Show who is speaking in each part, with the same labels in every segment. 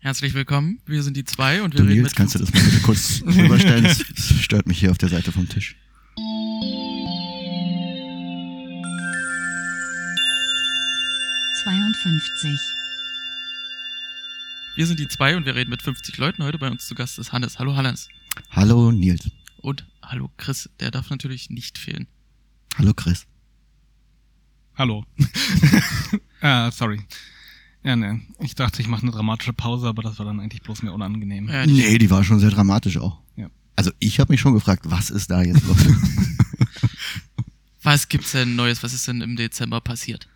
Speaker 1: Herzlich willkommen. Wir sind die zwei und wir
Speaker 2: Du
Speaker 1: reden
Speaker 2: Nils,
Speaker 1: mit.
Speaker 2: kannst du das mal bitte kurz rüberstellen? Das stört mich hier auf der Seite vom Tisch.
Speaker 1: wir sind die zwei und wir reden mit 50 Leuten. Heute bei uns zu Gast ist Hannes. Hallo Hannes.
Speaker 2: Hallo Nils.
Speaker 1: Und hallo Chris. Der darf natürlich nicht fehlen.
Speaker 2: Hallo Chris.
Speaker 3: Hallo. äh, sorry. Ja, ne. Ich dachte, ich mache eine dramatische Pause, aber das war dann eigentlich bloß mir unangenehm.
Speaker 1: Äh, die-
Speaker 2: Nee, die war schon sehr dramatisch auch.
Speaker 3: Ja.
Speaker 2: Also ich habe mich schon gefragt, was ist da jetzt los?
Speaker 1: Was gibt's denn Neues? Was ist denn im Dezember passiert?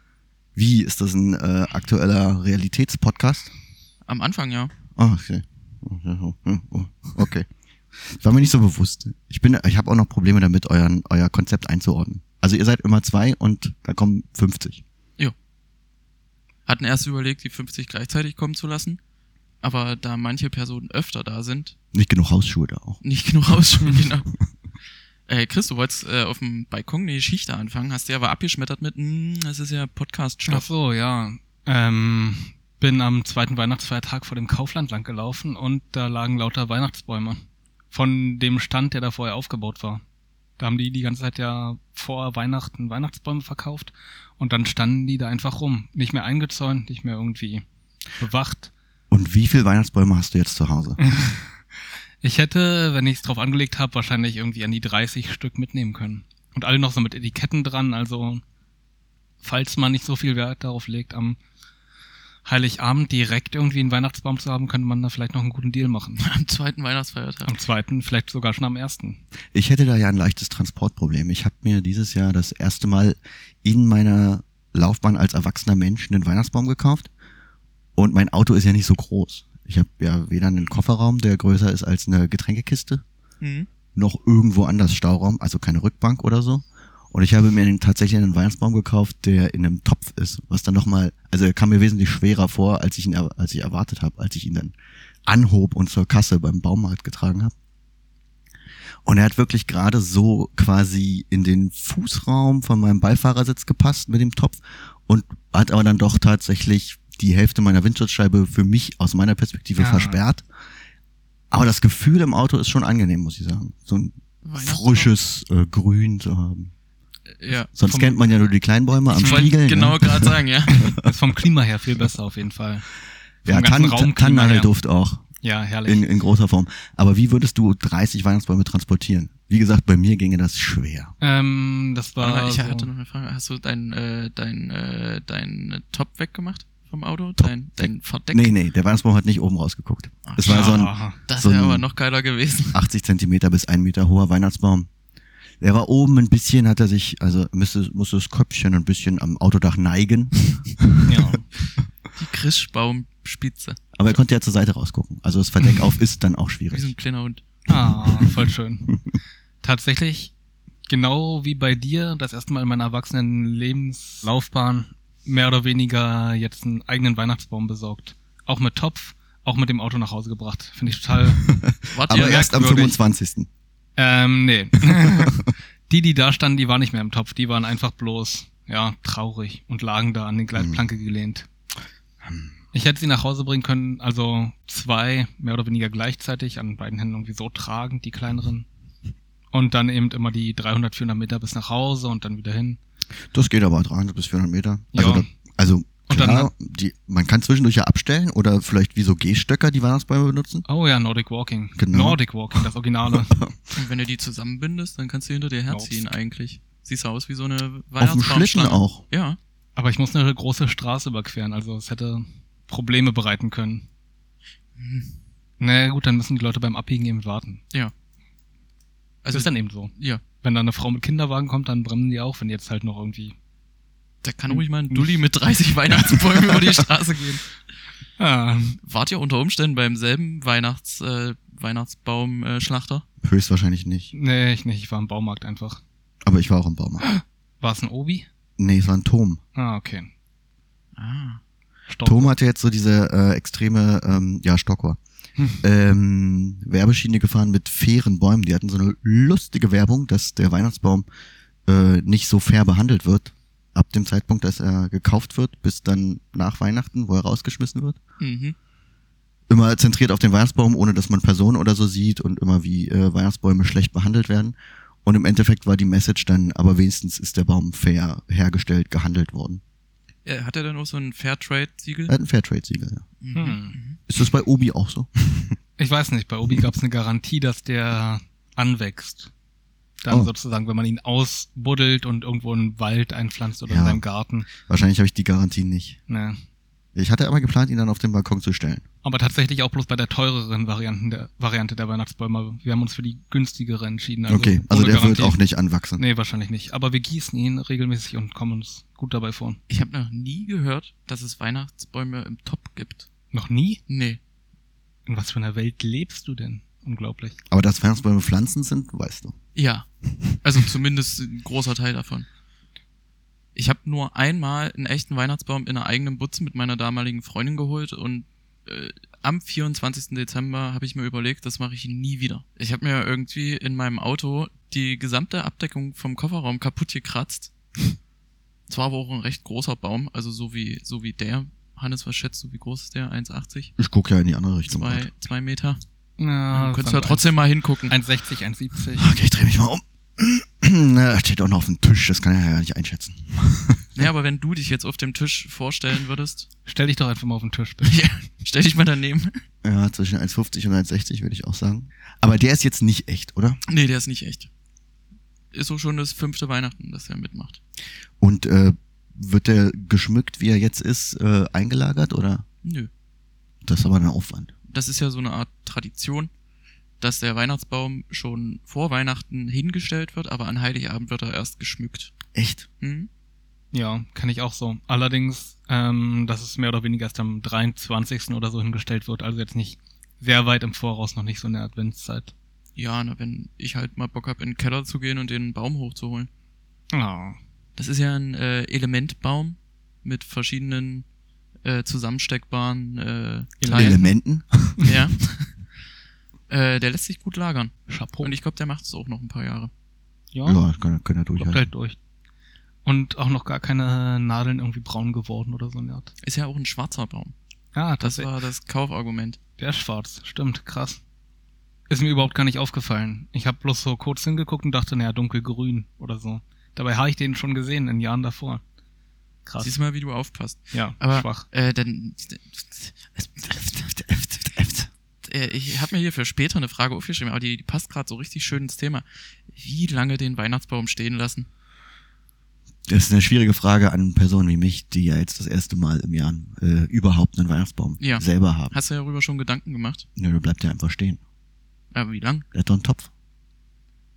Speaker 2: Wie ist das ein äh, aktueller Realitätspodcast?
Speaker 1: Am Anfang, ja.
Speaker 2: Ah, okay. Okay. War mir nicht so bewusst. Ich bin, ich habe auch noch Probleme damit, euren, euer Konzept einzuordnen. Also ihr seid immer zwei und da kommen 50.
Speaker 1: Hatten erst überlegt, die 50 gleichzeitig kommen zu lassen. Aber da manche Personen öfter da sind,
Speaker 2: Nicht genug Hausschuhe da auch.
Speaker 1: nicht genug ausschauen, genau. Äh, Chris, du wolltest äh, auf dem Balkon eine Geschichte anfangen, hast dir aber abgeschmettert mit, "Mm, das ist ja
Speaker 3: Ach
Speaker 1: Podcast-Stoff.
Speaker 3: so, ja. Ähm, bin am zweiten Weihnachtsfeiertag vor dem Kaufland lang gelaufen und da lagen lauter Weihnachtsbäume. Von dem Stand, der da vorher aufgebaut war. Da haben die die ganze Zeit ja vor Weihnachten Weihnachtsbäume verkauft und dann standen die da einfach rum. Nicht mehr eingezäunt, nicht mehr irgendwie bewacht.
Speaker 2: Und wie viel Weihnachtsbäume hast du jetzt zu Hause?
Speaker 3: Ich hätte, wenn ich es drauf angelegt habe, wahrscheinlich irgendwie an die 30 Stück mitnehmen können. Und alle noch so mit Etiketten dran, also falls man nicht so viel Wert darauf legt, am Heiligabend direkt irgendwie einen Weihnachtsbaum zu haben, könnte man da vielleicht noch einen guten Deal machen.
Speaker 1: Am zweiten Weihnachtsfeiertag.
Speaker 3: Am zweiten, vielleicht sogar schon am ersten.
Speaker 2: Ich hätte da ja ein leichtes Transportproblem. Ich habe mir dieses Jahr das erste Mal in meiner Laufbahn als erwachsener Mensch einen Weihnachtsbaum gekauft. Und mein Auto ist ja nicht so groß. Ich habe ja weder einen Kofferraum, der größer ist als eine Getränkekiste,
Speaker 1: Mhm.
Speaker 2: noch irgendwo anders Stauraum, also keine Rückbank oder so. Und ich habe mir einen, tatsächlich einen Weihnachtsbaum gekauft, der in einem Topf ist, was dann nochmal, also er kam mir wesentlich schwerer vor, als ich ihn, er- als ich erwartet habe, als ich ihn dann anhob und zur Kasse beim Baumarkt getragen habe. Und er hat wirklich gerade so quasi in den Fußraum von meinem Beifahrersitz gepasst mit dem Topf und hat aber dann doch tatsächlich die Hälfte meiner Windschutzscheibe für mich aus meiner Perspektive
Speaker 3: Ja.
Speaker 2: versperrt. Aber das Gefühl im Auto ist schon angenehm, muss ich sagen. So ein
Speaker 1: Weihnachtsbaum?
Speaker 2: frisches äh, Grün zu haben.
Speaker 1: Ja.
Speaker 2: Sonst
Speaker 3: Vom-
Speaker 2: kennt man ja nur die kleinen Bäume am
Speaker 1: Ich wollte
Speaker 2: Spiegel.
Speaker 1: genau
Speaker 2: ne?
Speaker 1: gerade sagen, ja.
Speaker 3: Ist vom Klima her viel besser auf jeden Fall. Vom
Speaker 2: Ja,
Speaker 3: ganzen
Speaker 2: Tan
Speaker 3: Raumklima
Speaker 2: Tannennadelduft auch
Speaker 3: Ja, herrlich.
Speaker 2: in, in großer Form. Aber wie würdest du 30 Weihnachtsbäume transportieren? Wie gesagt, bei mir ginge das schwer.
Speaker 3: ähm, das
Speaker 1: Warte
Speaker 3: war
Speaker 1: mal, ich
Speaker 3: so,
Speaker 1: hatte noch eine Frage. Hast du dein, äh, dein, äh, dein Top weggemacht vom Auto?
Speaker 2: Top
Speaker 1: Dein, dein Verdeck?
Speaker 2: Nee, nee, der Weihnachtsbaum hat nicht oben rausgeguckt.
Speaker 1: Ach,
Speaker 2: Es war so ein
Speaker 3: Ah,
Speaker 1: das
Speaker 2: so
Speaker 1: wäre
Speaker 2: ein-
Speaker 1: aber noch geiler gewesen.
Speaker 2: 80 Zentimeter bis 1 Meter hoher Weihnachtsbaum. Der war oben ein bisschen, hat er sich, also müsste, musste das Köpfchen ein bisschen am Autodach neigen.
Speaker 3: ja.
Speaker 1: Die Christbaumspitze.
Speaker 2: Aber er konnte ja zur Seite rausgucken. Also das Verdeck auf ist dann auch
Speaker 1: Wie so ein
Speaker 2: schwierig.
Speaker 1: kleiner Hund.
Speaker 3: Ah, voll schön. Tatsächlich, genau wie bei dir, das erste Mal in meiner erwachsenen Lebenslaufbahn mehr oder weniger jetzt einen eigenen Weihnachtsbaum besorgt. Auch mit Topf, auch mit dem Auto nach Hause gebracht. Finde ich total.
Speaker 1: Warte,
Speaker 2: Aber
Speaker 1: ja,
Speaker 2: erst am
Speaker 3: merkwürdig.
Speaker 2: 25.
Speaker 3: ähm, nee. die, die da standen, die waren nicht mehr im Topf. Die waren einfach bloß, ja, traurig und lagen da an den Gleitplanke gelehnt. Ich hätte sie nach Hause bringen können, also zwei mehr oder weniger gleichzeitig an beiden Händen irgendwie so tragend, die kleineren. Und dann eben immer die 300, 400 Meter bis nach Hause und dann wieder hin.
Speaker 2: Das geht aber 300 bis 400 Meter. Also,
Speaker 3: Ja.
Speaker 2: da, also
Speaker 3: Und
Speaker 2: klar,
Speaker 3: dann- ne?
Speaker 2: die, man kann zwischendurch ja abstellen oder vielleicht wie so Gehstöcker die Weihnachtsbäume benutzen.
Speaker 3: Oh ja, Nordic Walking.
Speaker 2: Genau.
Speaker 3: Nordic Walking, das Originale.
Speaker 1: Und wenn du die zusammenbindest, dann kannst du hinter dir herziehen eigentlich. Siehst du aus wie so eine
Speaker 2: Auf dem Schlitten
Speaker 1: Weihnachtsbaumstange.
Speaker 2: auch.
Speaker 1: Ja.
Speaker 3: Aber ich muss eine große Straße überqueren, also es hätte Probleme bereiten können. Na gut, dann müssen die Leute beim Abbiegen eben warten. Das
Speaker 1: Also
Speaker 3: ist dann eben so.
Speaker 1: ja,
Speaker 3: Wenn da eine Frau mit Kinderwagen kommt, dann bremsen die auch, wenn die jetzt halt noch irgendwie.
Speaker 1: da kann ruhig mal ein Dulli mit 30 Weihnachtsbäumen über die Straße gehen.
Speaker 3: Ah,
Speaker 1: Wart ihr unter Umständen beim selben Weihnachts äh, Weihnachtsbaum äh, Schlachter?
Speaker 2: Höchstwahrscheinlich nicht.
Speaker 3: nee, ich nicht, ich war im Baumarkt einfach.
Speaker 2: Aber ich war auch im Baumarkt.
Speaker 3: War es ein Obi?
Speaker 2: Nee, es war ein Tom.
Speaker 3: Ah, okay.
Speaker 1: Ah.
Speaker 3: Stopp.
Speaker 2: Tom hatte jetzt so diese äh, extreme, ähm, ja, Stockor.
Speaker 3: Hm.
Speaker 2: ähm, Werbeschiene gefahren mit fairen Bäumen. Die hatten so eine lustige Werbung, dass der Weihnachtsbaum äh, nicht so fair behandelt wird. Ab dem Zeitpunkt, dass er gekauft wird, bis dann nach Weihnachten, wo er rausgeschmissen wird.
Speaker 1: Mhm.
Speaker 2: immer zentriert auf den Weihnachtsbaum, ohne dass man Personen oder so sieht und immer wie äh, Weihnachtsbäume schlecht behandelt werden. Und im Endeffekt war die Message dann, aber wenigstens ist der Baum fair hergestellt, gehandelt worden.
Speaker 1: Äh, Hat er dann auch so ein Fairtrade-Siegel?
Speaker 2: Er hat ein Fairtrade-Siegel. Ja.
Speaker 1: Äh,
Speaker 3: Hm.
Speaker 2: Ist das bei Obi auch so?
Speaker 3: Ich weiß nicht, bei Obi gab es eine Garantie, dass der anwächst. Dann
Speaker 2: Oh.
Speaker 3: sozusagen, wenn man ihn ausbuddelt und irgendwo in den Wald einpflanzt oder in
Speaker 2: Ja.
Speaker 3: seinem Garten.
Speaker 2: Wahrscheinlich habe ich die Garantie nicht.
Speaker 3: Ne.
Speaker 2: Ich hatte aber geplant, ihn dann auf den Balkon zu stellen.
Speaker 3: Aber tatsächlich auch bloß bei der teureren Variante der, Variante der Weihnachtsbäume. Wir haben uns für die günstigere entschieden.
Speaker 2: okay, also
Speaker 3: ohne
Speaker 2: der wird
Speaker 3: Garantie.
Speaker 2: auch nicht anwachsen.
Speaker 3: Nee, wahrscheinlich nicht. Aber wir gießen ihn regelmäßig und kommen uns gut dabei vor.
Speaker 1: Ich habe noch nie gehört, dass es Weihnachtsbäume im Top gibt.
Speaker 3: Noch nie?
Speaker 1: Nee.
Speaker 3: In was für einer Welt lebst du denn? Unglaublich.
Speaker 2: Aber dass Weihnachtsbäume Pflanzen sind, weißt du.
Speaker 1: Ja. Also zumindest ein großer Teil davon. Ich habe nur einmal einen echten Weihnachtsbaum in einer eigenen Butze mit meiner damaligen Freundin geholt und äh, am 24. Dezember habe ich mir überlegt, das mache ich nie wieder. Ich habe mir irgendwie in meinem Auto die gesamte Abdeckung vom Kofferraum kaputt gekratzt. Es war aber auch ein recht großer Baum, also so wie, so wie der. Hannes, was schätzt du, wie groß ist der? 1,80?
Speaker 2: Ich gucke ja in die andere Richtung.
Speaker 1: Zwei,
Speaker 2: gerade.
Speaker 1: zwei Meter?
Speaker 3: Na,
Speaker 1: Ja, könntest du ja trotzdem mal hingucken.
Speaker 3: 1,60, 1,70.
Speaker 2: Okay, ich drehe mich mal um. Na, steht auch noch auf dem Tisch, das kann ich ja gar nicht einschätzen.
Speaker 1: Ja, aber wenn du dich jetzt auf dem Tisch vorstellen würdest,
Speaker 3: Stell dich doch einfach mal auf den Tisch. bitte.
Speaker 1: ja, stell dich mal daneben.
Speaker 2: Ja, zwischen 1,50 und 1,60 würde ich auch sagen. Aber der ist jetzt nicht echt, oder?
Speaker 1: Nee, der ist nicht echt. Ist so schon das fünfte Weihnachten, dass er mitmacht.
Speaker 2: Und äh, wird der geschmückt, wie er jetzt ist, äh, eingelagert oder?
Speaker 1: Nö.
Speaker 2: Das ist aber ein Aufwand.
Speaker 1: Das ist ja so eine Art Tradition, dass der Weihnachtsbaum schon vor Weihnachten hingestellt wird, aber an Heiligabend wird er erst geschmückt.
Speaker 2: Echt?
Speaker 1: Hm?
Speaker 3: Ja, kann ich auch so. Allerdings, ähm, dass es mehr oder weniger erst am 23. oder so hingestellt wird. Also jetzt nicht sehr weit im Voraus, noch nicht so in der Adventszeit.
Speaker 1: Ja, na, wenn ich halt mal Bock hab, in den Keller zu gehen und den Baum hochzuholen.
Speaker 3: Oh.
Speaker 1: Das ist ja ein äh, Elementbaum mit verschiedenen äh, zusammensteckbaren äh, Teilen.
Speaker 2: Elementen?
Speaker 1: Ja. äh, der lässt sich gut lagern.
Speaker 3: Chapeau.
Speaker 1: Und ich glaube, der macht es auch noch ein paar Jahre.
Speaker 3: ja,
Speaker 2: Ja, kann, kann er
Speaker 3: läuft
Speaker 2: durchhalten.
Speaker 3: halt durch. Und auch noch gar keine Nadeln irgendwie braun geworden oder so. eine Art.
Speaker 1: Ist ja auch ein schwarzer Baum.
Speaker 3: Ah,
Speaker 1: Das
Speaker 3: das war
Speaker 1: war das Kaufargument.
Speaker 3: der ist schwarz. Stimmt, krass. Ist mir überhaupt gar nicht aufgefallen. Ich habe bloß so kurz hingeguckt und dachte, naja, dunkelgrün oder so. Dabei habe ich den schon gesehen in Jahren davor. Krass.
Speaker 1: Siehst mal, wie du aufpasst.
Speaker 3: ja,
Speaker 1: Aber
Speaker 3: schwach.
Speaker 1: Äh, dann. Äh, Ich habe mir hier für später eine Frage aufgeschrieben, aber die, die passt gerade so richtig schön ins Thema. Wie lange den Weihnachtsbaum stehen lassen?
Speaker 2: Das ist eine schwierige Frage an Personen wie mich, die ja jetzt das erste Mal im Jahr äh, überhaupt einen Weihnachtsbaum
Speaker 1: Ja.
Speaker 2: selber haben.
Speaker 1: Hast du darüber schon Gedanken gemacht?
Speaker 2: Ja, der bleibt ja einfach stehen.
Speaker 1: Aber wie lang?
Speaker 2: Der hat doch einen Topf.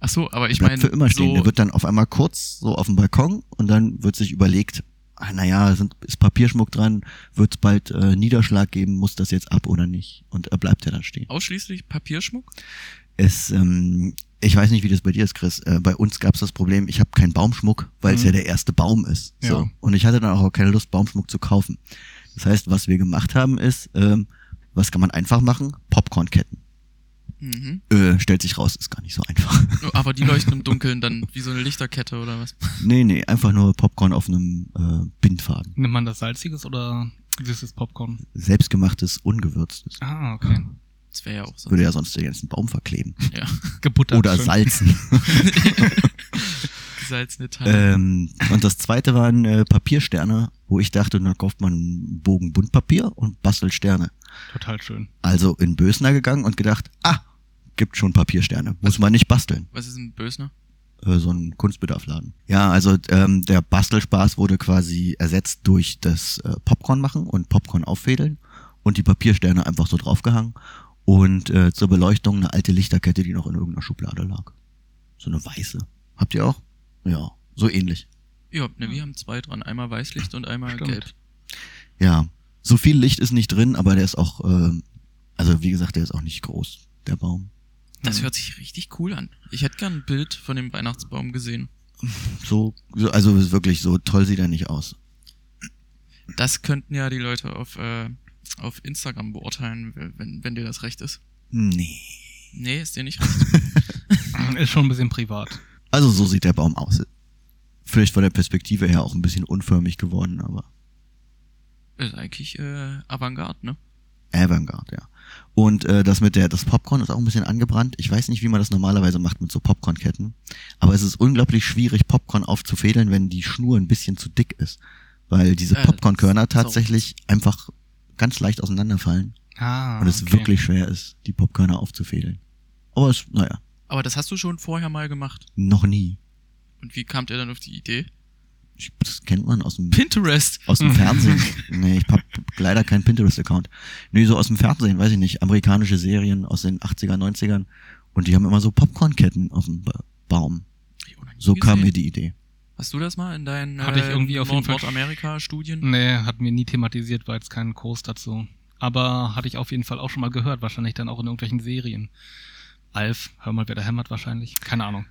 Speaker 1: Ach so, aber
Speaker 2: Der
Speaker 1: ich
Speaker 2: bleibt
Speaker 1: meine,
Speaker 2: für immer stehen.
Speaker 1: so,
Speaker 2: Der wird dann auf einmal kurz so auf dem Balkon und dann wird sich überlegt, ah, naja, sind, ist Papierschmuck dran, wird es bald äh, Niederschlag geben, muss das jetzt ab oder nicht? Und er bleibt ja dann stehen.
Speaker 1: ausschließlich Papierschmuck?
Speaker 2: Es, ähm, ich weiß nicht, wie das bei dir ist, Chris. Äh, bei uns gab es das Problem, ich habe keinen Baumschmuck, weil es
Speaker 3: Mhm.
Speaker 2: ja der erste Baum ist. So.
Speaker 3: Ja.
Speaker 2: Und ich hatte dann auch keine Lust, Baumschmuck zu kaufen. Das heißt, was wir gemacht haben, ist, ähm, was kann man einfach machen? Popcornketten.
Speaker 1: Mhm.
Speaker 2: Äh, stellt sich raus, ist gar nicht so einfach.
Speaker 1: Aber die leuchten im Dunkeln dann wie so eine Lichterkette oder was?
Speaker 2: nee, nee, einfach nur Popcorn auf einem äh, Bindfaden.
Speaker 3: Nimmt man das salziges oder süßes Popcorn?
Speaker 2: selbstgemachtes, ungewürztes.
Speaker 3: Ah, okay.
Speaker 1: Das wäre ja auch so.
Speaker 2: Würde ja sonst den ganzen Baum verkleben.
Speaker 1: Ja,
Speaker 3: Gebuttert.
Speaker 2: Oder
Speaker 3: schön.
Speaker 2: salzen.
Speaker 1: gesalzene Teile.
Speaker 2: ähm, und das zweite waren äh, Papiersterne, wo ich dachte, na kauft man einen Bogen Buntpapier und bastelt Sterne.
Speaker 3: Total schön.
Speaker 2: Also in Bösner gegangen und gedacht, ah, gibt schon Papiersterne. Muss man nicht basteln.
Speaker 1: Was ist ne? ein Bösner?
Speaker 2: Äh, so ein Kunstbedarfladen. Ja, also ähm, der Bastelspaß wurde quasi ersetzt durch das äh, Popcorn machen und Popcorn auffädeln und die Papiersterne einfach so draufgehangen und äh, zur Beleuchtung eine alte Lichterkette, die noch in irgendeiner Schublade lag. So eine weiße. Habt ihr auch? Ja, so ähnlich.
Speaker 1: Ja, ne, wir haben zwei dran. Einmal Weißlicht und einmal
Speaker 3: Stimmt.
Speaker 1: Gelb.
Speaker 2: Ja, so viel Licht ist nicht drin, aber der ist auch, ähm, also wie gesagt, der ist auch nicht groß, der Baum.
Speaker 1: Das
Speaker 3: Hm.
Speaker 1: hört sich richtig cool an. Ich hätte gern ein Bild von dem Weihnachtsbaum gesehen.
Speaker 2: So, so also ist wirklich so toll sieht er nicht aus.
Speaker 1: Das könnten ja die Leute auf, äh, auf Instagram beurteilen, wenn, wenn dir das recht ist.
Speaker 2: Nee.
Speaker 1: Nee, ist dir nicht recht.
Speaker 3: Ist schon ein bisschen privat.
Speaker 2: Also so sieht der Baum aus. Vielleicht von der Perspektive her auch ein bisschen unförmig geworden, aber
Speaker 1: Ist eigentlich äh, Avantgarde, ne?
Speaker 2: Avantgarde, ja. Und äh, das mit der, das Popcorn ist auch ein bisschen angebrannt. Ich weiß nicht, wie man das normalerweise macht mit so Popcornketten. Aber es ist unglaublich schwierig, Popcorn aufzufädeln, wenn die Schnur ein bisschen zu dick ist. Weil diese
Speaker 1: Äh,
Speaker 2: Popcornkörner
Speaker 1: so.
Speaker 2: tatsächlich einfach ganz leicht auseinanderfallen
Speaker 3: Ah,
Speaker 2: und es
Speaker 3: okay.
Speaker 2: wirklich schwer ist, die Popkörner aufzufädeln. Aber es, naja,
Speaker 1: Aber das hast du schon vorher mal gemacht.
Speaker 2: noch nie.
Speaker 1: Und wie kamt ihr dann auf die Idee?
Speaker 2: Ich, das kennt man aus dem
Speaker 1: Pinterest!
Speaker 2: Aus dem Fernsehen. nee, ich hab leider keinen Pinterest-Account. Nee, so aus dem Fernsehen, weiß ich nicht. Amerikanische Serien aus den 80er, 90ern. Und die haben immer so Popcornketten auf dem Ba- Baum.
Speaker 1: Hab ich auch noch nie
Speaker 2: So kam mir
Speaker 1: gesehen.
Speaker 2: die Idee.
Speaker 1: Hast du das mal in deinen äh,
Speaker 3: Hatte ich irgendwie auf jeden
Speaker 1: Nord
Speaker 3: Fall- Hm.
Speaker 1: Nordamerika-Studien?
Speaker 3: Nee, hat mir nie thematisiert, war jetzt kein Kurs dazu. Aber hatte ich auf jeden Fall auch schon mal gehört, wahrscheinlich dann auch in irgendwelchen Serien. Alf, hör mal, wer da hämmert wahrscheinlich. Keine Ahnung.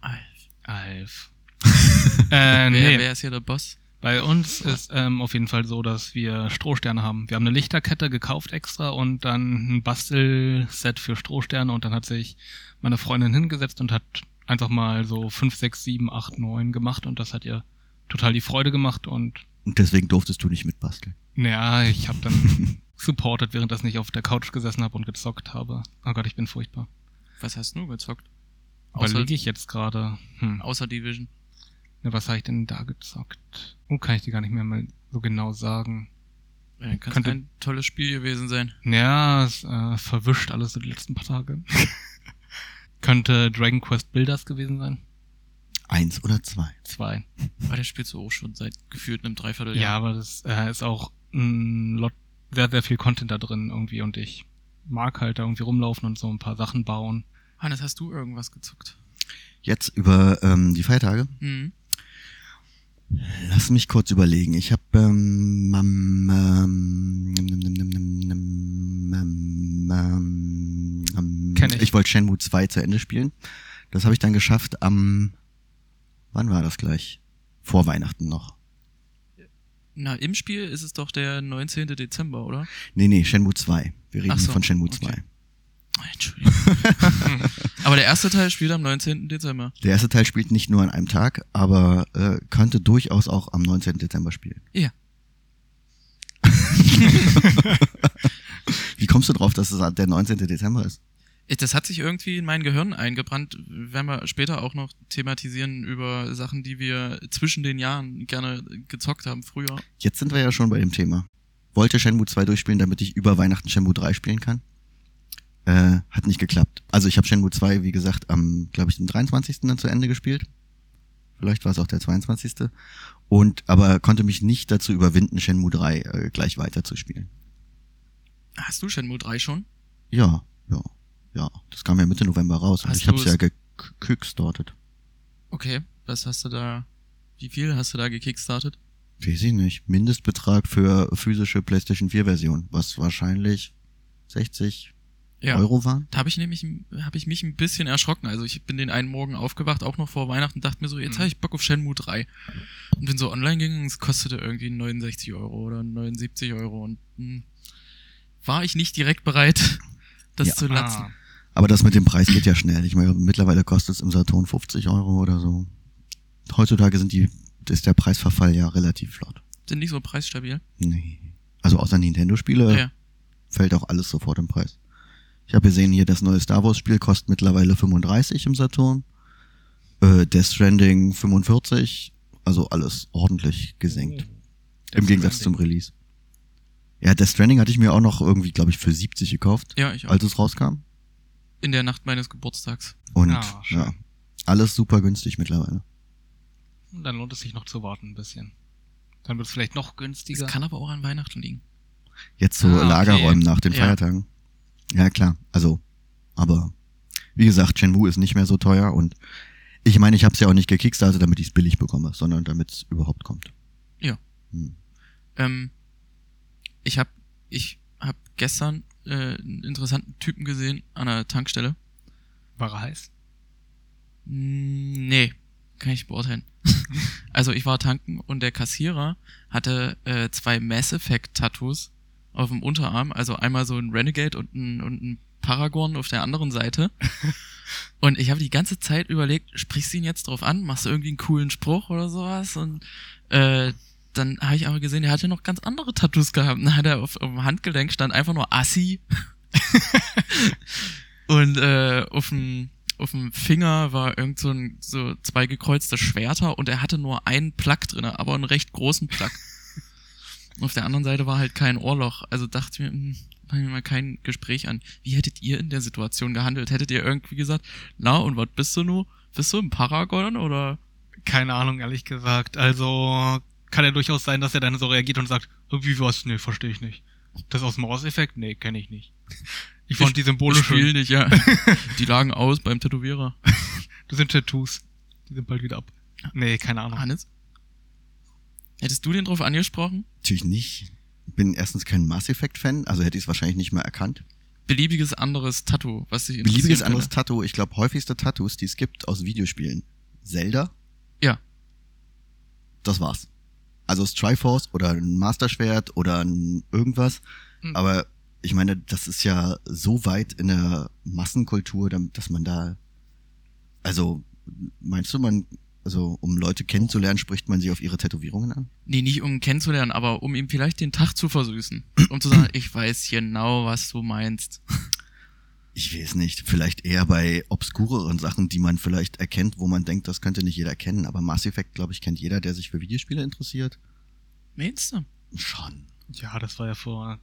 Speaker 1: Alf.
Speaker 3: Alf. äh,
Speaker 1: Wer,
Speaker 3: nee.
Speaker 1: wer ist hier der Boss?
Speaker 3: Bei uns ist ähm, auf jeden Fall so, dass wir Strohsterne haben. Wir haben eine Lichterkette gekauft extra und dann ein Bastelset für Strohsterne und dann hat sich meine Freundin hingesetzt und hat einfach mal so 5, 6, 7, 8, 9 gemacht und das hat ihr total die Freude gemacht und
Speaker 2: Und deswegen durftest du nicht mitbasteln.
Speaker 3: naja, ich habe dann supported, während das nicht auf der Couch gesessen habe und gezockt habe. Oh Gott, ich bin furchtbar.
Speaker 1: Was hast du gezockt? Außer,
Speaker 3: Überlege ich jetzt gerade. Hm.
Speaker 1: außer Division.
Speaker 3: Na, was habe ich denn da gezockt? Oh, kann ich dir gar nicht mehr mal so genau sagen.
Speaker 1: Äh, Kann
Speaker 3: Könnte-
Speaker 1: ein tolles Spiel gewesen sein.
Speaker 3: Ja, es äh, verwischt alles so die letzten paar Tage. Könnte Dragon Quest Builders gewesen sein?
Speaker 2: Eins oder zwei.
Speaker 3: Zwei.
Speaker 1: Aber das spielst du auch schon seit gefühlt einem
Speaker 3: Ja,
Speaker 1: Dreivierteljahr.
Speaker 3: aber das äh, ist auch ein Lot, sehr, sehr viel Content da drin irgendwie und ich mag halt da irgendwie rumlaufen und so ein paar Sachen bauen.
Speaker 1: Hannes, hast du irgendwas gezockt?
Speaker 2: Jetzt über ähm, die Feiertage.
Speaker 1: Mhm.
Speaker 2: Lass mich kurz überlegen. Ich habe ähm, ähm, ähm, nimm, nimm, nimm, nimm, nimm, ähm, ähm, ähm,
Speaker 3: Kenn ich.
Speaker 2: Ich wollte Shenmue 2 zu Ende spielen. Das habe ich dann geschafft am wann war das gleich? Vor Weihnachten noch.
Speaker 1: Na, im Spiel ist es doch der 19. Dezember, oder?
Speaker 2: Nee, nee, Shenmue 2. Wir reden
Speaker 1: Ach so,
Speaker 2: von Shenmue
Speaker 1: okay.
Speaker 2: 2.
Speaker 1: Ah, Entschuldigung. aber der erste Teil spielt am 19. Dezember.
Speaker 2: Der erste Teil spielt nicht nur an einem Tag, aber äh, könnte durchaus auch am 19. Dezember spielen.
Speaker 1: Ja.
Speaker 2: Wie kommst du drauf, dass es der 19. Dezember ist?
Speaker 1: Ich- Äh, Das hat sich irgendwie in mein Gehirn eingebrannt. Werden wir später auch noch thematisieren über Sachen, die wir zwischen den Jahren gerne gezockt haben früher.
Speaker 2: Jetzt sind wir ja schon bei dem Thema. Wollte Shenmue 2 durchspielen, damit ich über Weihnachten Shenmue 3 spielen kann. Äh, hat nicht geklappt. Also ich habe Shenmue 2, wie gesagt, am, glaube ich, dem 23. dann zu Ende gespielt. Vielleicht war es auch der 22. Und aber konnte mich nicht dazu überwinden, Shenmue 3 äh, gleich weiterzuspielen.
Speaker 1: Hast du Shenmue 3 schon?
Speaker 2: Ja, ja, ja. Das kam ja Mitte November raus. Und
Speaker 1: Hast
Speaker 2: ich habe es
Speaker 1: du
Speaker 2: ja
Speaker 1: es-
Speaker 2: gekickstartet.
Speaker 1: Okay, was hast du da? Wie viel hast du da gekickstartet?
Speaker 2: Weiß ich nicht. Mindestbetrag für physische PlayStation 4-Version, was wahrscheinlich 60 Euro waren.
Speaker 1: Da habe ich nämlich hab ich mich ein bisschen erschrocken. Also ich bin den einen Morgen aufgewacht, auch noch vor Weihnachten, dachte mir so, jetzt
Speaker 3: Mhm.
Speaker 1: habe ich Bock auf Shenmue 3. Und bin so online gegangen, es kostete irgendwie 69 Euro oder 79 Euro. Und hm, war ich nicht direkt bereit, das
Speaker 2: Ja.
Speaker 1: zu
Speaker 3: Ah.
Speaker 1: latzen.
Speaker 2: Aber das mit dem Preis geht ja schnell. Ich meine, mittlerweile kostet es im Saturn 50 Euro oder so. Heutzutage sind die, ist der Preisverfall ja relativ flott.
Speaker 1: Sind nicht so preisstabil.
Speaker 2: Nee. Also außer Nintendo-Spiele
Speaker 1: Ja.
Speaker 2: fällt auch alles sofort im Preis. Ich habe gesehen, hier das neue Star Wars-Spiel kostet mittlerweile 35 im Saturn. Äh, Death Stranding 45. Also alles ordentlich gesenkt.
Speaker 1: Mhm.
Speaker 2: Im Gegensatz zum Release. Ja, Death Stranding hatte ich mir auch noch irgendwie, glaube ich, für 70 gekauft,
Speaker 1: Ja, ich auch.
Speaker 2: als es rauskam.
Speaker 1: In der Nacht meines Geburtstags.
Speaker 2: Und
Speaker 3: Ah, schön.
Speaker 2: ja, alles super günstig mittlerweile.
Speaker 3: zum Dann lohnt es sich noch zu warten ein bisschen. Dann wird es vielleicht noch günstiger.
Speaker 1: Es kann aber auch an Weihnachten liegen.
Speaker 2: Jetzt so
Speaker 3: Ah, okay.
Speaker 2: Lagerräumen nach den
Speaker 1: Ja.
Speaker 2: Feiertagen. Ja, klar. Also, aber wie gesagt, Shenmue ist nicht mehr so teuer und ich meine, ich habe es ja auch nicht gekickstartet, damit ich es billig bekomme, sondern damit es überhaupt kommt.
Speaker 1: Ja.
Speaker 2: Hm.
Speaker 1: Ähm, ich habe ich hab gestern äh, einen interessanten Typen gesehen an einer Tankstelle.
Speaker 3: War er heiß?
Speaker 1: Mm, Nee, kann ich beurteilen. also ich war tanken und der Kassierer hatte äh, zwei Mass Effect Tattoos auf dem Unterarm, also einmal so ein Renegade und ein, und ein Paragon auf der anderen Seite. und ich habe die ganze Zeit überlegt, sprichst du ihn jetzt drauf an, machst du irgendwie einen coolen Spruch oder sowas und äh, dann habe ich aber gesehen, er hat ja noch ganz andere Tattoos gehabt. Dann hat er auf, auf dem Handgelenk stand einfach nur Assi. Und äh, auf dem auf dem Finger war irgend so, ein, so zwei gekreuzte Schwerter und er hatte nur einen Plug drin, aber einen recht großen Plug. Und auf der anderen Seite war halt kein Ohrloch. Also dachte ich mir, hm, fangen wir mal kein Gespräch an. Wie hättet ihr in der Situation gehandelt? Hättet ihr irgendwie gesagt, na und was bist du nu? Bist du im Paragon oder?
Speaker 3: Keine Ahnung, ehrlich gesagt. Also kann ja durchaus sein, dass er dann so reagiert und sagt, wie was? Nee, verstehe ich nicht. Das aus dem Maus-Effekt? Nee, kenne ich nicht. Ich fand die Symbole
Speaker 1: Ich
Speaker 3: schön.
Speaker 1: spiel nicht, ja. Die lagen aus beim Tätowierer.
Speaker 3: Das sind Tattoos. Die sind bald wieder ab. Nee, keine Ahnung.
Speaker 1: Hannes? Hättest du den drauf angesprochen?
Speaker 2: Natürlich nicht. Ich bin erstens kein Mass Effect Fan, also hätte ich es wahrscheinlich nicht mehr erkannt.
Speaker 1: Beliebiges anderes Tattoo, was dich interessieren
Speaker 2: Beliebiges
Speaker 1: könnte.
Speaker 2: anderes Tattoo, ich glaube häufigste Tattoos, die es gibt aus Videospielen. Zelda?
Speaker 1: Ja.
Speaker 2: Das war's. Also das Triforce oder ein Masterschwert oder ein irgendwas.
Speaker 1: Hm.
Speaker 3: Mhm.
Speaker 2: Aber ich meine, das ist ja so weit in der Massenkultur, dam- dass man da. Also, meinst du, man, also um Leute kennenzulernen, spricht man sie auf ihre Tätowierungen an?
Speaker 1: Nee, nicht um ihn kennenzulernen, aber um ihm vielleicht den Tag zu versüßen. Um zu sagen, ich weiß genau, was du meinst.
Speaker 2: Ich weiß nicht, vielleicht eher bei obskureren Sachen, die man vielleicht erkennt, wo man denkt, das könnte nicht jeder kennen. Aber Mass Effect, glaube ich, kennt jeder, der sich für Videospiele interessiert.
Speaker 1: Meinst du?
Speaker 2: Schon.
Speaker 3: Ja, das war ja vor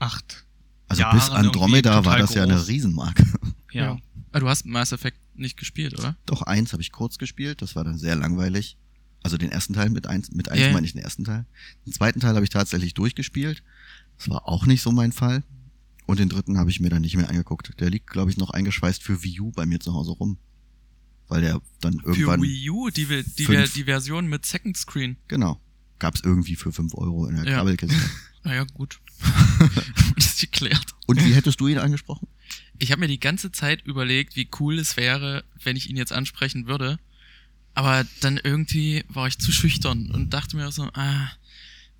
Speaker 3: acht.
Speaker 2: Also
Speaker 3: Jahren
Speaker 2: bis Andromeda
Speaker 3: irgendwie
Speaker 2: war
Speaker 3: total
Speaker 2: das ja eine
Speaker 3: groß.
Speaker 2: Riesenmarke.
Speaker 3: Ja.
Speaker 1: Ah, du hast Mass Effect nicht gespielt, oder?
Speaker 2: Doch eins habe ich kurz gespielt, das war dann sehr langweilig. Also den ersten Teil mit eins, mit eins
Speaker 1: Ja, ja.
Speaker 2: meine ich den ersten Teil. Den zweiten Teil habe ich tatsächlich durchgespielt. Das war auch nicht so mein Fall. Und den dritten habe ich mir dann nicht mehr angeguckt. Der liegt, glaube ich, noch eingeschweißt für Wii U bei mir zu Hause rum. Weil der dann irgendwann.
Speaker 1: Für Wii U, die, wir- die,
Speaker 2: fünf.
Speaker 1: die Version mit Second Screen.
Speaker 2: Genau. Gab's irgendwie für 5 Euro in der
Speaker 1: Ja.
Speaker 2: Kabelkiste.
Speaker 1: Naja, gut. ist geklärt.
Speaker 2: Und wie hättest du ihn angesprochen?
Speaker 1: Ich habe mir die ganze Zeit überlegt, wie cool es wäre, wenn ich ihn jetzt ansprechen würde. Aber dann irgendwie war ich zu schüchtern und dachte mir so, ah,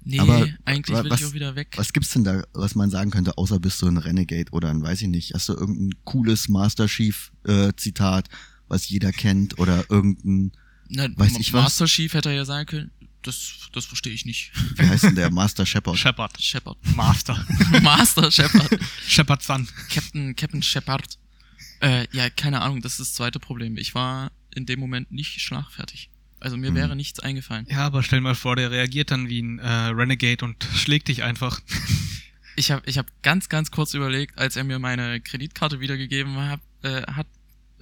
Speaker 1: nee,
Speaker 2: Aber
Speaker 1: eigentlich
Speaker 2: wa-
Speaker 1: will
Speaker 2: was-
Speaker 1: ich auch wieder weg.
Speaker 2: Was gibt's denn da, was man sagen könnte, außer bist du ein Renegade oder ein, weiß ich nicht, hast du irgendein cooles Master Chief äh, Zitat, was jeder kennt oder irgendein,
Speaker 1: Na,
Speaker 2: weiß
Speaker 1: Ma-
Speaker 2: ich was?
Speaker 1: Master Chief hätte ja sagen können, das, das verstehe ich nicht.
Speaker 2: wie heißt denn der Master Shepard?
Speaker 3: Shepard.
Speaker 1: Shepard.
Speaker 3: Master.
Speaker 1: Master Shepard.
Speaker 3: Shepard Sun.
Speaker 1: Captain, Captain Shepard. Äh, ja, keine Ahnung, das ist das zweite Problem. Ich war in dem Moment nicht schlagfertig. Also mir
Speaker 2: Mhm.
Speaker 1: wäre nichts eingefallen.
Speaker 3: Ja, aber stell mal vor, der reagiert dann wie ein äh, Renegade und schlägt dich einfach.
Speaker 1: Ich habe ich hab ganz, ganz kurz überlegt, als er mir meine Kreditkarte wiedergegeben hat, äh, hat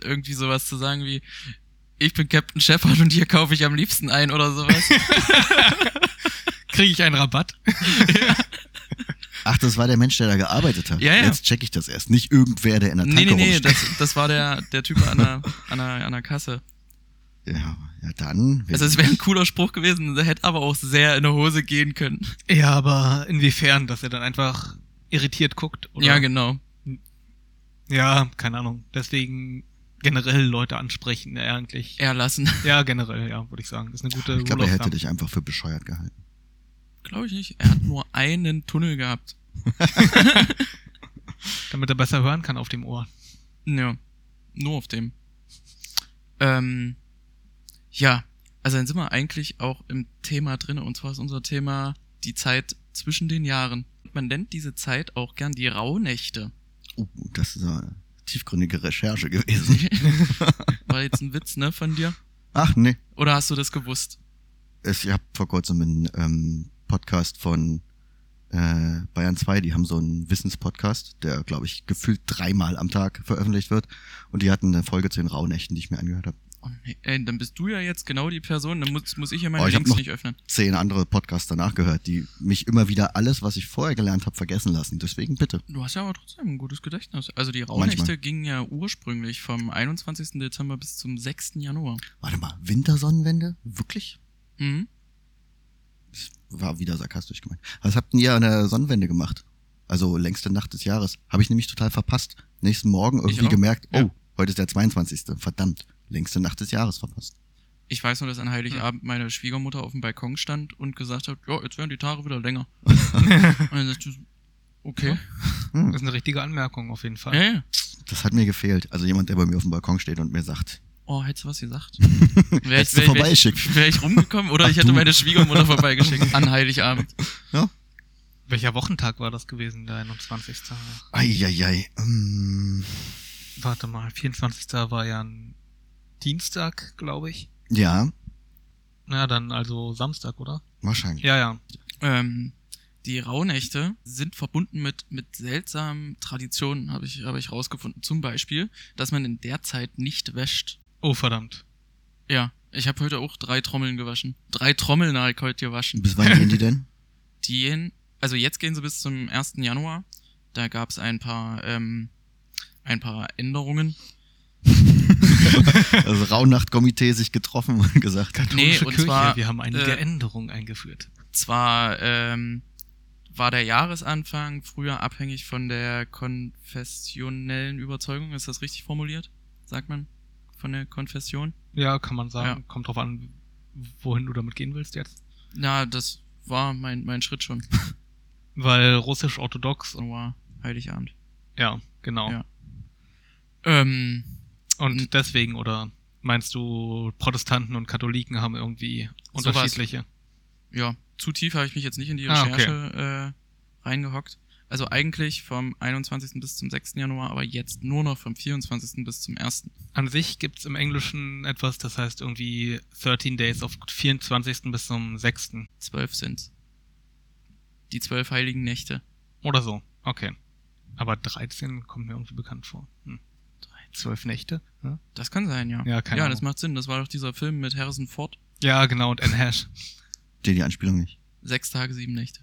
Speaker 1: irgendwie sowas zu sagen wie, ich bin Captain Shepard und hier kaufe ich am liebsten ein oder sowas.
Speaker 3: Kriege ich einen Rabatt?
Speaker 2: Ach, das war der Mensch, der da gearbeitet hat.
Speaker 1: Ja, ja.
Speaker 2: Jetzt check ich das erst. Nicht irgendwer, der in der
Speaker 1: nee,
Speaker 2: Tanke
Speaker 1: nee, nee,
Speaker 2: rumsteht.
Speaker 1: das, das war der, der Typ an der, an der, an der Kasse.
Speaker 2: Ja, ja, dann.
Speaker 1: Also es wäre ein cooler Spruch gewesen, der hätte aber auch sehr in die Hose gehen können.
Speaker 3: Ja, aber inwiefern, dass er dann einfach irritiert guckt? Oder?
Speaker 1: Ja, genau.
Speaker 3: Ja, keine Ahnung. Deswegen generell Leute ansprechen, ja, eigentlich. Ja,
Speaker 1: Eher lassen.
Speaker 3: generell, ja, würde ich sagen. Ist eine gute
Speaker 2: ich glaube,
Speaker 3: Rule
Speaker 2: er
Speaker 3: of
Speaker 2: hätte
Speaker 3: Thumb.
Speaker 2: dich einfach für bescheuert gehalten.
Speaker 1: Glaube ich nicht. Er hat nur einen Tunnel gehabt.
Speaker 3: Damit er besser hören kann auf dem Ohr.
Speaker 1: Ja. Nur auf dem. Ähm, ja. Also dann sind wir eigentlich auch im Thema drin. Und zwar ist unser Thema die Zeit zwischen den Jahren. Man nennt diese Zeit auch gern die Rauhnächte.
Speaker 2: Uh, das ist eine tiefgründige Recherche gewesen.
Speaker 1: War jetzt ein Witz, ne, von dir?
Speaker 2: Ach, nee.
Speaker 1: Oder hast du das gewusst?
Speaker 2: es, ich habe vor kurzem einen ähm, Podcast von äh, Bayern 2, die haben so einen Wissenspodcast, der, glaube ich, gefühlt dreimal am Tag veröffentlicht wird. Und die hatten eine Folge zu den Rauhnächten, die ich mir angehört habe.
Speaker 1: Oh, nee. Ey, dann bist du ja jetzt genau die Person. Dann muss, muss ich ja meine
Speaker 2: Oh, ich hab
Speaker 1: Links
Speaker 2: noch-
Speaker 1: nicht öffnen.
Speaker 2: Zehn andere Podcasts danach gehört, die mich immer wieder alles, was ich vorher gelernt habe, vergessen lassen. Deswegen bitte.
Speaker 1: Du hast ja aber trotzdem ein gutes Gedächtnis. Also die Rauhnächte
Speaker 2: Manchmal.
Speaker 1: gingen ja ursprünglich vom 21. Dezember bis zum 6. Januar.
Speaker 2: Warte mal, Wintersonnenwende? Wirklich?
Speaker 1: Mhm.
Speaker 2: Das war wieder sarkastisch gemeint. Was habt denn ihr an der Sonnenwende gemacht? Also längste Nacht des Jahres. Habe ich nämlich total verpasst. Nächsten Morgen irgendwie
Speaker 1: auch.
Speaker 2: gemerkt, oh,
Speaker 1: Ja.
Speaker 2: heute ist der 22. Verdammt, längste Nacht des Jahres verpasst.
Speaker 1: Ich weiß nur, dass an Heiligabend meine Schwiegermutter auf dem Balkon stand und gesagt hat, ja, jetzt werden die Tage wieder länger. und dann dachte ich, so, okay.
Speaker 2: Hm.
Speaker 3: Das ist eine richtige Anmerkung auf jeden Fall.
Speaker 1: Ja, ja.
Speaker 2: Das hat mir gefehlt. Also jemand, der bei mir auf dem Balkon steht und mir sagt,
Speaker 1: oh, hättest du was gesagt? Wär
Speaker 2: Hättest du
Speaker 1: wär wär
Speaker 2: vorbeigeschickt.
Speaker 1: ich, wär ich rumgekommen oder
Speaker 2: Ach,
Speaker 1: ich hätte
Speaker 2: du.
Speaker 1: meine Schwiegermutter vorbeigeschickt an Heiligabend.
Speaker 3: Welcher Wochentag war das gewesen, der 21.
Speaker 2: Eieiei. Ähm,
Speaker 3: Warte mal, 24. war ja ein Dienstag, glaube ich.
Speaker 2: ja,
Speaker 3: Na, dann also Samstag, oder?
Speaker 2: wahrscheinlich.
Speaker 3: Ja, ja.
Speaker 1: Ähm, die Rauhnächte sind verbunden mit, mit seltsamen Traditionen, habe ich, habe ich rausgefunden. Zum Beispiel, dass man in der Zeit nicht wäscht.
Speaker 3: Oh, verdammt.
Speaker 1: Ja, ich habe heute auch drei Trommeln gewaschen. Drei Trommeln habe ich heute gewaschen.
Speaker 2: Bis wann gehen die denn?
Speaker 1: Die gehen, also jetzt gehen sie bis zum 1. Januar. Da gab es ein paar, ähm, ein paar Änderungen.
Speaker 2: Also Rauhnachtkomitee sich getroffen und gesagt hat.
Speaker 1: Nee,
Speaker 3: Katholische
Speaker 1: und zwar,
Speaker 3: wir haben einige
Speaker 1: äh,
Speaker 3: Änderungen eingeführt.
Speaker 1: Zwar ähm, war der Jahresanfang früher abhängig von der konfessionellen Überzeugung. Ist das richtig formuliert? Sagt man? Von der Konfession?
Speaker 3: Ja, kann man sagen. Kommt drauf an, wohin du damit gehen willst jetzt.
Speaker 1: Na, das war mein, mein Schritt schon.
Speaker 3: Weil russisch-orthodox und
Speaker 1: Wow, Heiligabend.
Speaker 3: ja, genau.
Speaker 1: Ja. Ähm, N-
Speaker 3: Und deswegen, oder meinst du, Protestanten und Katholiken haben irgendwie
Speaker 1: Sowas.
Speaker 3: unterschiedliche?
Speaker 1: ja, zu tief habe ich mich jetzt nicht in die
Speaker 3: Ah, okay.
Speaker 1: Recherche äh, reingehockt. Also eigentlich vom 21. bis zum 6. Januar, aber jetzt nur noch vom 24. bis zum 1.
Speaker 3: An sich gibt's im Englischen etwas, das heißt irgendwie 13 Days auf 24. bis zum 6.
Speaker 1: 12 sind's. Die zwölf heiligen Nächte.
Speaker 3: Oder so. Okay. Aber 13 kommt mir irgendwie bekannt vor. Hm. Zwölf Nächte? Hm? Ja,
Speaker 1: Das kann sein, ja.
Speaker 3: Ja, keine
Speaker 1: Ja,
Speaker 3: Ahnung.
Speaker 1: das macht Sinn. Das war doch dieser Film mit Harrison Ford.
Speaker 3: ja genau, und N Hash.
Speaker 2: Verstehe die Anspielung nicht.
Speaker 1: Sechs Tage, sieben Nächte.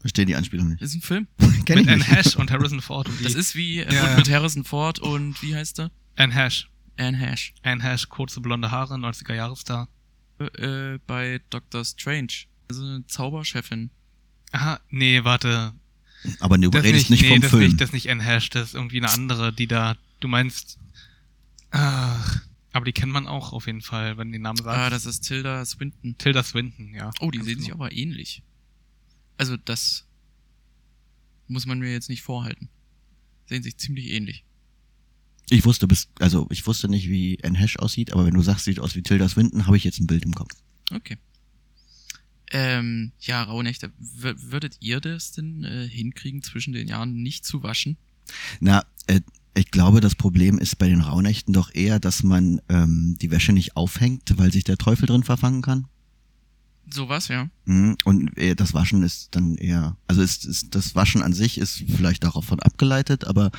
Speaker 2: Verstehe die Anspielung nicht.
Speaker 1: Ist ein Film.
Speaker 2: Kenn
Speaker 3: Mit
Speaker 2: ich
Speaker 3: N
Speaker 2: nicht.
Speaker 3: Hash und Harrison Ford und die
Speaker 1: Das ist wie äh,
Speaker 3: Ja,
Speaker 1: und
Speaker 3: ja.
Speaker 1: mit Harrison Ford und wie heißt er?
Speaker 3: N Hash.
Speaker 1: Anne Hash.
Speaker 3: N Hash, kurze blonde Haare, 90er Jahresstar.
Speaker 1: Äh, äh, bei Dr. Strange. Also eine Zauberchefin.
Speaker 3: Aha, nee, warte.
Speaker 2: Aber du
Speaker 3: Das
Speaker 2: redest nicht
Speaker 3: nicht, nee,
Speaker 2: vom
Speaker 3: das
Speaker 2: Film.
Speaker 3: nicht, das nicht N Hash, das ist irgendwie eine andere, die da, du meinst. Ach, aber die kennt man auch auf jeden Fall, wenn du den Namen sagst.
Speaker 1: Ah, das ist Tilda Swinton.
Speaker 3: Tilda Swinton, ja.
Speaker 1: Oh, die
Speaker 3: Ganz
Speaker 1: sehen sich
Speaker 3: genau.
Speaker 1: aber ähnlich. Also das muss man mir jetzt nicht vorhalten. Sehen sich ziemlich ähnlich.
Speaker 2: ich wusste bis, also ich wusste nicht, wie ein Hash aussieht, aber wenn du sagst, sieht aus wie Tilda Swinton, habe ich jetzt ein Bild im Kopf.
Speaker 1: Okay. Ähm, ja, Rauhnächte. W würdet ihr das denn äh, hinkriegen, zwischen den Jahren nicht zu waschen?
Speaker 2: Na, äh, ich glaube, das Problem ist bei den Rauhnächten doch eher, dass man ähm, die Wäsche nicht aufhängt, weil sich der Teufel drin verfangen kann.
Speaker 1: Sowas, ja.
Speaker 2: Mhm. Und äh, das Waschen ist dann eher, also ist, ist das Waschen an sich ist vielleicht darauf von abgeleitet, aber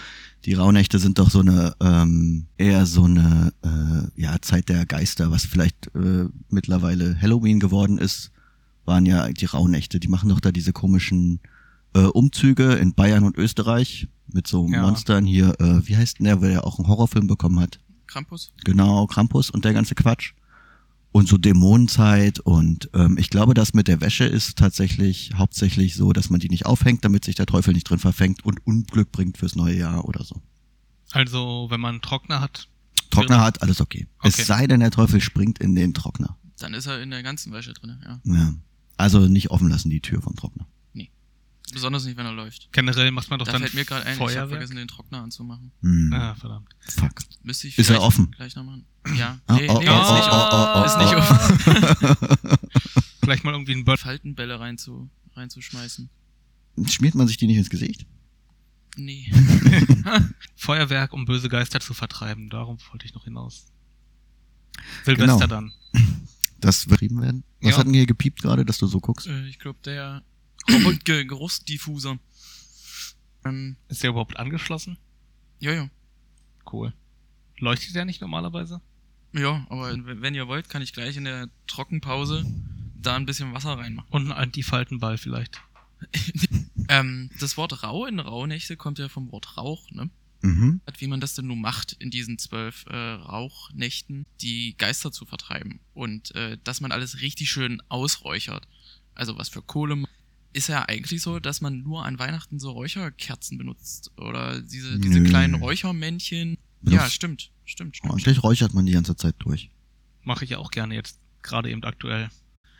Speaker 2: die Rauhnächte sind doch so eine ähm, eher so eine äh, ja Zeit der Geister, was vielleicht äh, mittlerweile Halloween geworden ist, waren ja die Rauhnächte. Die machen doch da diese komischen äh, Umzüge in Bayern und Österreich mit so
Speaker 3: Ja.
Speaker 2: Monstern hier. Äh, wie heißt denn der, weil er auch einen Horrorfilm bekommen hat?
Speaker 1: Krampus?
Speaker 2: Genau, Krampus und der ganze Quatsch. Und so Dämonenzeit und ähm, ich glaube, das mit der Wäsche ist tatsächlich hauptsächlich so, dass man die nicht aufhängt, damit sich der Teufel nicht drin verfängt und Unglück bringt fürs neue Jahr oder so.
Speaker 3: Also, wenn man einen Trockner hat,
Speaker 2: Trockner hat, alles okay.
Speaker 3: Genau. Okay.
Speaker 2: Es sei denn, der Teufel springt in den Trockner.
Speaker 1: Dann ist er in der ganzen Wäsche drin, ja.
Speaker 2: Ja. Also nicht offen lassen die Tür vom Trockner.
Speaker 1: Besonders nicht, wenn er läuft.
Speaker 3: generell macht man doch
Speaker 1: da
Speaker 3: dann
Speaker 1: fällt mir gerade ein, ich habe
Speaker 3: Feuerwerk.
Speaker 1: vergessen, den Trockner anzumachen.
Speaker 2: Hm.
Speaker 3: Ah, verdammt.
Speaker 2: Fuck.
Speaker 1: Müsste ich
Speaker 2: Ist er
Speaker 1: vielleicht
Speaker 2: offen?
Speaker 1: gleich noch machen. Ja.
Speaker 2: Ah,
Speaker 1: Nee,
Speaker 2: oh,
Speaker 1: nee,
Speaker 2: oh,
Speaker 1: ist nicht offen. Ist nicht
Speaker 3: Vielleicht mal irgendwie ein
Speaker 2: oh.
Speaker 3: Bird.
Speaker 1: Faltenbälle reinzu, reinzuschmeißen.
Speaker 2: Schmiert man sich die nicht ins Gesicht?
Speaker 1: Nee.
Speaker 3: Feuerwerk, um böse Geister zu vertreiben. Darum wollte ich noch hinaus.
Speaker 2: Genau.
Speaker 3: Silvester dann.
Speaker 2: Das wird betrieben werden? Was
Speaker 3: Ja.
Speaker 2: hat denn hier gepiept gerade, dass du so guckst?
Speaker 1: Äh, ich glaube, der Geruch- Ge- Geruchsdiffuser. Ähm,
Speaker 3: Ist der überhaupt angeschlossen?
Speaker 1: ja, ja.
Speaker 3: Cool. Leuchtet der nicht normalerweise?
Speaker 1: Ja, aber w- wenn ihr wollt, kann ich gleich in der Trockenpause da ein bisschen Wasser reinmachen.
Speaker 3: Und ein Antifaltenball vielleicht.
Speaker 1: Ähm, das Wort Rau in Rauhnächte kommt ja vom Wort Rauch, ne?
Speaker 2: Mhm.
Speaker 1: hat, wie man das denn nun macht in diesen zwölf äh, Rauchnächten, die Geister zu vertreiben und äh, dass man alles richtig schön ausräuchert. Also was für Kohle ma- ist ja eigentlich so, dass man nur an Weihnachten so Räucherkerzen benutzt oder diese, diese
Speaker 2: Nö. Oh.
Speaker 1: kleinen Räuchermännchen. Ja, stimmt, stimmt, stimmt.
Speaker 2: Ordentlich räuchert man die ganze Zeit durch.
Speaker 3: Mache ich ja auch gerne jetzt, gerade eben aktuell.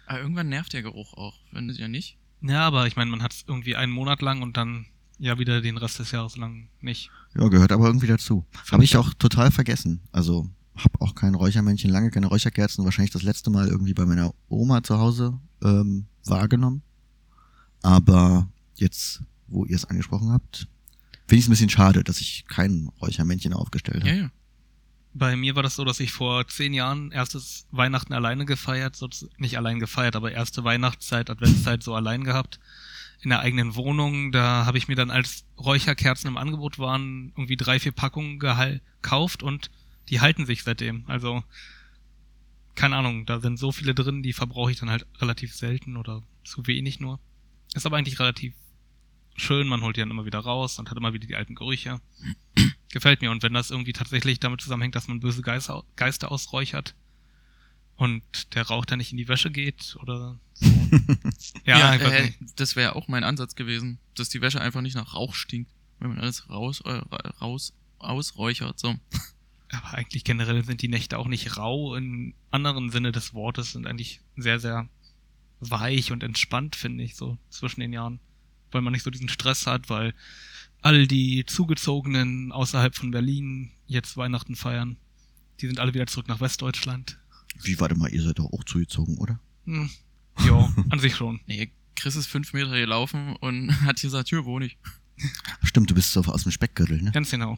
Speaker 1: Aber Ah, irgendwann nervt der Geruch auch, findet ihr nicht?
Speaker 3: Ja, aber ich meine, man hat es irgendwie einen Monat lang und dann ja wieder den Rest des Jahres lang nicht.
Speaker 2: Ja, gehört aber irgendwie dazu. Habe ich auch total vergessen. Also habe auch kein Räuchermännchen, lange keine Räucherkerzen, wahrscheinlich das letzte Mal irgendwie bei meiner Oma zu Hause ähm, wahrgenommen. Aber jetzt, wo ihr es angesprochen habt, finde ich es ein bisschen schade, dass ich kein Räuchermännchen aufgestellt
Speaker 1: Ja,
Speaker 2: habe.
Speaker 1: ja.
Speaker 3: Bei mir war das so, dass ich vor zehn Jahren erstes Weihnachten alleine gefeiert, so, nicht allein gefeiert, aber erste Weihnachtszeit, Adventszeit so allein gehabt. In der eigenen Wohnung, da habe ich mir dann, als Räucherkerzen im Angebot waren, irgendwie drei, vier Packungen gehal- gekauft und die halten sich seitdem. Also, keine Ahnung, da sind so viele drin, die verbrauche ich dann halt relativ selten oder zu wenig nur. Ist aber eigentlich relativ schön, man holt die dann immer wieder raus und hat immer wieder die alten Gerüche gefällt mir. Und wenn das irgendwie tatsächlich damit zusammenhängt, dass man böse Geister, Geister ausräuchert und der Rauch dann nicht in die Wäsche geht oder so. ja, ich weiß
Speaker 1: äh,
Speaker 3: nicht.
Speaker 1: das wäre auch mein Ansatz gewesen, dass die Wäsche einfach nicht nach Rauch stinkt, wenn man alles raus, äh, ra- raus ausräuchert. So.
Speaker 3: aber eigentlich generell sind die Nächte auch nicht rau im anderen Sinne des Wortes, sind eigentlich sehr, sehr weich und entspannt, finde ich, so zwischen den Jahren. Weil man nicht so diesen Stress hat, weil all die Zugezogenen außerhalb von Berlin jetzt Weihnachten feiern. Die sind alle wieder zurück nach Westdeutschland.
Speaker 2: Wie, warte mal, ihr seid doch auch zugezogen, oder?
Speaker 3: Hm. Ja, an sich schon.
Speaker 1: Nee, Chris ist fünf Meter gelaufen und hat gesagt, hier wohne ich.
Speaker 2: Stimmt, du bist so aus dem Speckgürtel, ne?
Speaker 3: Ganz genau.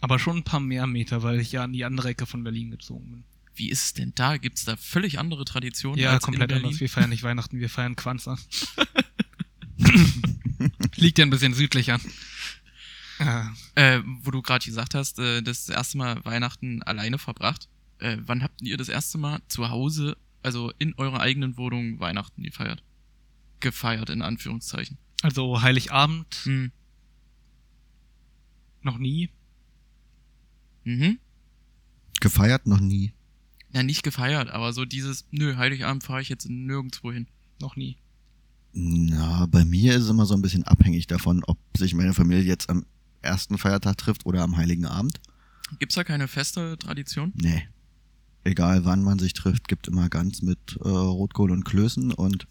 Speaker 3: Aber schon ein paar mehr Meter, weil ich ja an die andere Ecke von Berlin gezogen bin.
Speaker 1: Wie ist es denn da? Gibt's da völlig andere Traditionen
Speaker 3: ja,
Speaker 1: als
Speaker 3: komplett
Speaker 1: in Berlin?
Speaker 3: anders. Wir feiern nicht Weihnachten, wir feiern Kwanzaa. Liegt ja ein bisschen südlicher. Äh,
Speaker 1: Äh, wo du gerade gesagt hast, äh, das erste Mal Weihnachten alleine verbracht. Äh, wann habt ihr das erste Mal zu Hause, also in eurer eigenen Wohnung Weihnachten gefeiert? Gefeiert in Anführungszeichen.
Speaker 3: also Heiligabend
Speaker 1: Hm.
Speaker 3: noch nie.
Speaker 1: Mhm.
Speaker 2: Gefeiert noch nie.
Speaker 1: Na, nicht gefeiert, aber so dieses, nö, Heiligabend fahre ich jetzt nirgendwo hin.
Speaker 3: Noch nie.
Speaker 2: Na, bei mir ist es immer so ein bisschen abhängig davon, ob sich meine Familie jetzt am ersten Feiertag trifft oder am Heiligen Abend.
Speaker 1: Gibt's da keine feste Tradition?
Speaker 2: Nee. Egal wann man sich trifft, gibt immer ganz mit äh, Rotkohl und Klößen und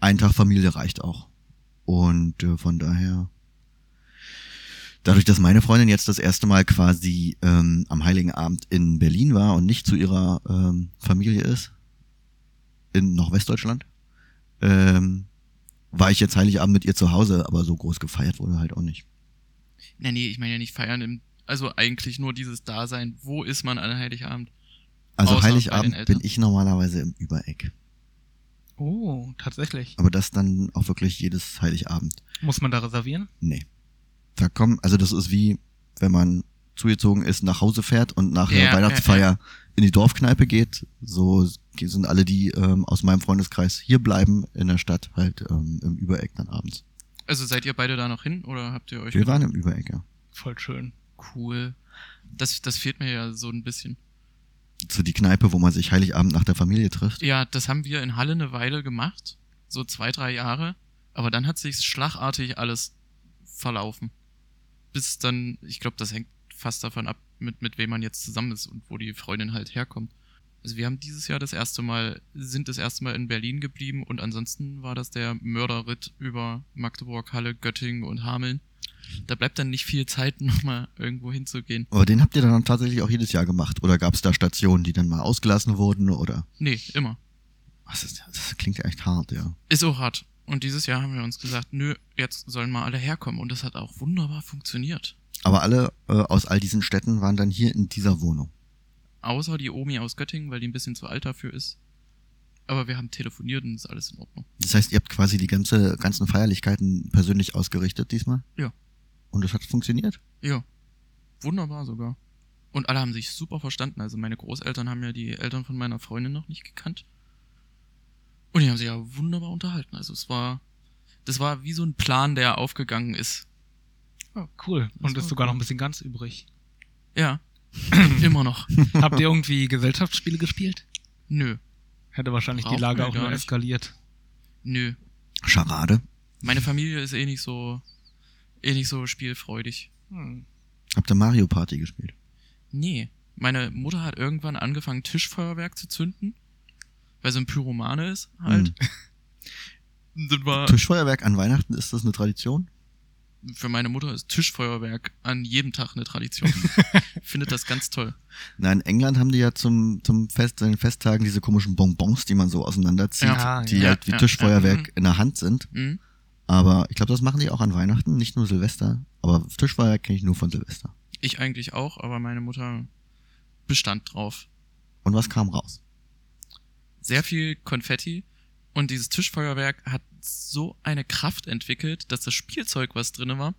Speaker 2: ein Tag Familie reicht auch. Und äh, von daher, dadurch, dass meine Freundin jetzt das erste Mal quasi ähm, am Heiligen Abend in Berlin war und nicht zu ihrer ähm, Familie ist, in noch Westdeutschland, ähm, war ich jetzt Heiligabend mit ihr zu Hause, aber so groß gefeiert wurde halt auch nicht.
Speaker 1: Nee, nee, ich meine ja nicht feiern im, also eigentlich nur dieses Dasein. Wo ist man an Heiligabend?
Speaker 2: Also
Speaker 1: Außer bei den
Speaker 2: Heiligabend
Speaker 1: Eltern.
Speaker 2: bin ich normalerweise im Übereck.
Speaker 3: Oh, tatsächlich.
Speaker 2: Aber das dann auch wirklich jedes Heiligabend.
Speaker 3: Muss man da reservieren?
Speaker 2: Nee. Da kommen, also das ist wie, wenn man zugezogen ist, nach Hause fährt und nach
Speaker 1: Ja,
Speaker 2: der Weihnachtsfeier in die Dorfkneipe geht. So sind alle, die ähm, aus meinem Freundeskreis hier bleiben, in der Stadt halt ähm, im Übereck dann abends.
Speaker 1: Also seid ihr beide da noch hin oder habt ihr euch
Speaker 2: Wir waren im Übereck, ja.
Speaker 3: Voll schön.
Speaker 1: cool? Das, das fehlt mir ja so ein bisschen.
Speaker 2: Zu die Kneipe, wo man sich Heiligabend nach der Familie trifft.
Speaker 1: Ja, das haben wir in Halle eine Weile gemacht, so zwei, drei Jahre, aber dann hat sich schlagartig alles verlaufen. Bis dann, ich glaube, das hängt fast davon ab, mit, mit wem man jetzt zusammen ist und wo die Freundin halt herkommt. Also wir haben dieses Jahr das erste Mal, sind das erste Mal in Berlin geblieben und ansonsten war das der Mörderritt über Magdeburg, Halle, Göttingen und Hameln. Da bleibt dann nicht viel Zeit, nochmal irgendwo hinzugehen.
Speaker 2: Aber den habt ihr dann tatsächlich auch jedes Jahr gemacht. Oder gab es da Stationen, die dann mal ausgelassen wurden oder?
Speaker 1: Nee, immer.
Speaker 2: Was ist das? das klingt echt hart, ja.
Speaker 1: Ist auch hart. Und dieses Jahr haben wir uns gesagt, nö, jetzt sollen mal alle herkommen. Und das hat auch wunderbar funktioniert.
Speaker 2: Aber alle äh, aus all diesen Städten waren dann hier in dieser Wohnung.
Speaker 1: Außer die Omi aus Göttingen, weil die ein bisschen zu alt dafür ist. Aber wir haben telefoniert und ist alles in Ordnung.
Speaker 2: Das heißt, ihr habt quasi die ganze, ganzen Feierlichkeiten persönlich ausgerichtet diesmal?
Speaker 1: Ja.
Speaker 2: Und das hat funktioniert?
Speaker 1: Ja. Wunderbar sogar. Und alle haben sich super verstanden. Also meine Großeltern haben ja die Eltern von meiner Freundin noch nicht gekannt. Und die haben sich ja wunderbar unterhalten. Also es war, das war wie so ein Plan, der aufgegangen ist.
Speaker 3: Oh, cool. Und
Speaker 1: Das
Speaker 3: ist
Speaker 1: war
Speaker 3: sogar
Speaker 1: cool.
Speaker 3: noch ein bisschen ganz übrig.
Speaker 1: Ja. Immer noch.
Speaker 3: Habt ihr irgendwie Gesellschaftsspiele gespielt?
Speaker 1: Nö.
Speaker 3: Hätte wahrscheinlich die
Speaker 1: Brauchen
Speaker 3: Lage
Speaker 1: wir
Speaker 3: auch
Speaker 1: gar
Speaker 3: nur
Speaker 1: nicht.
Speaker 3: eskaliert.
Speaker 1: Nö.
Speaker 2: Scharade.
Speaker 1: Meine Familie ist eh nicht so, eh nicht so spielfreudig.
Speaker 3: Hm.
Speaker 2: Habt ihr Mario Party gespielt?
Speaker 1: Nee. Meine Mutter hat irgendwann angefangen, Tischfeuerwerk zu zünden, weil sie ein Pyromane ist halt. Dann war,
Speaker 2: Tischfeuerwerk an Weihnachten, ist das eine Tradition?
Speaker 1: für meine Mutter ist Tischfeuerwerk an jedem Tag eine Tradition. Findet das ganz toll.
Speaker 2: Na, in England haben die ja zum, zum Fest, zu den Festtagen diese komischen Bonbons, die man so auseinanderzieht,
Speaker 3: Ja,
Speaker 2: die
Speaker 1: ja,
Speaker 2: halt wie
Speaker 1: ja,
Speaker 2: Tischfeuerwerk
Speaker 1: ja,
Speaker 2: in der Hand sind.
Speaker 1: Mhm.
Speaker 2: Aber ich glaube, das machen die auch an Weihnachten, nicht nur Silvester. Aber Tischfeuerwerk kenne ich nur von Silvester.
Speaker 1: Ich eigentlich auch, aber meine Mutter bestand drauf.
Speaker 2: Und was kam raus?
Speaker 1: Sehr viel Konfetti und dieses Tischfeuerwerk hat so eine Kraft entwickelt, dass das Spielzeug, was drinne war,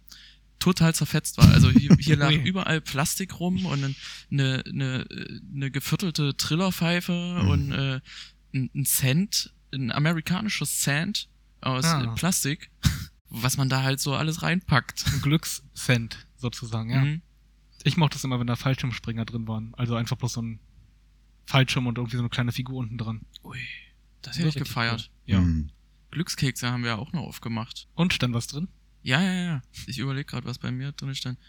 Speaker 1: total zerfetzt war. Also hier, hier lag
Speaker 3: Ui.
Speaker 1: überall Plastik rum und ein- eine, eine, eine geviertelte Trillerpfeife
Speaker 2: Mhm.
Speaker 1: und äh, ein ein Cent, ein amerikanisches Cent aus
Speaker 3: Ah.
Speaker 1: äh, Plastik, was man da halt so alles reinpackt.
Speaker 3: Ein Glückscent sozusagen, ja.
Speaker 1: Mhm.
Speaker 3: Ich mochte es immer, wenn da Fallschirmspringer drin waren. Also einfach bloß so ein Fallschirm und irgendwie so eine kleine Figur unten dran.
Speaker 1: Ui, das hätte ich
Speaker 3: Richtig
Speaker 1: gefeiert.
Speaker 3: cool. Ja.
Speaker 2: Hm.
Speaker 1: Glückskekse haben wir auch noch aufgemacht.
Speaker 3: Und stand was drin?
Speaker 1: Ja, ja, ja. Ich überlege gerade, was bei mir drin stand.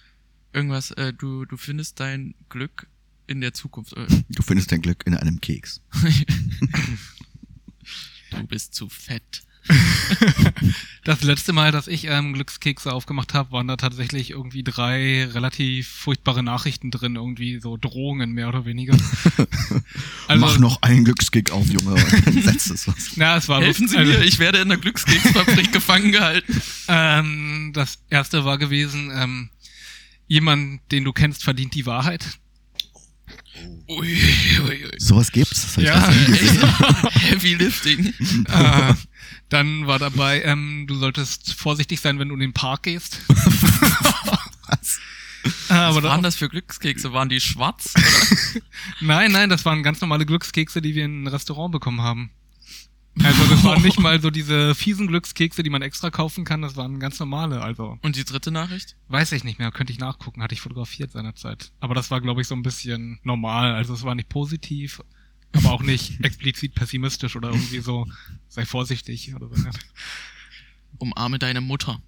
Speaker 1: Irgendwas, äh, du, du findest dein Glück in der Zukunft. Äh,
Speaker 2: Du findest dein Glück in einem Keks.
Speaker 1: du bist zu fett.
Speaker 3: Das letzte Mal, dass ich ähm, Glückskekse aufgemacht habe, waren da tatsächlich irgendwie drei relativ furchtbare Nachrichten drin, irgendwie so Drohungen mehr oder weniger.
Speaker 1: Also
Speaker 3: Also,
Speaker 2: Mach noch einen Glückskick auf, Junge, und dann setzt es was.
Speaker 3: Na, es war
Speaker 1: Helfen Sie
Speaker 3: also,
Speaker 1: mir, ich werde in der Glückskeksfabrik gefangen gehalten.
Speaker 3: Ähm, das erste war gewesen, ähm, jemand, den du kennst, verdient die Wahrheit.
Speaker 1: Ui, ui, ui.
Speaker 2: Sowas gibt's. Das hab ich
Speaker 3: Ja,
Speaker 2: noch nie gesehen.
Speaker 1: Echt? Heavy Lifting.
Speaker 3: äh, dann war dabei, ähm, du solltest vorsichtig sein, wenn du in den Park gehst.
Speaker 2: Was?
Speaker 3: Äh,
Speaker 1: Was
Speaker 3: aber da,
Speaker 1: waren das für Glückskekse? Waren die schwarz?
Speaker 3: nein, nein, das waren ganz normale Glückskekse, die wir in einem Restaurant bekommen haben. Also das waren nicht mal so diese fiesen Glückskekse, die man extra kaufen kann, das waren ganz normale. Also
Speaker 1: Und die dritte Nachricht?
Speaker 3: weiß ich nicht mehr, könnte ich nachgucken, hatte ich fotografiert seinerzeit. Aber das war, glaube ich, so ein bisschen normal. Also es war nicht positiv, aber auch nicht explizit pessimistisch oder irgendwie so, sei vorsichtig oder so.
Speaker 1: Umarme deine Mutter.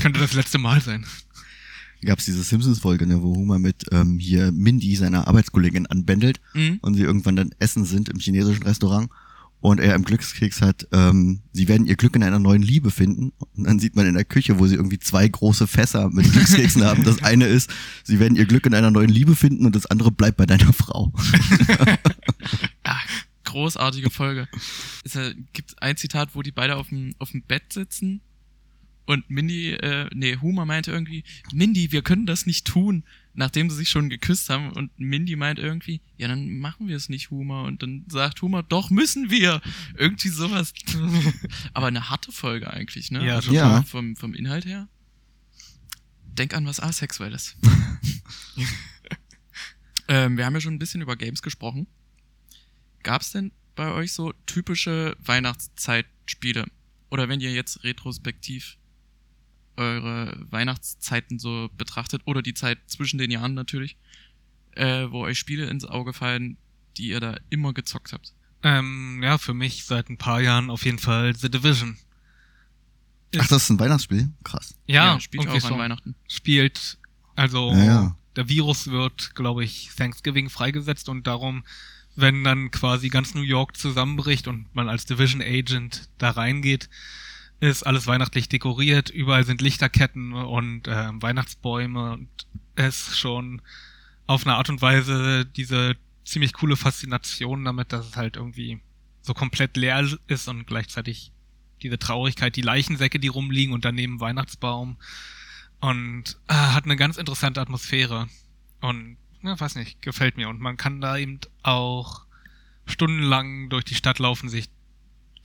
Speaker 3: Könnte das letzte Mal sein.
Speaker 2: Gab's diese Simpsons-Folge, ne, wo Homer mit ähm, hier Mindy, seiner Arbeitskollegin, anbändelt
Speaker 1: Mhm.
Speaker 2: und sie irgendwann dann essen sind im chinesischen Restaurant und er im Glückskeks hat, ähm, sie werden ihr Glück in einer neuen Liebe finden. Und dann sieht man in der Küche, wo sie irgendwie zwei große Fässer mit Glückskeksen haben. Das eine ist, sie werden ihr Glück in einer neuen Liebe finden und das andere bleibt bei deiner Frau.
Speaker 1: Ah, großartige Folge. Es äh, gibt ein Zitat, wo die beide auf dem, auf dem Bett sitzen und Mindy, äh, nee, Homer meinte irgendwie, Mindy, wir können das nicht tun, nachdem sie sich schon geküsst haben und Mindy meint irgendwie, ja, dann machen wir es nicht, Homer und dann sagt Homer, doch müssen wir. Irgendwie sowas. Aber eine harte Folge eigentlich, ne?
Speaker 3: Ja,
Speaker 1: also
Speaker 2: total.
Speaker 1: Vom, vom Inhalt her. Denk an was Asexuelles. ähm, wir haben ja schon ein bisschen über Games gesprochen. Gab's denn bei euch so typische Weihnachtszeitspiele? Oder wenn ihr jetzt retrospektiv eure Weihnachtszeiten so betrachtet, oder die Zeit zwischen den Jahren natürlich, äh, wo euch Spiele ins Auge fallen, die ihr da immer gezockt habt.
Speaker 3: Ähm, ja, für mich seit ein paar Jahren auf jeden Fall The Division.
Speaker 2: Ach, das ist ein Weihnachtsspiel? Krass.
Speaker 3: Ja,
Speaker 1: spielt auch
Speaker 3: irgendwie
Speaker 1: an
Speaker 3: so.
Speaker 1: Weihnachten.
Speaker 3: Spielt, also
Speaker 2: Ja, ja.
Speaker 3: der Virus wird, glaube ich, Thanksgiving freigesetzt und darum, wenn dann quasi ganz New York zusammenbricht und man als Division Agent da reingeht, ist alles weihnachtlich dekoriert, überall sind Lichterketten und ähm, Weihnachtsbäume und es schon auf eine Art und Weise diese ziemlich coole Faszination damit, dass es halt irgendwie so komplett leer ist und gleichzeitig diese Traurigkeit, die Leichensäcke, die rumliegen und daneben Weihnachtsbaum und äh, hat eine ganz interessante Atmosphäre und na, weiß nicht, gefällt mir und man kann da eben auch stundenlang durch die Stadt laufen, sich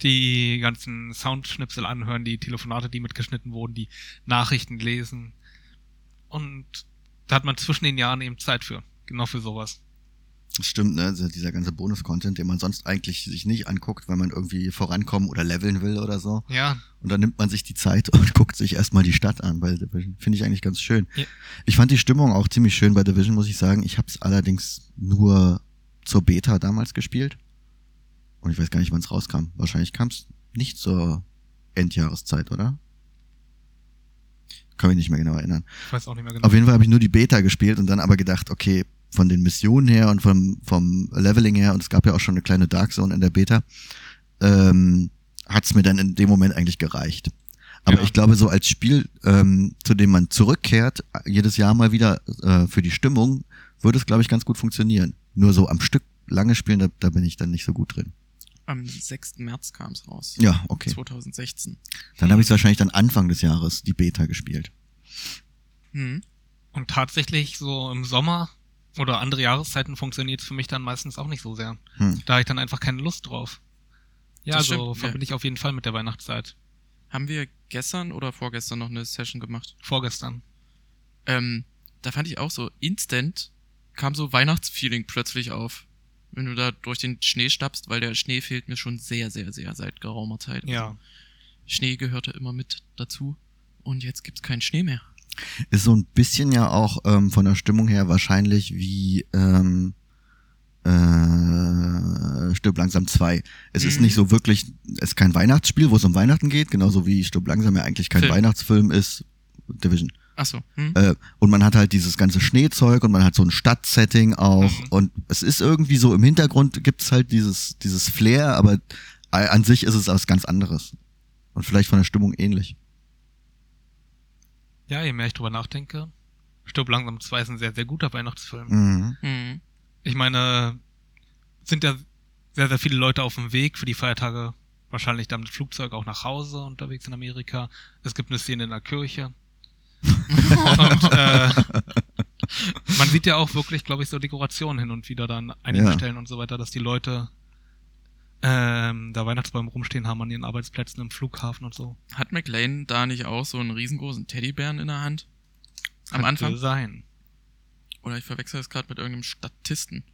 Speaker 3: die ganzen Soundschnipsel anhören, die Telefonate, die mitgeschnitten wurden, die Nachrichten lesen und da hat man zwischen den Jahren eben Zeit für, genau für sowas.
Speaker 2: Das stimmt, ne? Also dieser ganze Bonus-Content, den man sonst eigentlich sich nicht anguckt, weil man irgendwie vorankommen oder leveln will oder so.
Speaker 3: Ja,
Speaker 2: Und dann nimmt man sich die Zeit und guckt sich erstmal die Stadt an bei Division. Finde ich eigentlich ganz schön.
Speaker 3: Ja.
Speaker 2: Ich fand die Stimmung auch ziemlich schön bei Division, muss ich sagen. Ich habe es allerdings nur zur Beta damals gespielt. Und ich weiß gar nicht, wann es rauskam. Wahrscheinlich kam es nicht zur Endjahreszeit, oder? Kann mich nicht mehr genau erinnern.
Speaker 3: ich weiß auch nicht mehr genau.
Speaker 2: Auf jeden Fall habe ich nur die Beta gespielt und dann aber gedacht, okay, von den Missionen her und vom, vom Leveling her, und es gab ja auch schon eine kleine Dark Zone in der Beta, ähm, hat's mir dann in dem Moment eigentlich gereicht. Aber
Speaker 3: Ja.
Speaker 2: ich glaube, so als Spiel, ähm, zu dem man zurückkehrt, jedes Jahr mal wieder äh, für die Stimmung, würde es, glaube ich, ganz gut funktionieren. Nur so am Stück lange spielen, da, da bin ich dann nicht so gut drin.
Speaker 1: Am 6. März kam es raus.
Speaker 2: Ja, okay.
Speaker 1: 2016.
Speaker 2: Dann habe ich es wahrscheinlich dann Anfang des Jahres, die Beta, gespielt.
Speaker 1: Hm.
Speaker 3: Und tatsächlich so im Sommer oder andere Jahreszeiten funktioniert es für mich dann meistens auch nicht so sehr.
Speaker 2: Hm.
Speaker 3: Da habe ich dann einfach keine Lust drauf. Ja,
Speaker 1: Das
Speaker 3: also
Speaker 1: stimmt, ja.
Speaker 3: verbinde ich auf jeden Fall mit der Weihnachtszeit.
Speaker 1: Haben wir gestern oder vorgestern noch eine Session gemacht?
Speaker 3: Vorgestern.
Speaker 1: Ähm, da fand ich auch so, instant kam so Weihnachtsfeeling plötzlich auf. Wenn du da durch den Schnee stapst, weil der Schnee fehlt mir schon sehr, sehr, sehr seit geraumer Zeit.
Speaker 3: Ja.
Speaker 1: Schnee gehörte immer mit dazu. Und jetzt gibt's keinen Schnee mehr.
Speaker 2: Ist so ein bisschen ja auch ähm, von der Stimmung her wahrscheinlich wie ähm, äh, Stirb langsam 2. Es ist
Speaker 1: Mhm.
Speaker 2: nicht so wirklich, es ist kein Weihnachtsspiel, wo es um Weihnachten geht, genauso wie Stirb langsam ja eigentlich kein
Speaker 1: Film.
Speaker 2: Weihnachtsfilm ist. Division.
Speaker 1: Achso. Hm?
Speaker 2: Äh, und man hat halt dieses ganze Schneezeug und man hat so ein Stadtsetting auch.
Speaker 3: Mhm.
Speaker 2: Und es ist irgendwie so im Hintergrund gibt's halt dieses, dieses Flair, aber a- an sich ist es was ganz anderes. Und vielleicht von der Stimmung ähnlich.
Speaker 3: Ja, je mehr ich drüber nachdenke, Stirb langsam 2 ist ein sehr, sehr guter Weihnachtsfilm.
Speaker 2: Mhm.
Speaker 1: Hm.
Speaker 3: Ich meine, sind ja sehr, sehr viele Leute auf dem Weg für die Feiertage, wahrscheinlich dann mit Flugzeug auch nach Hause unterwegs in Amerika. Es gibt eine Szene in der Kirche. und äh, man sieht ja auch wirklich, glaube ich, so Dekorationen hin und wieder da an einigen
Speaker 2: Ja.
Speaker 3: Stellen und so weiter, dass die Leute ähm, da Weihnachtsbäume rumstehen haben an ihren Arbeitsplätzen im Flughafen und so.
Speaker 1: Hat McLean da nicht auch so einen riesengroßen Teddybären in der Hand? Am
Speaker 3: Könnte
Speaker 1: Anfang?
Speaker 3: sein.
Speaker 1: Oder ich verwechsel das gerade mit irgendeinem Statisten.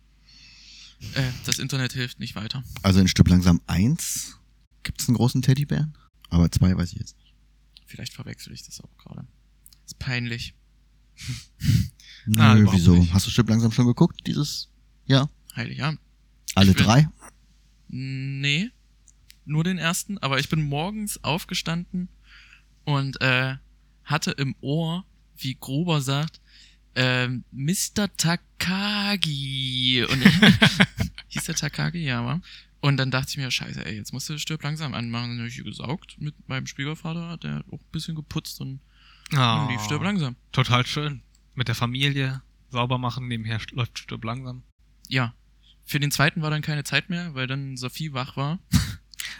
Speaker 1: Äh, das Internet hilft nicht weiter.
Speaker 2: Also in Stück langsam eins gibt's einen großen Teddybären, aber zwei weiß ich jetzt nicht.
Speaker 1: Vielleicht verwechsel ich das auch gerade. Ist peinlich.
Speaker 2: Nö,
Speaker 3: Ah, überhaupt
Speaker 2: wieso?
Speaker 3: nicht.
Speaker 2: Hast du Stück langsam schon geguckt dieses Jahr?
Speaker 1: Heiligabend.
Speaker 2: Alle
Speaker 1: Ich will-
Speaker 2: drei?
Speaker 1: Nee, nur den ersten, aber ich bin morgens aufgestanden und äh, hatte im Ohr, wie Gruber sagt, ähm, Mr. Takagi. Und ich, hieß der Takagi, ja, wa? Und dann dachte ich mir, scheiße, ey, jetzt musst du Stirb langsam anmachen. Dann habe ich gesaugt mit meinem Schwiegervater, der hat auch ein bisschen geputzt und
Speaker 3: Ah,
Speaker 1: dann lief Stirb langsam.
Speaker 3: total schön. Mit der Familie sauber machen, nebenher st- läuft Stirb langsam.
Speaker 1: Ja. Für den zweiten war dann keine Zeit mehr, weil dann Sophie wach war.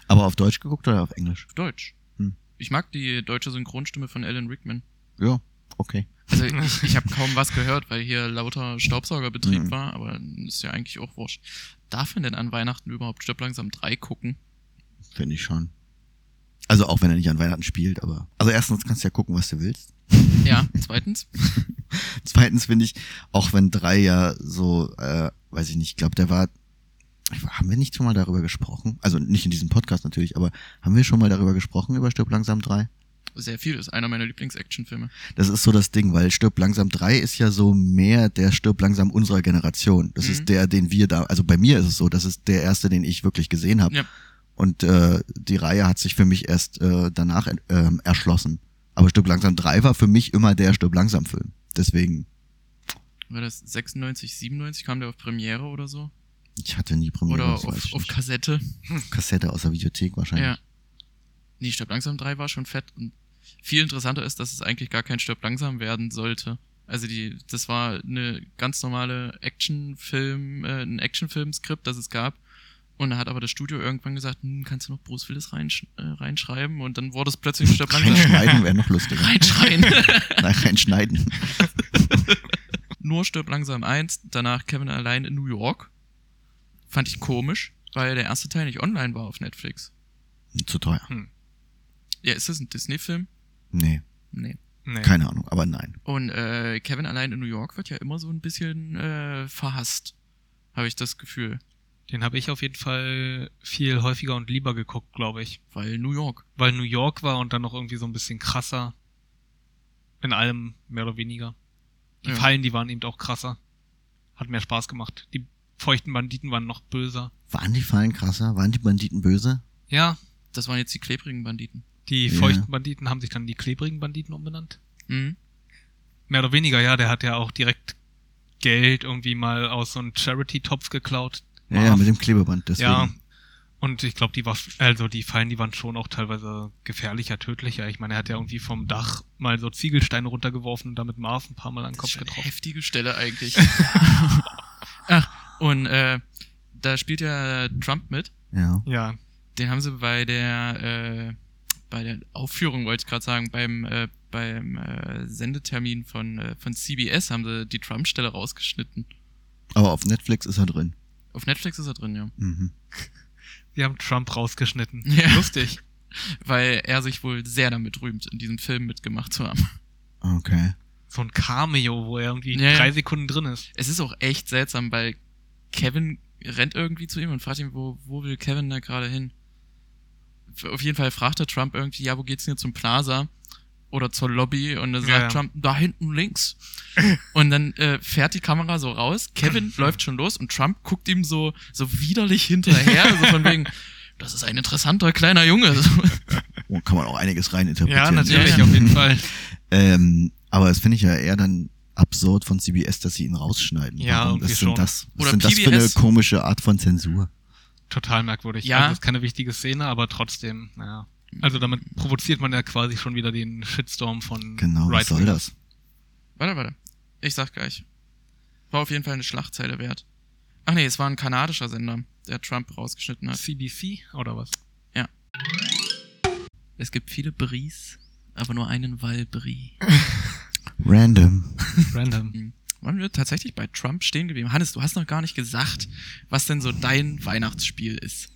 Speaker 2: Aber auf Deutsch geguckt oder auf Englisch?
Speaker 1: Deutsch.
Speaker 2: Hm.
Speaker 1: Ich mag die deutsche Synchronstimme von Alan Rickman.
Speaker 2: Ja, okay.
Speaker 1: Also ich, ich habe kaum was gehört, weil hier lauter Staubsaugerbetrieb
Speaker 2: Mhm.
Speaker 1: war, aber ist ja eigentlich auch wurscht. Darf man denn an Weihnachten überhaupt Stirb langsam 3 gucken?
Speaker 2: Finde ich schon. Also auch wenn er nicht an Weihnachten spielt, aber. Also erstens kannst du ja gucken, was du willst.
Speaker 1: Ja, zweitens.
Speaker 2: Zweitens finde ich, auch wenn drei ja so, äh, weiß ich nicht, ich glaube, der war. Haben wir nicht schon mal darüber gesprochen? Also nicht in diesem Podcast natürlich, aber haben wir schon mal darüber gesprochen über Stirb langsam drei?
Speaker 1: Sehr viel, ist einer meiner Lieblings-Action-Filme.
Speaker 2: Das ist so das Ding, weil Stirb langsam 3 ist ja so mehr der Stirb langsam unserer Generation. Das
Speaker 1: Mhm.
Speaker 2: ist der, den wir da, also bei mir ist es so, das ist der erste, den ich wirklich gesehen habe.
Speaker 1: Ja.
Speaker 2: Und äh, die Reihe hat sich für mich erst äh, danach ähm, erschlossen. Aber Stirb langsam 3 war für mich immer der Stirb langsam Film. Deswegen,
Speaker 1: War das 96, 97? Kam der auf Premiere oder so?
Speaker 2: ich hatte nie Premiere,
Speaker 1: Oder
Speaker 2: das weiß
Speaker 1: auf,
Speaker 2: ich
Speaker 1: auf
Speaker 2: nicht.
Speaker 1: Kassette?
Speaker 2: Kassette aus der Videothek wahrscheinlich.
Speaker 1: Ja. Nee, Stirb langsam 3 war schon fett und viel interessanter ist, dass es eigentlich gar kein Stirb langsam werden sollte. Also die, das war eine ganz normale Actionfilm, äh, ein Actionfilm-Skript, das es gab. Und da hat aber das Studio irgendwann gesagt, hm, kannst du noch Bruce Willis reinsch äh, reinschreiben? Und dann wurde es plötzlich Stirb langsam.
Speaker 2: Reinschneiden wäre noch lustiger.
Speaker 1: Reinschreien.
Speaker 2: Nein, reinschneiden.
Speaker 1: Nur Stirb langsam 1, danach Kevin allein in New York. Fand ich komisch, weil der erste Teil nicht online war auf Netflix.
Speaker 2: Zu teuer.
Speaker 1: Ja, ist das ein Disney-Film?
Speaker 2: Nee,
Speaker 1: Nee.
Speaker 3: Nee.
Speaker 2: keine Ahnung, aber nein.
Speaker 1: Und äh, Kevin allein in New York wird ja immer so ein bisschen äh, verhasst, habe ich das Gefühl.
Speaker 3: Den habe ich auf jeden Fall viel häufiger und lieber geguckt, glaube ich.
Speaker 1: Weil New York.
Speaker 3: Weil New York war und dann noch irgendwie so ein bisschen krasser. In allem, mehr oder weniger. Die
Speaker 1: Ja.
Speaker 3: Fallen, die waren eben auch krasser. Hat mehr Spaß gemacht. Die feuchten Banditen waren noch böser.
Speaker 2: Waren die Fallen krasser? Waren die Banditen böse?
Speaker 3: Ja,
Speaker 1: Das waren jetzt die klebrigen Banditen.
Speaker 3: die
Speaker 2: Ja.
Speaker 3: feuchten Banditen haben sich dann die klebrigen Banditen umbenannt.
Speaker 1: Mhm.
Speaker 3: Mehr oder weniger, ja, der hat ja auch direkt Geld irgendwie mal aus so einem Charity-Topf geklaut.
Speaker 1: Ah.
Speaker 2: Ja, ja, mit dem Klebeband, deswegen.
Speaker 3: Ja. Und ich glaube, die war, also die Fallen, die waren schon auch teilweise gefährlicher, tödlicher. Ich meine, er hat ja irgendwie vom Dach mal so Ziegelsteine runtergeworfen und damit Marv ein paar Mal an den
Speaker 1: Das ist
Speaker 3: Kopf
Speaker 1: schon eine
Speaker 3: getroffen.
Speaker 1: heftige Stelle eigentlich. Ach, und äh, da spielt ja Trump mit.
Speaker 2: Ja.
Speaker 3: Ja,
Speaker 1: Den haben sie bei der, äh, bei der Aufführung, wollte ich gerade sagen, beim, äh, beim äh, Sendetermin von, äh, von CBS haben sie die Trump-Stelle rausgeschnitten.
Speaker 2: Aber auf Netflix ist er drin.
Speaker 1: Auf Netflix ist er drin, ja.
Speaker 2: Mhm.
Speaker 3: sie haben Trump rausgeschnitten.
Speaker 1: Ja.
Speaker 3: Lustig.
Speaker 1: Weil er sich wohl sehr damit rühmt, in diesem Film mitgemacht zu haben.
Speaker 2: Okay.
Speaker 3: So ein Cameo, wo er irgendwie
Speaker 1: Ja, ja.
Speaker 3: drei Sekunden drin ist.
Speaker 1: Es ist auch echt seltsam, weil Kevin rennt irgendwie zu ihm und fragt ihn, wo, wo will Kevin da gerade hin? F- Auf jeden Fall fragt er Trump irgendwie, ja, wo geht's denn jetzt zum Plaza? Oder zur Lobby? Und dann
Speaker 3: Ja,
Speaker 1: sagt
Speaker 3: ja.
Speaker 1: Trump, da hinten links. und dann äh, fährt die Kamera so raus, Kevin läuft schon los und Trump guckt ihm so, so widerlich hinterher, so von wegen, das ist ein interessanter kleiner Junge.
Speaker 2: Oh, kann man auch einiges reininterpretieren.
Speaker 3: Ja, natürlich,
Speaker 1: Ja, ja.
Speaker 3: auf jeden Fall.
Speaker 2: Ähm, aber das finde ich ja eher dann absurd von CBS, dass sie ihn rausschneiden.
Speaker 3: Ja,
Speaker 2: Warum?
Speaker 3: irgendwie
Speaker 2: Was ist denn
Speaker 3: schon.
Speaker 2: das? Was
Speaker 1: Oder
Speaker 2: ist denn das für eine
Speaker 1: PBS?
Speaker 2: komische Art von Zensur?
Speaker 3: Total merkwürdig.
Speaker 1: Ja.
Speaker 3: Also es ist keine wichtige Szene, aber trotzdem, naja. Also damit provoziert man ja quasi schon wieder den Shitstorm von
Speaker 2: Genau, was
Speaker 3: Right
Speaker 2: soll das?
Speaker 1: Warte, warte. Ich sag gleich. War auf jeden Fall eine Schlagzeile wert. Ach nee, es war ein kanadischer Sender, der Trump rausgeschnitten hat.
Speaker 3: CBC oder was?
Speaker 1: Es gibt viele Bries, aber nur einen Walbrie.
Speaker 2: Random.
Speaker 3: Random.
Speaker 1: Waren wir tatsächlich bei Trump stehen geblieben? Hannes, du hast noch gar nicht gesagt, was denn so dein Weihnachtsspiel ist.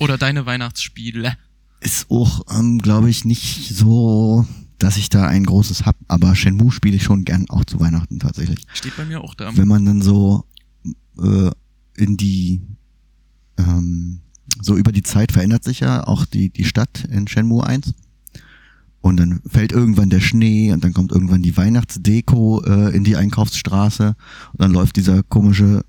Speaker 1: Oder deine Weihnachtsspiele.
Speaker 2: Ist auch, ähm, glaube ich, nicht so, dass ich da ein großes hab, aber Shenmue spiele ich schon gern auch zu Weihnachten tatsächlich.
Speaker 1: Steht bei mir auch da.
Speaker 2: Wenn man dann so äh, in die ähm, so über die Zeit verändert sich ja auch die, die Stadt in Shenmue 1. Und dann fällt irgendwann der Schnee und dann kommt irgendwann die Weihnachtsdeko äh, in die Einkaufsstraße und dann läuft dieser komische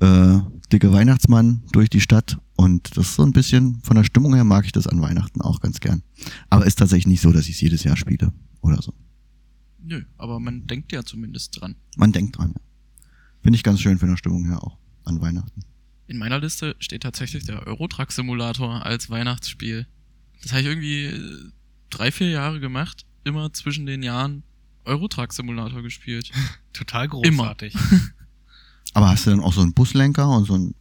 Speaker 2: äh, dicke Weihnachtsmann durch die Stadt und das ist so ein bisschen von der Stimmung her mag ich das an Weihnachten auch ganz gern. Aber ist tatsächlich nicht so, dass ich es jedes Jahr spiele oder so.
Speaker 1: Nö, aber man denkt ja zumindest dran.
Speaker 2: Man denkt dran. Finde ich ganz schön von der Stimmung her auch an Weihnachten.
Speaker 1: In meiner Liste steht tatsächlich der Eurotrack-Simulator als Weihnachtsspiel. Das habe ich irgendwie äh, drei, vier Jahre gemacht. Immer zwischen den Jahren Eurotrack-Simulator gespielt.
Speaker 3: Total großartig.
Speaker 2: Aber hast du dann auch so einen Buslenker und so ein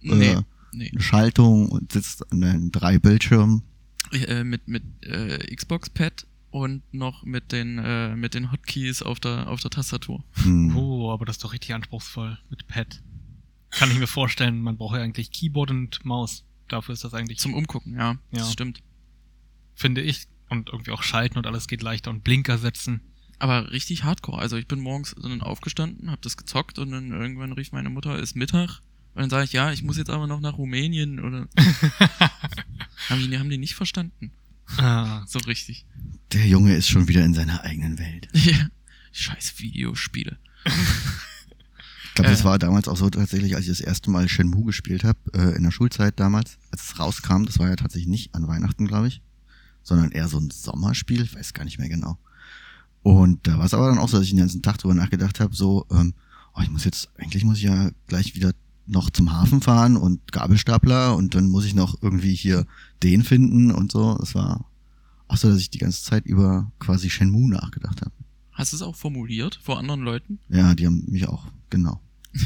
Speaker 1: Nee,
Speaker 2: Äh.
Speaker 1: nee.
Speaker 2: eine Schaltung und sitzt an den drei Bildschirmen.
Speaker 1: Äh, mit mit äh, Xbox-Pad und noch mit den, äh, mit den Hotkeys auf der, auf der Tastatur.
Speaker 2: Hm.
Speaker 3: Oh, aber das ist doch richtig anspruchsvoll mit Pad. Kann ich mir vorstellen, man braucht ja eigentlich Keyboard und Maus. Dafür ist das eigentlich,
Speaker 1: Zum Umgucken, ja.
Speaker 3: Ja.
Speaker 1: Das stimmt.
Speaker 3: finde ich, und irgendwie auch Schalten und alles geht leichter und Blinker setzen.
Speaker 1: Aber richtig hardcore. Also ich bin morgens dann aufgestanden, hab das gezockt und dann irgendwann rief meine Mutter, ist Mittag. Und dann sage ich, ja, ich muss jetzt aber noch nach Rumänien oder. haben, die, haben die nicht verstanden.
Speaker 3: Ah,
Speaker 1: So richtig.
Speaker 2: Der Junge ist schon wieder in seiner eigenen Welt.
Speaker 1: Ja. Scheiß Videospiele.
Speaker 2: Ich glaube,
Speaker 1: Äh.
Speaker 2: das war damals auch so tatsächlich, als ich das erste Mal Shenmue gespielt habe, äh, in der Schulzeit damals, als es rauskam. Das war ja tatsächlich nicht an Weihnachten, glaube ich, sondern eher so ein Sommerspiel. Ich weiß gar nicht mehr genau. Und da war es aber dann auch so, dass ich den ganzen Tag drüber nachgedacht habe, so, ähm, oh, ich muss jetzt, eigentlich muss ich ja gleich wieder noch zum Hafen fahren und Gabelstapler und dann muss ich noch irgendwie hier den finden und so. Es war auch so, dass ich die ganze Zeit über quasi Shenmue nachgedacht habe.
Speaker 1: Hast du es auch formuliert vor anderen Leuten?
Speaker 2: Ja, die haben mich auch, genau.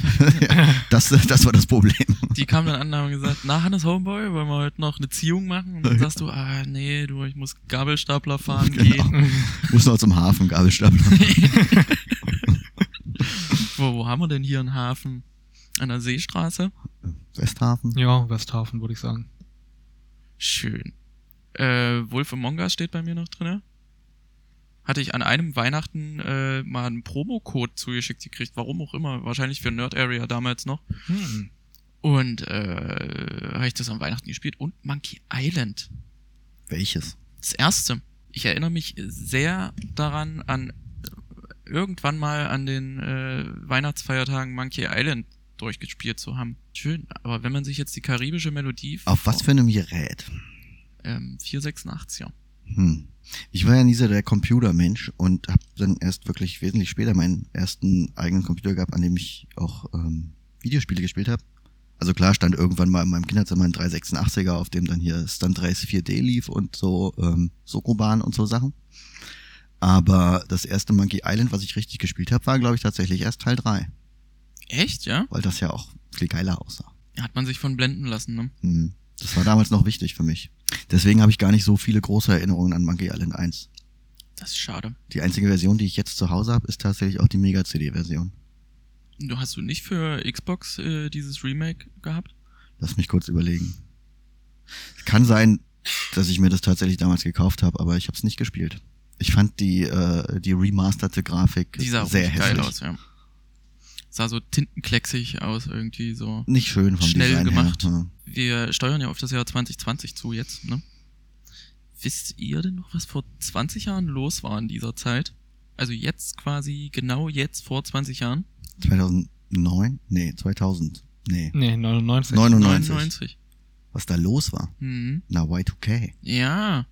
Speaker 2: das, das war das Problem.
Speaker 1: Die kamen dann an und haben gesagt, na Hannes Homeboy, wollen wir heute noch eine Ziehung machen? Und dann sagst du, ah nee, du, ich muss Gabelstapler fahren
Speaker 2: Genau.
Speaker 1: gehen.
Speaker 2: Muss noch zum Hafen, Gabelstapler.
Speaker 1: Wo, wo haben wir denn hier einen Hafen? An der Seestraße?
Speaker 2: Westhafen.
Speaker 3: ja, Westhafen, würde ich sagen.
Speaker 1: Schön. Äh, Wolf Among Us steht bei mir noch drinne. Hatte ich an einem Weihnachten äh, mal einen Promocode zugeschickt gekriegt, warum auch immer, wahrscheinlich für Nerd Area damals noch.
Speaker 3: Hm.
Speaker 1: Und äh, habe ich das an Weihnachten gespielt. Und Monkey Island.
Speaker 2: Welches?
Speaker 1: Das erste. Ich erinnere mich sehr daran, an äh, irgendwann mal an den äh, Weihnachtsfeiertagen Monkey Island durchgespielt zu haben. Schön, aber wenn man sich jetzt die karibische Melodie.
Speaker 2: Auf was für einem Gerät?
Speaker 1: Ähm, 486, ja.
Speaker 2: Hm. Ich war ja nie so der Computermensch und habe dann erst wirklich wesentlich später meinen ersten eigenen Computer gehabt, an dem ich auch ähm, Videospiele gespielt habe. Also klar stand irgendwann mal in meinem Kinderzimmer ein 386er, auf dem dann hier Stunt Race 4D lief und so ähm, Sokoban und so Sachen. Aber das erste Monkey Island, was ich richtig gespielt habe, war, glaube ich, tatsächlich erst Teil 3,
Speaker 1: Echt, ja?
Speaker 2: weil das ja auch viel geiler aussah.
Speaker 1: Hat man sich von blenden lassen, ne?
Speaker 2: Hm. Das war damals noch wichtig für mich. Deswegen habe ich gar nicht so viele große Erinnerungen an Monkey Island 1.
Speaker 1: Das ist schade.
Speaker 2: Die einzige Version, die ich jetzt zu Hause habe, ist tatsächlich auch die Mega-CD-Version.
Speaker 1: Du hast du nicht für Xbox äh, dieses Remake gehabt?
Speaker 2: Lass mich kurz überlegen. Es kann sein, dass ich mir das tatsächlich damals gekauft habe, aber ich habe es nicht gespielt. Ich fand die, äh, die remasterte Grafik
Speaker 1: Die sah auch
Speaker 2: sehr
Speaker 1: richtig
Speaker 2: hässlich.
Speaker 1: geil aus, ja. Sah so tintenklecksig aus irgendwie so.
Speaker 2: Nicht schön vom
Speaker 1: Schnell
Speaker 2: Design
Speaker 1: gemacht.
Speaker 2: Her. Hm. Ja.
Speaker 1: Wir steuern ja auf das Jahr 2020 zu jetzt, ne? Wisst ihr denn noch, was vor 20 Jahren los war in dieser Zeit? Also jetzt quasi, genau jetzt vor 20 Jahren?
Speaker 2: 2009? Nee, 2000. Nee,
Speaker 3: Nee, 99.
Speaker 2: 99. Was da los war?
Speaker 1: Mhm.
Speaker 2: Na, Y2K.
Speaker 1: Ja.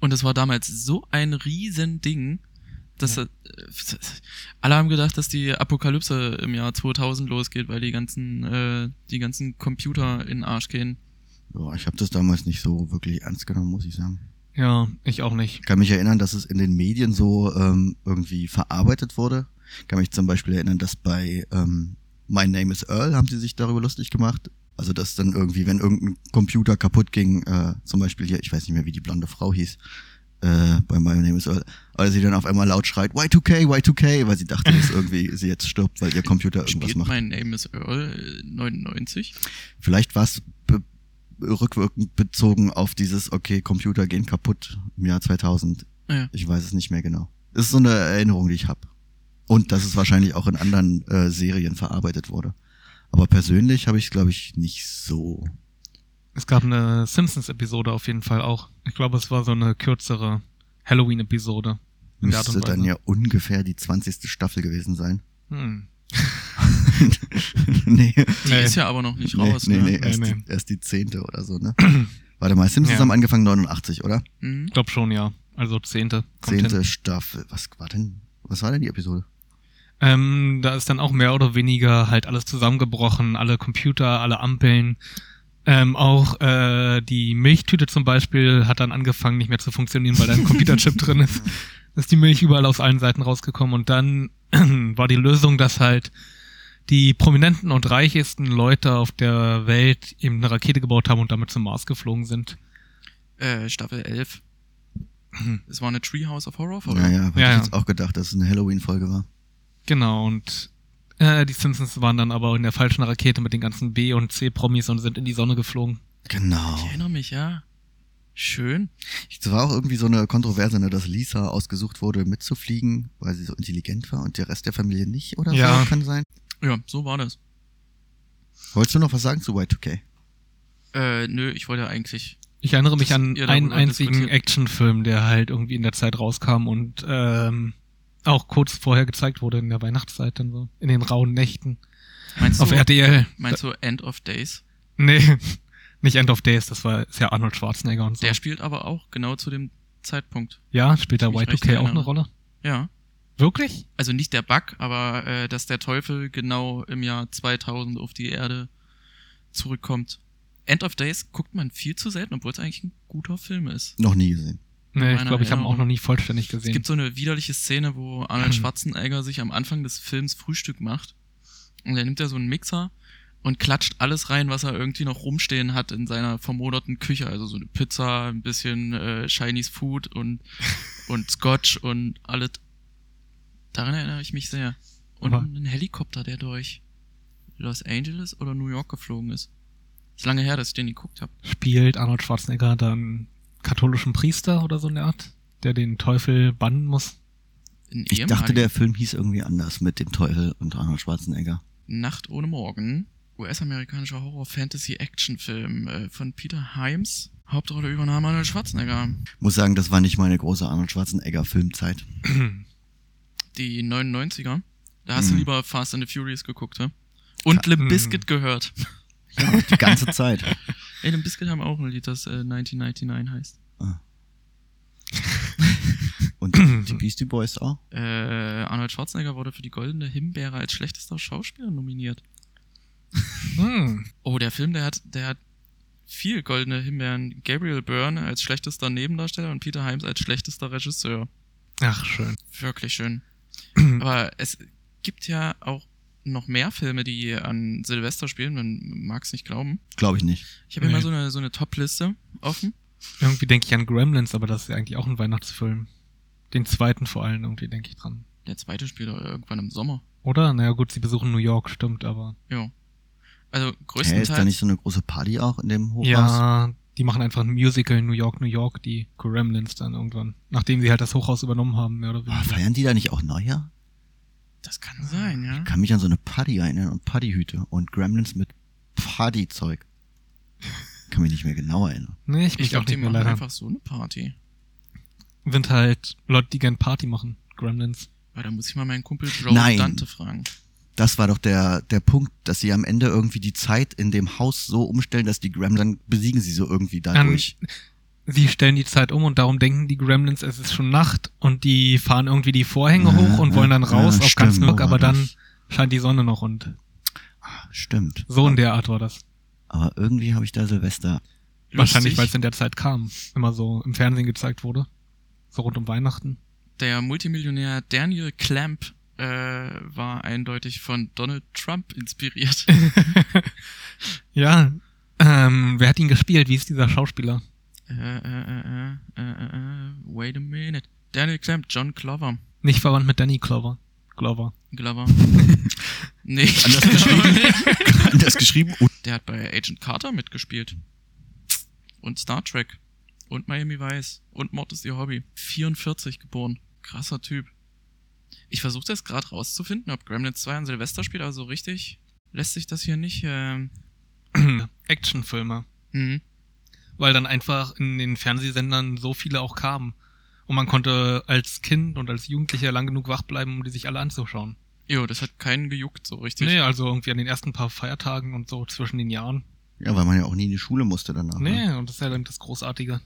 Speaker 1: Und das war damals so ein Riesending, dass äh, alle haben gedacht, dass die Apokalypse im Jahr 2000 losgeht, weil die ganzen, äh, die ganzen Computer in den Arsch gehen.
Speaker 2: Äh, Ja, ich habe das damals nicht so wirklich ernst genommen, muss ich sagen.
Speaker 3: Ja, ich auch nicht.
Speaker 2: Ich kann mich erinnern, dass es in den Medien so ähm, irgendwie verarbeitet wurde. Ich kann mich zum Beispiel erinnern, dass bei ähm, My Name is Earl haben sie sich darüber lustig gemacht. Also dass dann irgendwie, wenn irgendein Computer kaputt ging, äh, zum Beispiel hier, ich weiß nicht mehr, wie die blonde Frau hieß, äh, bei My Name is Earl, aber sie dann auf einmal laut schreit, Y2K, Y2K, weil sie dachte, dass irgendwie sie jetzt stirbt, weil ihr Computer irgendwas
Speaker 1: Spielt
Speaker 2: macht.
Speaker 1: My Name is Earl äh, 99.
Speaker 2: Vielleicht war es be rückwirkend bezogen auf dieses, okay, Computer gehen kaputt im Jahr 2000.
Speaker 1: Ja.
Speaker 2: Ich weiß es nicht mehr genau. Das ist so eine Erinnerung, die ich habe. Und dass es wahrscheinlich auch in anderen äh, Serien verarbeitet wurde. Aber persönlich habe ich es, glaube ich, nicht so.
Speaker 3: Es gab eine Simpsons-Episode auf jeden Fall auch. Ich glaube, es war so eine kürzere Halloween-Episode. In der Art und
Speaker 2: Müsste dann
Speaker 3: Weise.
Speaker 2: ja ungefähr die 20. Staffel gewesen sein.
Speaker 3: Hm.
Speaker 2: nee.
Speaker 1: Die
Speaker 3: Nee.
Speaker 1: ist ja aber noch nicht
Speaker 2: nee,
Speaker 1: raus,
Speaker 2: nee,
Speaker 1: ne?
Speaker 2: nee, erst,
Speaker 3: Nee,
Speaker 2: Die, erst die 10. oder so, ne? Warte mal, Simpsons
Speaker 3: Ja.
Speaker 2: haben angefangen 89, oder?
Speaker 1: Mhm.
Speaker 3: Ich glaube schon, ja. Also zehnte. kommt hin.
Speaker 2: Zehnte Staffel. Was war denn? Was war denn die Episode?
Speaker 3: Ähm, da ist dann auch mehr oder weniger halt alles zusammengebrochen, alle Computer, alle Ampeln. Ähm, auch äh, die Milchtüte zum Beispiel hat dann angefangen nicht mehr zu funktionieren, weil da ein Computerchip drin ist. Ist die Milch überall aus allen Seiten rausgekommen und dann war die Lösung, dass halt die prominenten und reichesten Leute auf der Welt eben eine Rakete gebaut haben und damit zum Mars geflogen sind.
Speaker 1: Äh, Staffel 11. Es war eine Treehouse of Horror Folge.
Speaker 2: Hm. Ja, ja, hab
Speaker 3: Ja,
Speaker 2: ich
Speaker 3: ja.
Speaker 2: jetzt auch gedacht, dass es eine Halloween-Folge war.
Speaker 3: Genau, und äh, die Simpsons waren dann aber in der falschen Rakete mit den ganzen B- und C-Promis und sind in die Sonne geflogen.
Speaker 2: Genau.
Speaker 1: Ich erinnere mich, ja. Schön.
Speaker 2: Es war auch irgendwie so eine Kontroverse, ne, dass Lisa ausgesucht wurde, mitzufliegen, weil sie so intelligent war und der Rest der Familie nicht oder
Speaker 3: Ja.
Speaker 2: so, kann sein.
Speaker 1: Ja, so war das.
Speaker 2: Wolltest du noch was sagen zu Y2K?
Speaker 1: Äh, nö, ich wollte ja eigentlich.
Speaker 3: Ich erinnere mich
Speaker 1: Das-
Speaker 3: an
Speaker 1: ja,
Speaker 3: einen
Speaker 1: darüber
Speaker 3: einzigen
Speaker 1: diskutiert.
Speaker 3: Actionfilm, der halt irgendwie in der Zeit rauskam und ähm, auch kurz vorher gezeigt wurde in der Weihnachtszeit dann so, in den rauen Nächten.
Speaker 1: Meinst
Speaker 3: Auf
Speaker 1: du,
Speaker 3: RTL.
Speaker 1: meinst du End of Days?
Speaker 3: Nee, nicht End of Days, das war ist ja Arnold Schwarzenegger und so.
Speaker 1: Der spielt aber auch genau zu dem Zeitpunkt.
Speaker 3: ja, spielt da
Speaker 1: Ich mich recht
Speaker 3: Y2K auch eine
Speaker 1: erinnere.
Speaker 3: Rolle?
Speaker 1: Ja.
Speaker 3: Wirklich?
Speaker 1: Also nicht der Bug, aber äh, dass der Teufel genau im Jahr 2000 auf die Erde zurückkommt. End of Days guckt man viel zu selten, obwohl es eigentlich ein guter Film ist.
Speaker 2: Noch nie gesehen.
Speaker 3: Nee, ich
Speaker 1: Meiner
Speaker 3: glaube, ich habe ihn
Speaker 1: Erinnerung.
Speaker 3: auch noch nie vollständig gesehen.
Speaker 1: Es gibt so eine widerliche Szene, wo Arnold Schwarzenegger sich am Anfang des Films Frühstück macht. Und dann nimmt er so einen Mixer und klatscht alles rein, was er irgendwie noch rumstehen hat in seiner vermoderten Küche. Also so eine Pizza, ein bisschen äh, Chinese Food und, und Scotch und alles. Daran erinnere ich mich sehr. Und
Speaker 3: Aber-
Speaker 1: einen Helikopter, der durch Los Angeles oder New York geflogen ist. Ist lange her, dass ich den geguckt habe.
Speaker 3: spielt Arnold Schwarzenegger dann katholischen Priester oder so in der Art, der den Teufel bannen muss.
Speaker 1: Ein
Speaker 2: Ich dachte,
Speaker 1: ehemaliger
Speaker 2: der Film hieß irgendwie anders mit dem Teufel und Arnold Schwarzenegger.
Speaker 1: Nacht ohne Morgen, US-amerikanischer Horror-Fantasy-Action-Film äh, von Peter Himes. Hauptrolle übernahm Arnold Schwarzenegger.
Speaker 2: Muss sagen, das war nicht meine große Arnold Schwarzenegger-Filmzeit.
Speaker 1: Die 99er. Da hast du
Speaker 2: Mhm.
Speaker 1: lieber Fast and the Furious geguckt, ja? Und Limp
Speaker 3: Mhm.
Speaker 1: Bizkit gehört.
Speaker 2: Die ganze Zeit.
Speaker 1: Ey, Limp Bizkit haben auch ein Lied, das äh, 1999 heißt.
Speaker 2: Ah. Und die Beastie Boys auch?
Speaker 1: Äh, Arnold Schwarzenegger wurde für die Goldene Himbeere als schlechtester Schauspieler nominiert.
Speaker 3: Hm.
Speaker 1: Oh, der Film, der hat, der hat viel goldene Himbeeren. Gabriel Byrne als schlechtester Nebendarsteller und Peter Himes als schlechtester Regisseur.
Speaker 3: Ach, schön.
Speaker 1: Wirklich schön. Aber es gibt ja auch noch mehr Filme, die an Silvester spielen. Man mag es nicht glauben.
Speaker 2: Glaube ich nicht.
Speaker 1: Ich habe hier
Speaker 3: Nee.
Speaker 1: mal so eine, so eine Top-Liste offen.
Speaker 3: Irgendwie denke ich an Gremlins, aber das ist ja eigentlich auch ein Weihnachtsfilm. Den zweiten vor allem irgendwie denke ich dran.
Speaker 1: Der zweite spielt doch irgendwann im Sommer.
Speaker 3: Oder? Naja, gut, sie besuchen New York, stimmt, aber.
Speaker 1: Ja. Also
Speaker 2: Hä, ist da
Speaker 1: größtenteils.
Speaker 2: nicht so eine große Party auch in dem Hochhaus?
Speaker 3: Ja, die machen einfach ein Musical in New York, New York, die Gremlins dann irgendwann. Nachdem sie halt das Hochhaus übernommen haben, mehr oder
Speaker 2: Oh,
Speaker 3: weniger.
Speaker 2: feiern die da nicht auch Neujahr?
Speaker 1: das kann sein, ja.
Speaker 2: Ich kann mich an so eine Party erinnern und Partyhüte und Gremlins mit Partyzeug. Kann mich nicht mehr genau erinnern.
Speaker 3: Nee, ich,
Speaker 1: Ich
Speaker 3: ich
Speaker 1: glaube,
Speaker 3: glaube
Speaker 1: die
Speaker 3: nicht mehr
Speaker 1: machen
Speaker 3: leider.
Speaker 1: einfach so eine Party.
Speaker 3: Sind halt Leute, die gern Party machen, Gremlins.
Speaker 1: Weil da muss ich mal meinen Kumpel Joe
Speaker 2: Nein.
Speaker 1: Dante fragen.
Speaker 2: Das war doch der, der Punkt, dass sie am Ende irgendwie die Zeit in dem Haus so umstellen, dass die Gremlins dann besiegen sie so irgendwie dadurch.
Speaker 3: Sie stellen die Zeit um und darum denken die Gremlins, es ist schon Nacht und die fahren irgendwie die Vorhänge
Speaker 2: Ja,
Speaker 3: hoch und
Speaker 2: ja,
Speaker 3: wollen dann raus
Speaker 2: ja,
Speaker 3: auf ganz
Speaker 2: stimmt,
Speaker 3: New York,
Speaker 2: so
Speaker 3: aber
Speaker 2: war
Speaker 3: dann
Speaker 2: das.
Speaker 3: scheint die Sonne noch und
Speaker 2: Ah, Stimmt.
Speaker 3: so in der Art war das.
Speaker 2: Aber irgendwie habe ich da Silvester.
Speaker 3: Wahrscheinlich, weil es
Speaker 1: Lustig,
Speaker 3: in der Zeit kam. Immer so im Fernsehen gezeigt wurde. So rund um Weihnachten.
Speaker 1: der Multimillionär Daniel Clamp äh, war eindeutig von Donald Trump inspiriert.
Speaker 3: Ja. Ähm, wer hat ihn gespielt? Wie ist dieser Schauspieler?
Speaker 1: äh, äh, äh, äh, äh, äh, wait a minute. Daniel Clamp, John Glover.
Speaker 3: Nicht verwandt mit Danny Glover. Glover.
Speaker 1: Glover. nee,
Speaker 2: Anders geschrieben. Anders geschrieben. Und
Speaker 1: der hat bei Agent Carter mitgespielt. Und Star Trek. Und Miami Vice. Und Mord ist ihr Hobby. 44 geboren. Krasser Typ. Ich versuche das gerade rauszufinden, ob Gremlins 2 an Silvester spielt, also richtig lässt sich das hier nicht. Ähm,
Speaker 3: Actionfilme.
Speaker 1: hm.
Speaker 3: Weil dann einfach in den Fernsehsendern so viele auch kamen. Und man konnte als Kind und als Jugendlicher lang genug wach bleiben, um die sich alle anzuschauen.
Speaker 1: Jo, das hat keinen gejuckt, so richtig.
Speaker 3: Nee, also irgendwie an den ersten paar Feiertagen und so zwischen den Jahren.
Speaker 2: ja, weil man ja auch nie in die Schule musste danach. Ne?
Speaker 3: Nee, und das ist ja dann das Großartige.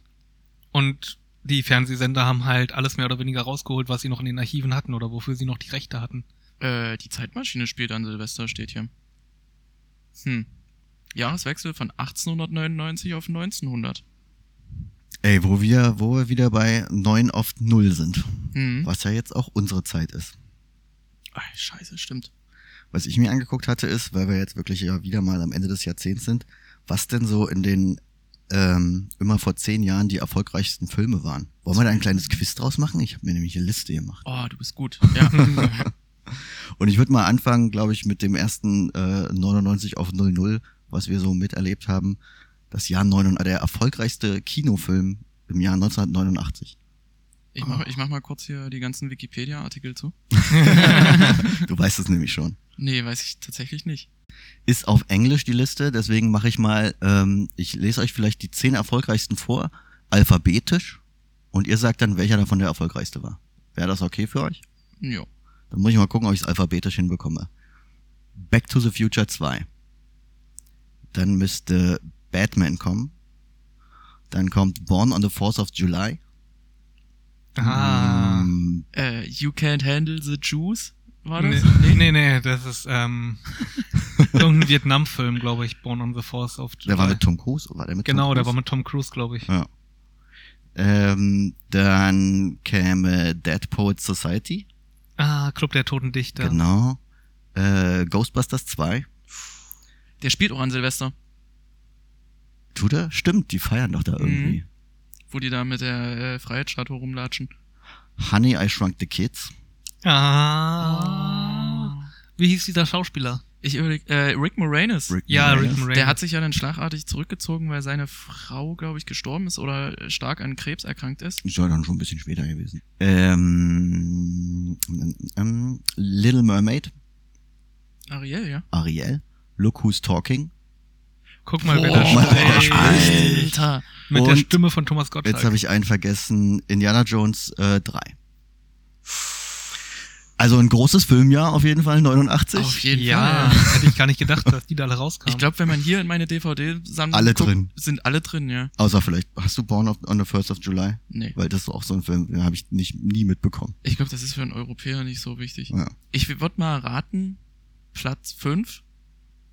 Speaker 3: Und die Fernsehsender haben halt alles mehr oder weniger rausgeholt, was sie noch in den Archiven hatten oder wofür sie noch die Rechte hatten.
Speaker 1: Äh, die Zeitmaschine spielt an Silvester, steht hier. Hm. Jahreswechsel von 1899 auf 1900.
Speaker 2: Ey, wo wir, wo wir wieder bei 9 auf 0 sind.
Speaker 1: Hm.
Speaker 2: Was ja jetzt auch unsere Zeit ist.
Speaker 1: Ah, scheiße, stimmt.
Speaker 2: Was ich mir angeguckt hatte, ist, weil wir jetzt wirklich ja wieder mal am Ende des Jahrzehnts sind, was denn so in den ähm, immer vor zehn Jahren die erfolgreichsten Filme waren. Wollen wir da ein kleines Quiz draus machen? Ich habe mir nämlich eine Liste gemacht.
Speaker 1: Oh, du bist gut. Ja.
Speaker 2: Und ich würde mal anfangen, glaube ich, mit dem ersten äh, 99 auf 00, was wir so miterlebt haben. Das Jahr 99, der erfolgreichste Kinofilm im Jahr 1989.
Speaker 1: Ich mach, ich mach mal kurz hier die ganzen Wikipedia-Artikel zu.
Speaker 2: Du weißt es nämlich schon.
Speaker 1: Nee, weiß ich tatsächlich nicht.
Speaker 2: ist auf Englisch die Liste, deswegen mache ich mal, ähm, ich lese euch vielleicht die zehn erfolgreichsten vor, alphabetisch, und ihr sagt dann, welcher davon der erfolgreichste war. Wäre das okay für euch?
Speaker 1: Jo.
Speaker 2: Dann muss ich mal gucken, ob ich es alphabetisch hinbekomme. Back to the Future 2. Dann müsste Batman kommen. Dann kommt Born on the 4th of July.
Speaker 3: Ah.
Speaker 2: Ähm,
Speaker 1: Äh, you can't handle the Jews? War
Speaker 3: Nee,
Speaker 1: das?
Speaker 3: nee, nee, nee, das ist ähm, irgendein Vietnam-Film, glaube ich, Born on the Force of
Speaker 2: der war mit Tom Cruise, oder war der mit
Speaker 3: Genau,
Speaker 2: Tom
Speaker 3: der
Speaker 2: Cruise?
Speaker 3: war mit Tom Cruise, glaube ich.
Speaker 2: Ja. Ähm, dann käme Dead Poets Society.
Speaker 3: Ah, Club der Toten Dichter.
Speaker 2: Genau. Äh, Ghostbusters 2.
Speaker 1: Der spielt auch an Silvester,
Speaker 2: Tut er? Stimmt, die feiern doch da irgendwie.
Speaker 1: wo die da mit der äh, Freiheitsstatue rumlatschen.
Speaker 2: Honey, I Shrunk the Kids.
Speaker 3: Ah. Wie hieß dieser Schauspieler?
Speaker 1: Ich überleg, äh, Rick Moranis.
Speaker 2: Rick
Speaker 3: Ja,
Speaker 2: Moranis.
Speaker 3: Rick Moranis.
Speaker 1: Äh, Der hat sich ja dann schlagartig zurückgezogen, weil seine Frau, glaube ich, gestorben ist oder äh, stark an Krebs erkrankt ist.
Speaker 2: Ist ja dann schon ein bisschen später gewesen. Ähm, ähm, Little Mermaid,
Speaker 1: Ariel, ja.
Speaker 2: Ariel, Look Who's Talking.
Speaker 3: Guck mal, wer
Speaker 1: Boah,
Speaker 3: da spricht.
Speaker 1: Alter.
Speaker 3: Mit der
Speaker 2: Oh, Und
Speaker 3: Stimme von Thomas Gottschalk.
Speaker 2: Jetzt habe ich einen vergessen. Indiana Jones äh, 3. Also ein großes Filmjahr auf jeden Fall, 89.
Speaker 1: Auf jeden
Speaker 3: ja,
Speaker 1: Fall.
Speaker 3: hätte ich gar nicht gedacht, dass die da alle rauskamen.
Speaker 1: Ich glaube, wenn man hier in meine DVD-Sammlung
Speaker 2: Alle drin.
Speaker 1: sind alle drin, ja.
Speaker 2: Außer vielleicht, hast du Born of- on the 1st of July?
Speaker 1: Nee.
Speaker 2: Weil das ist auch so ein Film, den habe ich nicht, nie mitbekommen.
Speaker 1: Ich glaube, das ist für einen Europäer nicht so wichtig.
Speaker 2: Ja.
Speaker 1: Ich würde mal raten, Platz 5.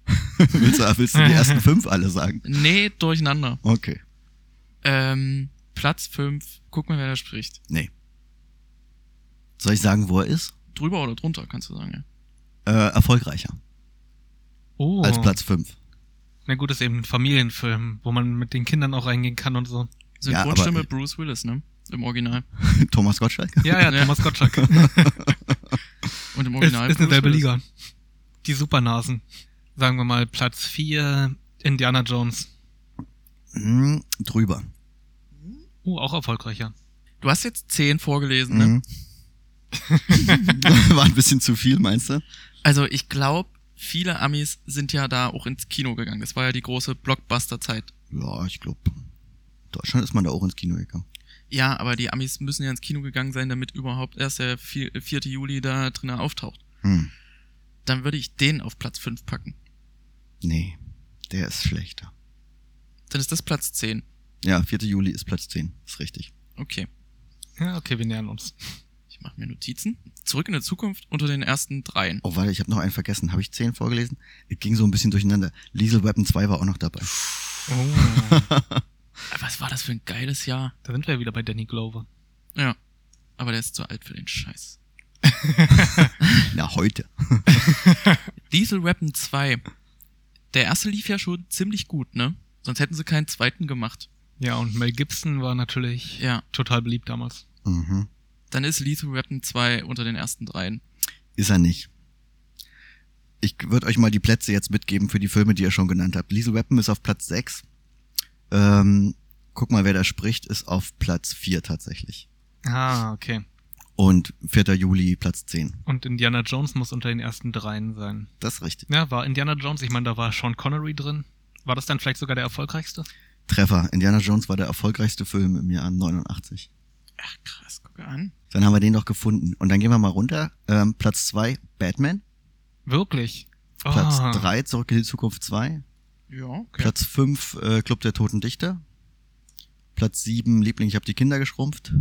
Speaker 2: willst, du, willst du die ersten fünf alle sagen?
Speaker 1: Nee, durcheinander.
Speaker 2: Okay.
Speaker 1: Ähm, Platz 5, guck mal, wer da spricht.
Speaker 2: Nee. Soll ich sagen, wo er ist?
Speaker 1: Drüber oder drunter, kannst du sagen, ja.
Speaker 2: Äh, erfolgreicher
Speaker 3: Oh.
Speaker 2: als Platz fünf.
Speaker 3: Na gut, ist eben ein Familienfilm, wo man mit den Kindern auch reingehen kann und so.
Speaker 1: Synchronstimme
Speaker 2: aber-
Speaker 1: Bruce Willis, ne? Im Original.
Speaker 2: Thomas Gottschalk?
Speaker 3: Ja, ja,
Speaker 1: Ja.
Speaker 3: Thomas Gottschalk.
Speaker 1: Und im
Speaker 3: ist,
Speaker 1: Original.
Speaker 3: ist eine
Speaker 1: Bruce
Speaker 3: selbe
Speaker 1: Willis.
Speaker 3: Liga. Die Supernasen. Sagen wir mal Platz 4, Indiana Jones.
Speaker 2: Hm, drüber.
Speaker 3: Uh, auch erfolgreicher.
Speaker 1: Du hast jetzt 10 vorgelesen, ne?
Speaker 2: Mhm. War ein bisschen zu viel, meinst du?
Speaker 1: Also ich glaube, viele Amis sind ja da auch ins Kino gegangen. Das war ja die große Blockbuster-Zeit.
Speaker 2: Ja, ich glaube. Deutschland ist man da auch ins Kino gegangen.
Speaker 1: Ja, aber die Amis müssen ja ins Kino gegangen sein, damit überhaupt erst der 4. Juli da drin auftaucht.
Speaker 2: Hm,
Speaker 1: Dann würde ich den auf Platz 5 packen.
Speaker 2: nee, der ist schlechter.
Speaker 1: Dann ist das Platz 10.
Speaker 2: Ja, 4. Juli ist Platz 10, ist richtig.
Speaker 1: Okay,
Speaker 3: Ja, okay, wir nähern uns.
Speaker 1: ich mache mir Notizen. Zurück in die Zukunft unter den ersten dreien.
Speaker 2: Oh, warte, ich habe noch einen vergessen. Habe ich 10 vorgelesen? Es ging so ein bisschen durcheinander. Liesel Weapon 2 war auch noch dabei.
Speaker 3: Oh,
Speaker 1: Was war das für ein geiles Jahr?
Speaker 3: da sind wir wieder bei Danny Glover.
Speaker 1: Ja, aber der ist zu alt für den Scheiß.
Speaker 2: Na, heute.
Speaker 1: Diesel Weapon 2. Der erste lief ja schon ziemlich gut, ne? Sonst hätten sie keinen zweiten gemacht.
Speaker 3: Ja, und Mel Gibson war natürlich
Speaker 1: Ja,
Speaker 3: total beliebt damals.
Speaker 2: Mhm.
Speaker 1: dann ist Lethal Weapon 2 unter den ersten dreien.
Speaker 2: Ist er nicht. Ich würde euch mal die Plätze jetzt mitgeben für die Filme, die ihr schon genannt habt. Liesel Weapon ist auf Platz 6. Ähm, guck mal, wer da spricht, ist auf Platz 4 tatsächlich.
Speaker 3: Ah, okay.
Speaker 2: Und 4. Juli Platz 10.
Speaker 3: Und Indiana Jones muss unter den ersten dreien sein.
Speaker 2: Das ist richtig.
Speaker 3: Ja, war Indiana Jones, ich meine, da war Sean Connery drin. War das dann vielleicht sogar der erfolgreichste?
Speaker 2: Treffer. Indiana Jones war der erfolgreichste Film im Jahr 89.
Speaker 1: Ach krass, guck an.
Speaker 2: Dann haben wir den noch gefunden. Und dann gehen wir mal runter. Ähm, Platz 2, Batman.
Speaker 3: Wirklich?
Speaker 2: Platz
Speaker 3: Ah.
Speaker 2: 3, Zurück in die Zukunft 2.
Speaker 1: Ja, okay.
Speaker 2: Platz 5, äh, Club der Toten Dichter. Platz 7, Liebling, ich habe die Kinder geschrumpft.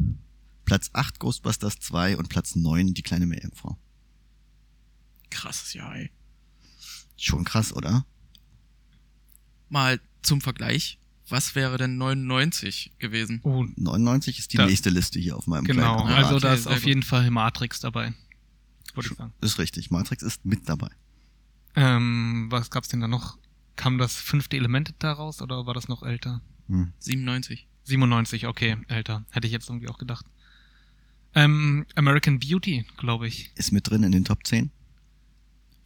Speaker 2: Platz 8, Ghostbusters 2. Und Platz 9, Die kleine Meerjungfrau.
Speaker 1: Krasses Jahr, ey.
Speaker 2: Schon krass, oder?
Speaker 1: Mal zum Vergleich, was wäre denn 99 gewesen?
Speaker 3: Oh,
Speaker 2: 99 ist die
Speaker 3: Das-
Speaker 2: nächste Liste hier auf meinem
Speaker 3: genau.
Speaker 2: kleinen
Speaker 3: Also
Speaker 2: Apparat.
Speaker 3: da ist
Speaker 1: Sehr
Speaker 3: auf
Speaker 1: gut.
Speaker 3: jeden Fall Matrix dabei. Würde ich sagen.
Speaker 2: Ist richtig. Matrix ist mit dabei.
Speaker 3: Ähm, was gab's denn da noch? Kam das fünfte Element daraus oder war das noch älter?
Speaker 2: Hm.
Speaker 1: 97.
Speaker 3: 97, okay, älter. Hätte ich jetzt irgendwie auch gedacht. Ähm, American Beauty, glaube ich.
Speaker 2: Ist mit drin in den Top 10.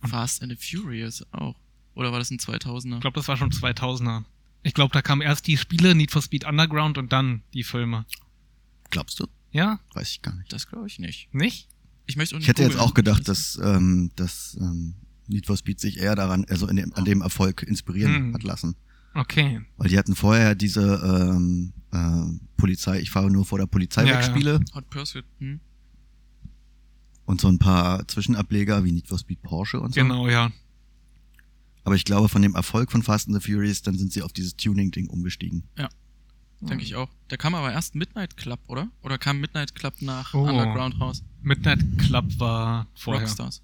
Speaker 3: Hm.
Speaker 1: Fast and the Furious auch. Oder war das ein 2000er?
Speaker 3: Ich glaube, das war schon 2000er. Ich glaube, da kamen erst die Spiele Need for Speed Underground und dann die Filme.
Speaker 2: Glaubst du?
Speaker 3: Ja?
Speaker 2: Weiß ich gar nicht.
Speaker 1: Das glaube ich nicht.
Speaker 3: Nicht?
Speaker 1: Ich möchte auch
Speaker 2: Ich
Speaker 1: nicht
Speaker 2: hätte jetzt
Speaker 1: googeln.
Speaker 2: auch gedacht, dass, ähm, dass ähm, Need for Speed sich eher daran, also in dem, an dem Erfolg inspirieren
Speaker 3: Hm.
Speaker 2: hat lassen.
Speaker 3: Okay.
Speaker 2: Weil die hatten vorher diese ähm, äh, Polizei, ich fahre nur vor der Polizei
Speaker 3: Ja,
Speaker 2: weg Spiele
Speaker 1: Hot Pursuit, hm?
Speaker 2: und so ein paar Zwischenableger wie Need for Speed Porsche und so.
Speaker 3: Genau, ja.
Speaker 2: Aber ich glaube, von dem Erfolg von Fast and the Furious, dann sind sie auf dieses Tuning-Ding umgestiegen.
Speaker 1: denke ich auch. Da kam aber erst Midnight Club, oder? Oder kam Midnight Club nach
Speaker 3: Oh.
Speaker 1: Underground raus?
Speaker 3: Midnight Club war vorher,
Speaker 1: Rockstars.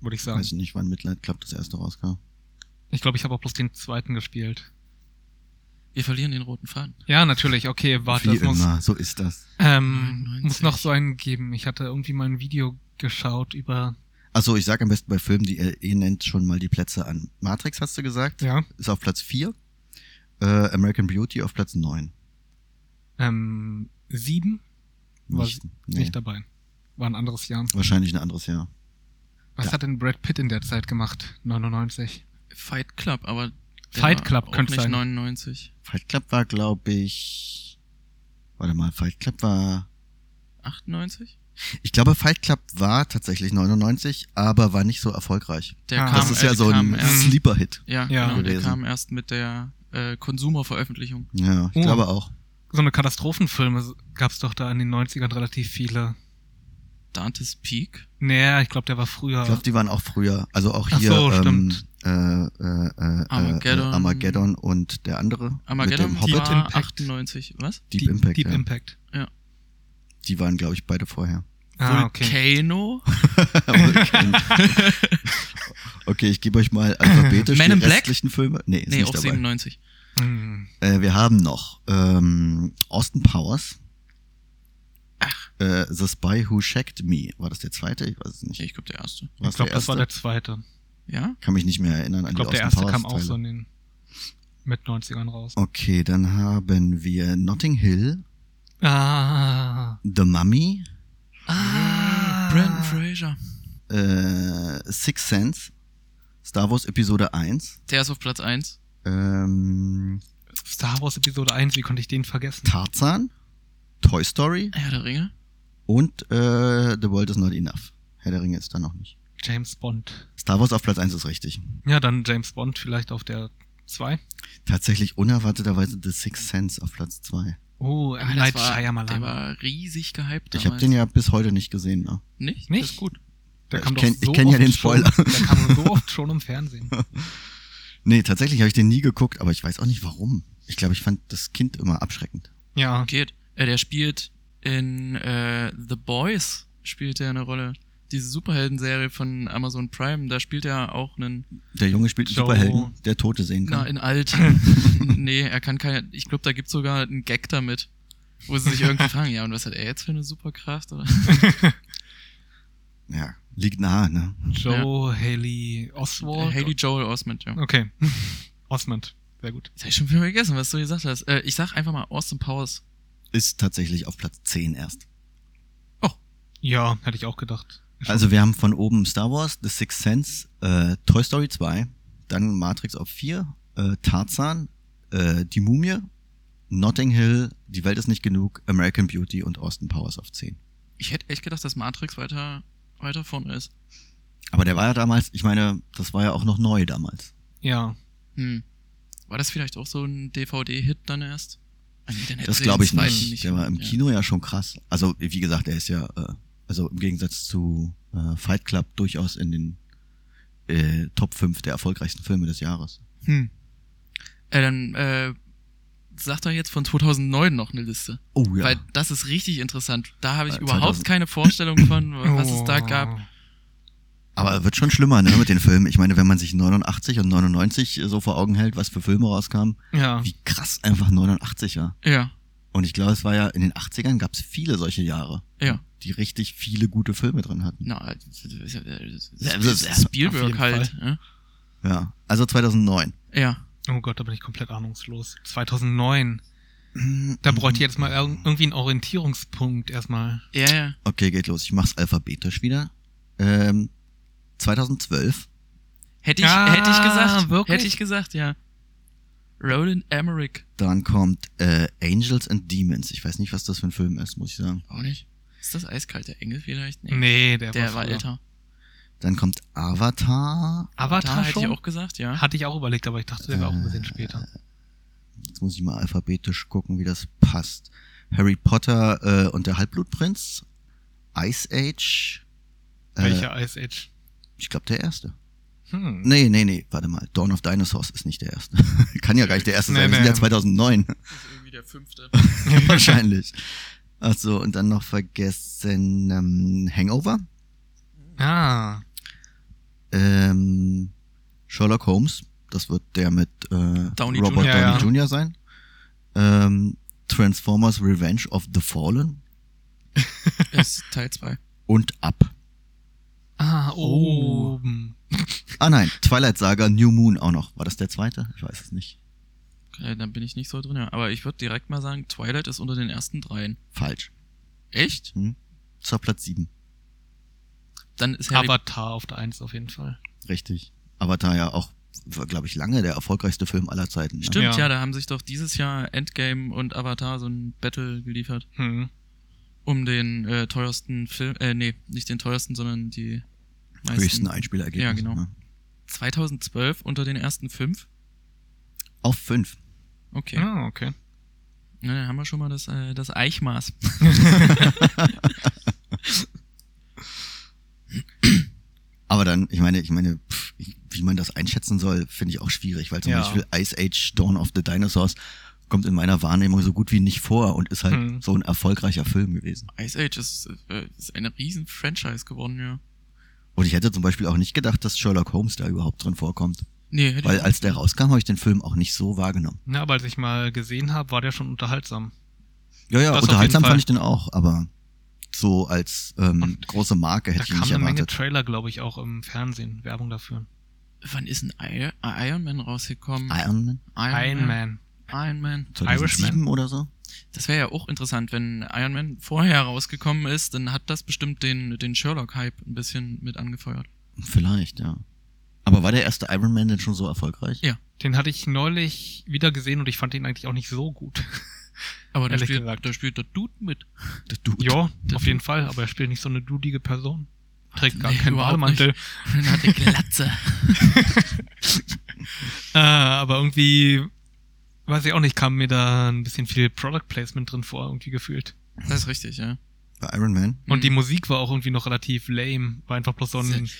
Speaker 3: würde ich sagen.
Speaker 2: Weiß ich nicht, wann Mitleid Club das erste rauskam.
Speaker 3: Ich glaube, ich habe auch bloß den zweiten gespielt.
Speaker 1: Wir verlieren den roten Faden.
Speaker 3: Ja, natürlich. Okay, warte,
Speaker 2: wie
Speaker 3: das muss,
Speaker 2: immer, so ist das.
Speaker 3: ähm,
Speaker 1: 99.
Speaker 3: muss noch so einen geben. Ich hatte irgendwie mal ein Video geschaut über.
Speaker 2: Achso, ich sag am besten bei Filmen, die ihr, ihr nennt schon mal die Plätze an. Matrix hast du gesagt,
Speaker 3: Ja.
Speaker 2: ist auf Platz 4. Äh, American Beauty auf Platz 9.
Speaker 3: Ähm, sieben War
Speaker 2: Nicht, nee.
Speaker 3: nicht dabei. War ein anderes Jahr.
Speaker 2: Wahrscheinlich ein anderes Jahr.
Speaker 3: Was
Speaker 2: Ja.
Speaker 3: hat denn Brad Pitt in der Zeit gemacht? 99.
Speaker 1: Fight Club, aber. der
Speaker 3: Fight
Speaker 1: war
Speaker 3: Club
Speaker 1: auch
Speaker 3: könnte
Speaker 1: nicht
Speaker 3: sein.
Speaker 1: 99.
Speaker 2: Fight Club war, glaube ich. Warte mal, Fight Club war.
Speaker 1: 98?
Speaker 2: Ich glaube, Fight Club war tatsächlich 99, aber war nicht so erfolgreich.
Speaker 1: Der
Speaker 3: Ah.
Speaker 1: kam,
Speaker 2: Das ist ja
Speaker 1: äh,
Speaker 2: so
Speaker 1: kam
Speaker 2: ein
Speaker 3: ähm,
Speaker 1: erst,
Speaker 2: Sleeper-Hit.
Speaker 1: ja,
Speaker 3: Ja.
Speaker 1: genau, der
Speaker 2: gewesen.
Speaker 1: kam erst mit der äh, Consumer-Veröffentlichung.
Speaker 2: Ja, ich
Speaker 3: Oh.
Speaker 2: glaube auch.
Speaker 3: So eine Katastrophenfilme gab's doch da in den 90ern relativ viele.
Speaker 1: Dantes Peak.
Speaker 3: Naja, ich glaube, der war früher.
Speaker 2: Ich glaube, die waren auch früher. Also auch
Speaker 3: äh. Ach
Speaker 2: hier
Speaker 3: so,
Speaker 2: ähm,
Speaker 3: stimmt.
Speaker 2: äh, äh, äh,
Speaker 1: Armageddon.
Speaker 2: Armageddon. Armageddon und der andere.
Speaker 1: Armageddon
Speaker 2: mit dem Hobbit.
Speaker 1: war
Speaker 3: Impact.
Speaker 1: 98. Was?
Speaker 2: Deep, Impact.
Speaker 3: Deep
Speaker 2: ja.
Speaker 3: Impact.
Speaker 2: Die waren, glaube ich, beide vorher.
Speaker 3: Ah, okay.
Speaker 1: Volcano?
Speaker 2: Okay, ich gebe euch mal alphabetisch
Speaker 1: Man
Speaker 2: die
Speaker 1: in Black?
Speaker 2: restlichen Filme. Nee, ist
Speaker 1: Nee,
Speaker 2: nicht
Speaker 1: auch
Speaker 2: dabei.
Speaker 1: 97.
Speaker 3: Hm.
Speaker 2: Äh, wir haben noch ähm, Austin Powers.
Speaker 1: Ach.
Speaker 2: Äh, The Spy Who Shagged Me. War das der zweite? Ich weiß es nicht.
Speaker 1: Ich glaube, der erste.
Speaker 2: War's
Speaker 3: Ich glaube, das
Speaker 2: erste?
Speaker 3: war der zweite.
Speaker 1: Ja?
Speaker 2: Kann mich nicht mehr erinnern an
Speaker 3: Ich glaube,
Speaker 2: die
Speaker 3: der
Speaker 2: Austin
Speaker 3: erste
Speaker 2: Powers
Speaker 3: kam auch
Speaker 2: Teile.
Speaker 3: so in den mit 90ern raus.
Speaker 2: Okay, dann haben wir Notting Hill,
Speaker 3: Ah.
Speaker 2: The Mummy,
Speaker 3: Ah.
Speaker 1: Brandon Fraser.
Speaker 2: äh, Six Sense, Star Wars Episode 1,
Speaker 1: Der ist auf Platz 1.
Speaker 2: ähm,
Speaker 3: Star Wars Episode 1, wie konnte ich den vergessen?
Speaker 2: Tarzan, Toy Story
Speaker 1: Herr der Ringe.
Speaker 2: und äh, The World is Not Enough. Herr der Ringe ist da noch nicht.
Speaker 3: James Bond.
Speaker 2: Star Wars auf Platz 1 ist richtig.
Speaker 3: Ja, dann James Bond vielleicht auf der 2.
Speaker 2: Tatsächlich unerwarteterweise The Sixth Sense auf Platz 2.
Speaker 3: Oh,
Speaker 1: Ah,
Speaker 3: M.
Speaker 1: das
Speaker 3: Night
Speaker 1: war- Der
Speaker 3: Shyamalan.
Speaker 1: war riesig gehypt
Speaker 2: Ich habe den ja bis heute nicht gesehen. Ne?
Speaker 1: Nicht?
Speaker 3: Nicht?
Speaker 1: Das ist gut.
Speaker 3: Der
Speaker 2: Ich
Speaker 3: kam doch
Speaker 2: kenn- ich kenn ja
Speaker 3: oft
Speaker 2: den Spoiler.
Speaker 3: Schon, der kam so oft schon im Fernsehen.
Speaker 2: Nee, tatsächlich habe ich den nie geguckt, aber ich weiß auch nicht warum. Ich glaube, ich fand das Kind immer abschreckend.
Speaker 3: Ja,
Speaker 1: Geht. Äh, der spielt in äh, The Boys spielt er eine Rolle. Diese Superhelden-Serie von Amazon Prime, da spielt er auch einen,
Speaker 2: Der Junge spielt einen
Speaker 3: Joe.
Speaker 2: Superhelden, der Tote sehen
Speaker 1: na,
Speaker 2: kann.
Speaker 1: in alt. nee, er kann keine, ich glaube, da gibt's sogar einen Gag damit, wo sie sich irgendwie fragen, ja, und was hat er jetzt für eine Superkraft? Oder?
Speaker 2: Ja, liegt nahe, ne?
Speaker 3: Joe Haley Oswald.
Speaker 1: Haley Joel Osment, ja.
Speaker 3: Okay. Osmond. Sehr gut.
Speaker 1: Jetzt hab ich schon wieder vergessen, was du gesagt hast. Äh, ich sag einfach mal Austin Powers.
Speaker 2: Ist tatsächlich auf Platz 10 erst.
Speaker 3: Ja, hätte ich auch gedacht. Schon.
Speaker 2: Also wir haben von oben Star Wars, The Sixth Sense, äh, Toy Story 2, dann Matrix auf 4, äh, Tarzan, äh, Die Mumie, Notting Hill, Die Welt ist nicht genug, American Beauty und Austin Powers auf 10.
Speaker 1: Ich hätte echt gedacht, dass Matrix weiter, weiter vorne ist.
Speaker 2: Aber der war ja damals, ich meine, das war ja auch noch neu damals.
Speaker 3: ja.
Speaker 1: Hm. War das vielleicht auch so ein DVD-Hit dann erst? Ah, nee, dann hätte
Speaker 2: Das
Speaker 1: sie den
Speaker 2: glaube ich
Speaker 1: zweiten
Speaker 2: nicht. Der war im
Speaker 1: ja.
Speaker 2: Kino ja schon krass. Also wie gesagt, er ist ja, äh, also im Gegensatz zu äh, Fight Club durchaus in den äh, Top 5 der erfolgreichsten Filme des Jahres.
Speaker 1: Hm. Äh, dann äh, sag doch jetzt von 2009 noch eine Liste.
Speaker 2: Oh ja.
Speaker 1: Weil das ist richtig interessant. Da habe ich
Speaker 2: Äh,
Speaker 1: überhaupt
Speaker 2: 2000.
Speaker 1: keine Vorstellung von, was es
Speaker 3: Oh.
Speaker 1: da gab.
Speaker 2: Aber wird schon schlimmer, ne, mit den Filmen. Ich meine, wenn man sich 89 und 99 so vor Augen hält, was für Filme rauskamen,
Speaker 3: Ja.
Speaker 2: wie krass einfach 89 war.
Speaker 1: Ja,
Speaker 2: Und ich glaube, es war ja in den 80ern gab es viele solche Jahre,
Speaker 1: ja.
Speaker 2: die richtig viele gute Filme drin hatten.
Speaker 1: Na, äh, Sp-
Speaker 2: das ist-
Speaker 3: auf
Speaker 1: Spielberg
Speaker 3: jeden
Speaker 1: halt. Ja.
Speaker 2: Ja, also 2009.
Speaker 1: ja.
Speaker 3: Oh Gott, da bin ich komplett ahnungslos. 2009. Da
Speaker 1: Hm.
Speaker 3: bräuchte ich jetzt mal irg irgendwie einen Orientierungspunkt erstmal.
Speaker 1: Ja, ja.
Speaker 2: Okay, geht los. Ich mach's alphabetisch wieder. Ähm, 2012.
Speaker 1: Hätte ich,
Speaker 3: Ah,
Speaker 1: hätte ich gesagt.
Speaker 3: wirklich?
Speaker 1: Hätte ich gesagt, ja. Roland Emmerich.
Speaker 2: Dann kommt äh, Angels and Demons. Ich weiß nicht, was das für ein Film ist, muss ich sagen.
Speaker 1: Auch nicht. Ist das eiskalte Engel vielleicht?
Speaker 3: Nee, der,
Speaker 1: Der war
Speaker 3: früher.
Speaker 1: älter.
Speaker 2: Dann kommt Avatar.
Speaker 1: Da
Speaker 3: Avatar
Speaker 1: hätte ich
Speaker 3: schon?
Speaker 1: auch ne? gesagt, ja.
Speaker 3: Hatte ich auch überlegt, aber ich dachte, der war auch ein bisschen später.
Speaker 2: Jetzt muss ich mal alphabetisch gucken, wie das passt. Harry Potter äh, und der Halbblutprinz. Ice Age. Äh,
Speaker 3: Welcher Ice Age?
Speaker 2: ich glaube, der erste.
Speaker 3: Hm.
Speaker 2: Nee, nee, nee, warte mal. Dawn of Dinosaurs ist nicht der erste. Kann ja gar nicht der erste
Speaker 3: Nee,
Speaker 2: sein. Wir sind
Speaker 3: nee.
Speaker 2: ja 2009.
Speaker 1: Das ist irgendwie der fünfte.
Speaker 2: Wahrscheinlich. Ach so, und dann noch vergessen ähm, Hangover.
Speaker 3: Ah,
Speaker 2: Ähm, Sherlock Holmes. Das wird der mit äh,
Speaker 1: Downey
Speaker 2: Robert Downey
Speaker 3: Jr., ja.
Speaker 2: Jr. sein. Ähm, Transformers Revenge of the Fallen.
Speaker 1: ist Teil 2.
Speaker 2: Und Up.
Speaker 3: ah,
Speaker 1: Oh.
Speaker 3: oben.
Speaker 2: Ah nein, Twilight Saga New Moon auch noch. War das der zweite? Ich weiß es nicht.
Speaker 1: Dann Äh, bin ich nicht so drin, ja. Aber ich würde direkt mal sagen, Twilight ist unter den ersten dreien.
Speaker 2: Falsch.
Speaker 1: Echt?
Speaker 2: Hm? Zur Platz 7.
Speaker 1: Dann ist Harry
Speaker 3: Avatar auf der 1 auf jeden Fall.
Speaker 2: Richtig. Avatar ja auch, glaube ich, lange der erfolgreichste Film aller Zeiten. Ne?
Speaker 1: Stimmt, ja.
Speaker 3: Ja.
Speaker 1: da haben sich doch dieses Jahr Endgame und Avatar so ein Battle geliefert,
Speaker 3: Hm.
Speaker 1: um den äh, teuersten Film, äh, nee, nicht den teuersten, sondern die meisten.
Speaker 2: Höchsten Einspielergebnis.
Speaker 1: Ja, genau.
Speaker 2: Ne?
Speaker 1: 2012 unter den ersten fünf.
Speaker 2: Auf 5.
Speaker 1: Okay.
Speaker 3: Ah, okay.
Speaker 1: Na, dann haben wir schon mal das, äh, das Eichmaß.
Speaker 2: Aber dann, ich meine, ich meine, pff, ich- wie man das einschätzen soll, finde ich auch schwierig, weil zum
Speaker 3: Ja.
Speaker 2: Beispiel Ice Age Dawn of the Dinosaurs kommt in meiner Wahrnehmung so gut wie nicht vor und ist halt
Speaker 1: Mhm.
Speaker 3: Hm.
Speaker 2: so ein erfolgreicher Film gewesen.
Speaker 1: Ice Age ist, äh, ist eine riesen Franchise geworden, ja.
Speaker 2: Und ich hätte zum Beispiel auch nicht gedacht, dass Sherlock Holmes da überhaupt drin vorkommt.
Speaker 1: Nee, hätte
Speaker 2: Weil als der rauskam, habe ich den Film auch nicht so wahrgenommen.
Speaker 3: Ja, aber als ich mal gesehen habe, war der schon unterhaltsam.
Speaker 2: Ja, ja,
Speaker 3: Das auf
Speaker 2: unterhaltsam
Speaker 3: jeden Fall.
Speaker 2: fand ich den auch, aber so als ähm, große Marke hätte
Speaker 3: da
Speaker 2: ich ihn
Speaker 3: kam
Speaker 2: nicht
Speaker 3: eine Menge
Speaker 2: erwartet.
Speaker 3: Trailer, glaube ich, auch im Fernsehen, Werbung dafür.
Speaker 1: ich, wann ist ein I äh, Iron Man rausgekommen?
Speaker 2: Iron Man?
Speaker 3: Iron Man.
Speaker 1: Iron Man.
Speaker 2: 2007 oder so?
Speaker 1: Das wäre ja auch interessant, wenn Iron Man vorher rausgekommen ist, dann hat das bestimmt den, den Sherlock-Hype ein bisschen mit angefeuert.
Speaker 2: Vielleicht, ja. Aber war der erste Iron Man denn schon so erfolgreich?
Speaker 1: Ja.
Speaker 3: Den hatte ich neulich wieder gesehen und ich fand ihn eigentlich auch nicht so gut.
Speaker 1: Aber da
Speaker 3: Ehrlich
Speaker 1: spielt,
Speaker 3: gesagt.
Speaker 1: da spielt der Dude mit.
Speaker 2: Der Dude.
Speaker 3: ja,
Speaker 1: das-
Speaker 3: auf jeden Fall, aber er spielt nicht so eine dudige Person. Trägt gar
Speaker 1: Nee,
Speaker 3: keinen
Speaker 1: überhaupt
Speaker 3: Bademantel.
Speaker 1: Dann hat die Glatze.
Speaker 3: Äh, aber irgendwie, weiß ich auch nicht, kam mir da ein bisschen viel Product Placement drin vor, irgendwie gefühlt.
Speaker 1: Das ist richtig, ja.
Speaker 2: Bei Iron Man?
Speaker 1: Mhm.
Speaker 3: Und die Musik war auch irgendwie noch relativ lame. War einfach bloß so ein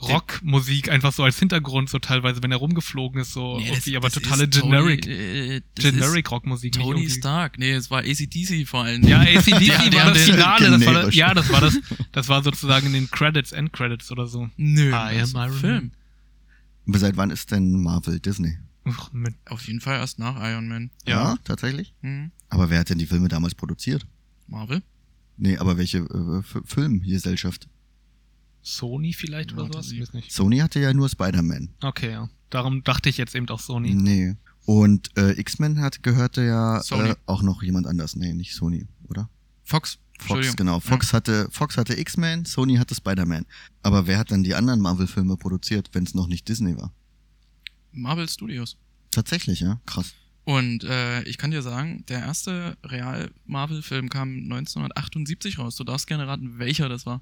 Speaker 3: Rockmusik, einfach so als Hintergrund, so teilweise, wenn er rumgeflogen ist, so
Speaker 1: Nee, das-
Speaker 3: irgendwie, aber
Speaker 1: das ist
Speaker 3: totale Generic,
Speaker 1: Tony, äh, das
Speaker 3: Generic Rockmusik.
Speaker 1: Ist
Speaker 3: nicht
Speaker 1: Tony
Speaker 3: irgendwie-
Speaker 1: Stark. Nee, es war ACDC vor allen
Speaker 3: Ja,
Speaker 1: Dingen.
Speaker 3: ACDC
Speaker 1: die
Speaker 3: war
Speaker 1: haben
Speaker 3: das
Speaker 1: den-
Speaker 3: Finale, das war das,
Speaker 2: Generisch.
Speaker 3: ja, das war das, das war sozusagen in den Credits, Endcredits oder so.
Speaker 1: Nö,
Speaker 3: I
Speaker 1: das ist
Speaker 3: am
Speaker 1: ein
Speaker 3: Iron
Speaker 1: Film.
Speaker 2: Aber Seit wann ist denn Marvel Disney?
Speaker 3: Uch, mit,
Speaker 1: Auf jeden Fall erst nach Iron Man.
Speaker 3: ja.
Speaker 2: tatsächlich.
Speaker 1: Hm.
Speaker 2: Aber wer hat denn die Filme damals produziert?
Speaker 1: Marvel?
Speaker 2: Nee, aber welche äh, F- Filmgesellschaft?
Speaker 3: Sony vielleicht oder
Speaker 1: Warte,
Speaker 3: sowas?
Speaker 1: sie-
Speaker 3: Weiß nicht.
Speaker 2: Sony hatte ja nur Spider-Man.
Speaker 3: Okay, ja. Darum dachte ich jetzt eben auch Sony.
Speaker 2: Nee. Und äh, X-Men hat gehörte ja
Speaker 1: Sony.
Speaker 2: äh, auch noch jemand anders. Nee, nicht Sony, oder?
Speaker 1: Fox.
Speaker 2: Fox,
Speaker 1: Entschuldigung. Mhm.
Speaker 2: genau. Fox hatte Fox hatte X-Men, Sony hatte Spider-Man. Aber wer hat dann die anderen Marvel-Filme produziert, wenn es noch nicht Disney war?
Speaker 1: Marvel Studios.
Speaker 2: Tatsächlich, ja. Krass.
Speaker 1: Und äh, ich kann dir sagen, der erste Real-Marvel-Film kam 1978 raus. Du darfst gerne raten, welcher das war.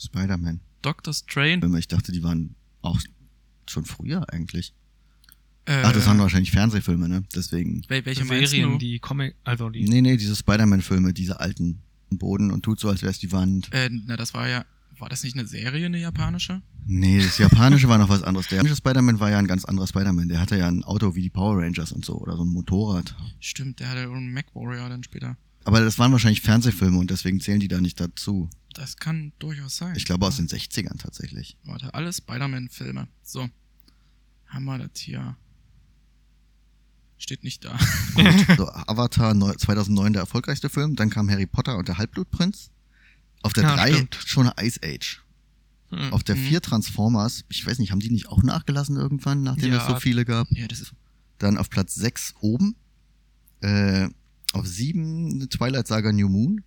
Speaker 2: Spider-Man.
Speaker 1: Doctor Strange.
Speaker 2: Ich dachte, die waren auch schon früher eigentlich.
Speaker 1: Äh,
Speaker 2: Ach, das waren wahrscheinlich Fernsehfilme, ne? Deswegen.
Speaker 1: wel welche
Speaker 3: Serien,
Speaker 1: meinst du?
Speaker 3: die Comic, also die.
Speaker 2: Nee, nee, diese Spider-Man-Filme, diese alten Boden und tut so, als wär's die Wand.
Speaker 1: Äh, na, das war ja. War das nicht eine Serie, eine japanische?
Speaker 2: Nee, das japanische war noch was anderes. Der japanische Spider-Man war ja ein ganz anderer Spider-Man. Der hatte ja ein Auto wie die Power Rangers und so oder so ein Motorrad.
Speaker 1: Stimmt, der hatte einen Mac Warrior dann später.
Speaker 2: Aber das waren wahrscheinlich Fernsehfilme und deswegen zählen die da nicht dazu.
Speaker 1: Das kann durchaus sein.
Speaker 2: Ich glaube aus den 60ern tatsächlich.
Speaker 1: Warte, alle Spider-Man-Filme. So. Haben wir das hier. Steht nicht da.
Speaker 2: So, Avatar neu- 2009 der erfolgreichste Film, dann kam Harry Potter und der Halbblutprinz. Auf der
Speaker 3: Ja,
Speaker 2: 3
Speaker 3: stimmt.
Speaker 2: schon Ice Age.
Speaker 3: Hm.
Speaker 2: Auf der
Speaker 1: Mhm.
Speaker 2: 4 Transformers, ich weiß nicht, haben die nicht auch nachgelassen irgendwann, nachdem
Speaker 3: Ja.
Speaker 2: es so viele gab?
Speaker 1: Ja, das ist.
Speaker 2: Dann auf Platz 6 oben. Äh, auf 7 Twilight Saga New Moon.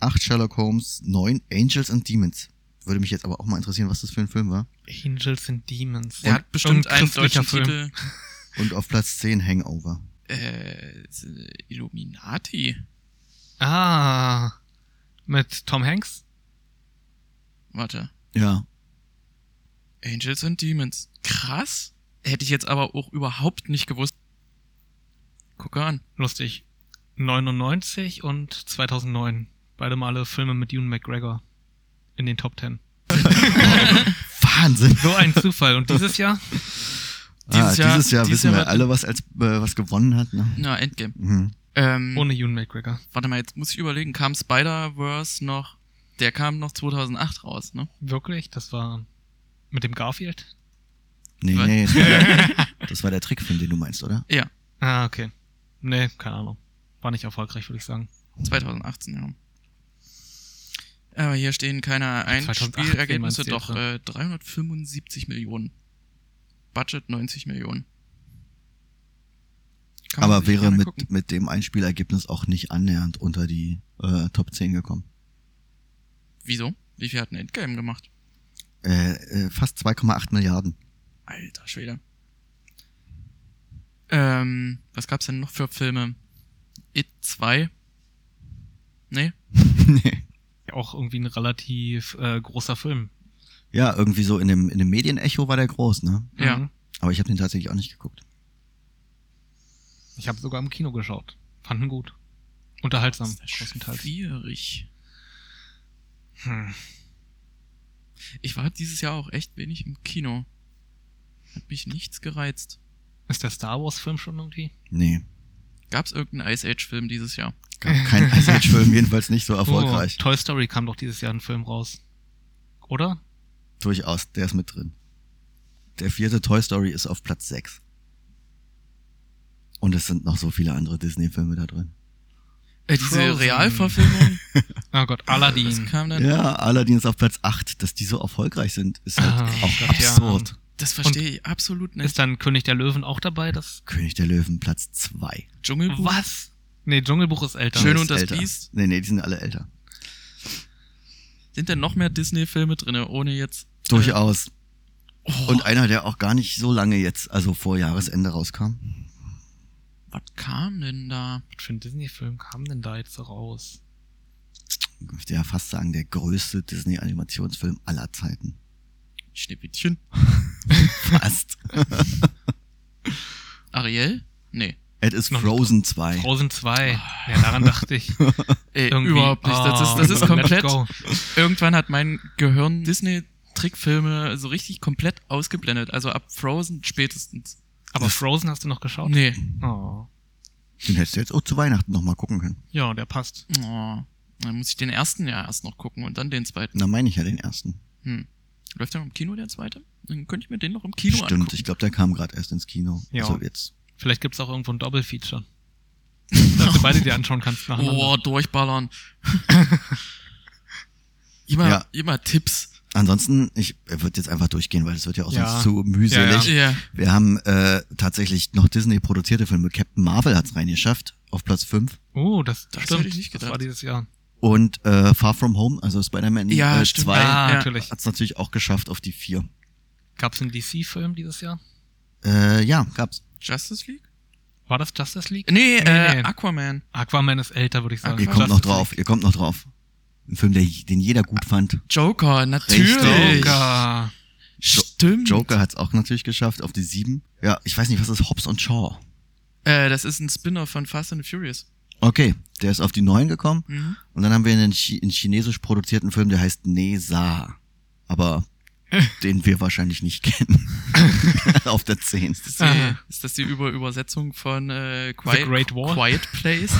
Speaker 2: 8 Sherlock Holmes. 9 Angels and Demons. Würde mich jetzt aber auch mal interessieren, was das für ein Film war.
Speaker 3: Angels and Demons.
Speaker 1: Der hat bestimmt
Speaker 3: Irgendein
Speaker 1: einen
Speaker 3: christlicher
Speaker 1: deutschen Titel.
Speaker 2: Und auf Platz 10 Hangover.
Speaker 1: Äh, Illuminati.
Speaker 3: Ah. Mit Tom Hanks?
Speaker 1: Warte.
Speaker 2: Ja.
Speaker 1: Angels and Demons. Krass. Hätte ich jetzt aber auch überhaupt nicht gewusst. Guck an.
Speaker 3: Lustig. 99 und 2009. Beide Male Filme mit Ewan McGregor. In den Top 10.
Speaker 2: Wahnsinn.
Speaker 3: So ein Zufall. Und dieses Jahr?
Speaker 2: Dieses, ah, Jahr, dieses Jahr
Speaker 1: dieses
Speaker 2: wissen
Speaker 1: Jahr
Speaker 2: wir
Speaker 1: wird-
Speaker 2: alle, was als äh, was gewonnen hat. Ne?
Speaker 1: Na, Endgame.
Speaker 2: Mhm.
Speaker 1: Ähm,
Speaker 3: Ohne Ewan McGregor.
Speaker 1: warte mal, jetzt muss ich überlegen, kam Spider-Verse noch, der kam noch 2008 raus, ne?
Speaker 3: Wirklich? Das war mit dem Garfield?
Speaker 2: Nee,
Speaker 1: Was?
Speaker 2: nee, das war, der, das war der Trickfilm, den du meinst, oder?
Speaker 1: Ja,
Speaker 3: Ah, okay. Nee, keine Ahnung. War nicht erfolgreich, würde ich sagen.
Speaker 1: 2018, ja. Aber hier stehen keine
Speaker 3: 2018
Speaker 1: Einspielergebnisse,
Speaker 3: meinst du jetzt, ne?
Speaker 1: doch äh, 375 Millionen. Budget 90 Millionen. Kann man
Speaker 2: Aber
Speaker 1: sich
Speaker 2: wäre
Speaker 1: gerne
Speaker 2: mit,
Speaker 1: gucken.
Speaker 2: mit dem Einspielergebnis auch nicht annähernd unter die äh, Top 10 gekommen.
Speaker 1: Wieso? Wie viel hat ein Endgame gemacht?
Speaker 2: Äh, äh, fast 2,8 Milliarden.
Speaker 1: Alter Schwede. Ähm, was gab's denn noch für Filme? It 2? Nee?
Speaker 2: nee.
Speaker 3: Auch irgendwie ein relativ äh, großer Film.
Speaker 2: Ja, irgendwie so in dem, in dem Medienecho war der groß, ne?
Speaker 1: Ja.
Speaker 3: Mhm.
Speaker 2: Aber ich habe den tatsächlich auch nicht geguckt.
Speaker 3: Ich habe sogar im Kino geschaut. Fanden gut. Unterhaltsam,
Speaker 1: Ist das
Speaker 3: größtenteils.
Speaker 1: Schwierig.
Speaker 3: Hm.
Speaker 1: Ich war dieses Jahr auch echt wenig im Kino. Hat mich nichts gereizt.
Speaker 3: Ist der Star Wars-Film schon irgendwie?
Speaker 2: Nee.
Speaker 1: Gab's irgendeinen Ice Age-Film dieses Jahr? Oh.
Speaker 2: Gab kein Ice Age Film, jedenfalls nicht so erfolgreich.
Speaker 3: Oh, Toy Story kam doch dieses Jahr ein Film raus. oder?
Speaker 2: Durchaus, der ist mit drin. Der vierte Toy Story ist auf Platz 6. Und es sind noch so viele andere Disney-Filme da drin.
Speaker 1: Äh, diese
Speaker 3: Frozen.
Speaker 1: Realverfilmung,
Speaker 3: Oh Gott,
Speaker 1: das
Speaker 3: Aladdin.
Speaker 1: kam dann.
Speaker 2: Ja, Aladdin ist auf Platz 8. Dass die so erfolgreich sind, ist halt
Speaker 3: Ah,
Speaker 1: Oh,
Speaker 2: auch
Speaker 3: Gott, ja.
Speaker 2: absurd.
Speaker 1: Das verstehe ich absolut nicht.
Speaker 3: Ist dann König der Löwen auch dabei? Das
Speaker 2: König der Löwen, Platz 2.
Speaker 1: Dschungelbuch,
Speaker 3: was? Nee, Dschungelbuch ist älter.
Speaker 1: Schön
Speaker 2: Ist
Speaker 1: und das
Speaker 2: älter.
Speaker 1: Biest?
Speaker 2: Nee, nee, die sind alle älter.
Speaker 1: sind denn noch mehr Disney-Filme drinne, ohne jetzt.
Speaker 2: Durchaus.
Speaker 1: Oh,
Speaker 2: Und einer, der auch gar nicht so lange jetzt, also vor Jahresende rauskam.
Speaker 1: was kam denn da?
Speaker 3: Was für ein Disney-Film kam denn da jetzt so raus?
Speaker 2: Ich möchte ja fast sagen, der größte Disney-Animationsfilm aller Zeiten.
Speaker 1: Schneewittchen?
Speaker 2: Fast.
Speaker 1: Ariel? Nee.
Speaker 2: Es ist
Speaker 3: Noch nicht
Speaker 2: Frozen 2.
Speaker 3: Frozen 2. Ja, daran dachte ich.
Speaker 1: Ey, Ah.
Speaker 3: Irgendwie.
Speaker 1: Äh, überhaupt nicht. Das ist, das
Speaker 3: Ah,
Speaker 1: ist komplett. Hm.
Speaker 3: Let's go.
Speaker 1: Irgendwann hat mein Gehirn Disney-Trickfilme so richtig komplett ausgeblendet. Also ab Frozen spätestens.
Speaker 3: Aber Frozen hast du noch geschaut?
Speaker 1: Nee.
Speaker 3: Oh.
Speaker 2: Den hättest du jetzt auch zu Weihnachten nochmal gucken können.
Speaker 3: Ja, der passt.
Speaker 1: Oh, dann muss ich den ersten ja erst noch gucken und dann den zweiten.
Speaker 2: Da meine ich ja den ersten.
Speaker 1: Hm. Läuft der noch im Kino, der zweite? Dann könnte ich mir den noch im Kino
Speaker 2: Stimmt,
Speaker 1: angucken.
Speaker 2: ich glaube, der kam gerade erst ins Kino.
Speaker 3: Ja.
Speaker 2: Also jetzt.
Speaker 3: Vielleicht gibt's auch irgendwo ein Doppelfeature. Dass du beide dir anschauen kannst nacheinander.
Speaker 1: Oh, durchballern. immer,
Speaker 2: Ja.
Speaker 1: immer Tipps.
Speaker 2: Ansonsten, ich würde jetzt einfach durchgehen, weil es wird ja auch
Speaker 3: Ja.
Speaker 2: sonst zu mühselig.
Speaker 3: Ja.
Speaker 1: Ja.
Speaker 2: Wir haben äh, tatsächlich noch Disney-produzierte Filme. Captain Marvel hat's reingeschafft, auf Platz 5.
Speaker 3: Oh, das,
Speaker 1: Das
Speaker 3: stimmt.
Speaker 1: hätte ich nicht
Speaker 3: Das war
Speaker 1: gedacht.
Speaker 3: dieses Jahr.
Speaker 2: Und äh, Far From Home, also Spider-Man
Speaker 1: Ja,
Speaker 2: äh,
Speaker 1: stimmt.
Speaker 2: 2, hat's
Speaker 3: Ah,
Speaker 1: ja.
Speaker 3: natürlich.
Speaker 2: natürlich auch geschafft auf die 4.
Speaker 3: Gab's einen DC-Film dieses Jahr?
Speaker 2: Äh, ja, gab's.
Speaker 1: Justice League?
Speaker 3: War das Justice League?
Speaker 1: Nee, äh,
Speaker 3: nee.
Speaker 1: Aquaman.
Speaker 3: Aquaman ist älter, würde ich sagen.
Speaker 2: Ihr kommt
Speaker 3: Justice
Speaker 2: noch drauf, ihr kommt noch drauf. Ein Film, der, den jeder gut fand.
Speaker 1: Joker, natürlich.
Speaker 2: Richtig.
Speaker 3: League. Joker.
Speaker 1: Stimmt.
Speaker 2: Joker hat's auch natürlich geschafft auf die 7. Ja, ich weiß nicht, was ist Hobbs und Shaw?
Speaker 1: Äh, das ist ein Spinner von Fast and the Furious.
Speaker 2: Okay, der ist auf die 9 gekommen.
Speaker 1: Mhm.
Speaker 2: Und dann haben wir einen, Chi einen chinesisch produzierten Film, der heißt Nesa. Aber den wir wahrscheinlich nicht kennen. auf der 10.
Speaker 1: Ist, das die,
Speaker 3: Aha.
Speaker 1: ist das die Über Übersetzung von äh, Quiet,
Speaker 3: The Great Wall?
Speaker 1: Quiet Place?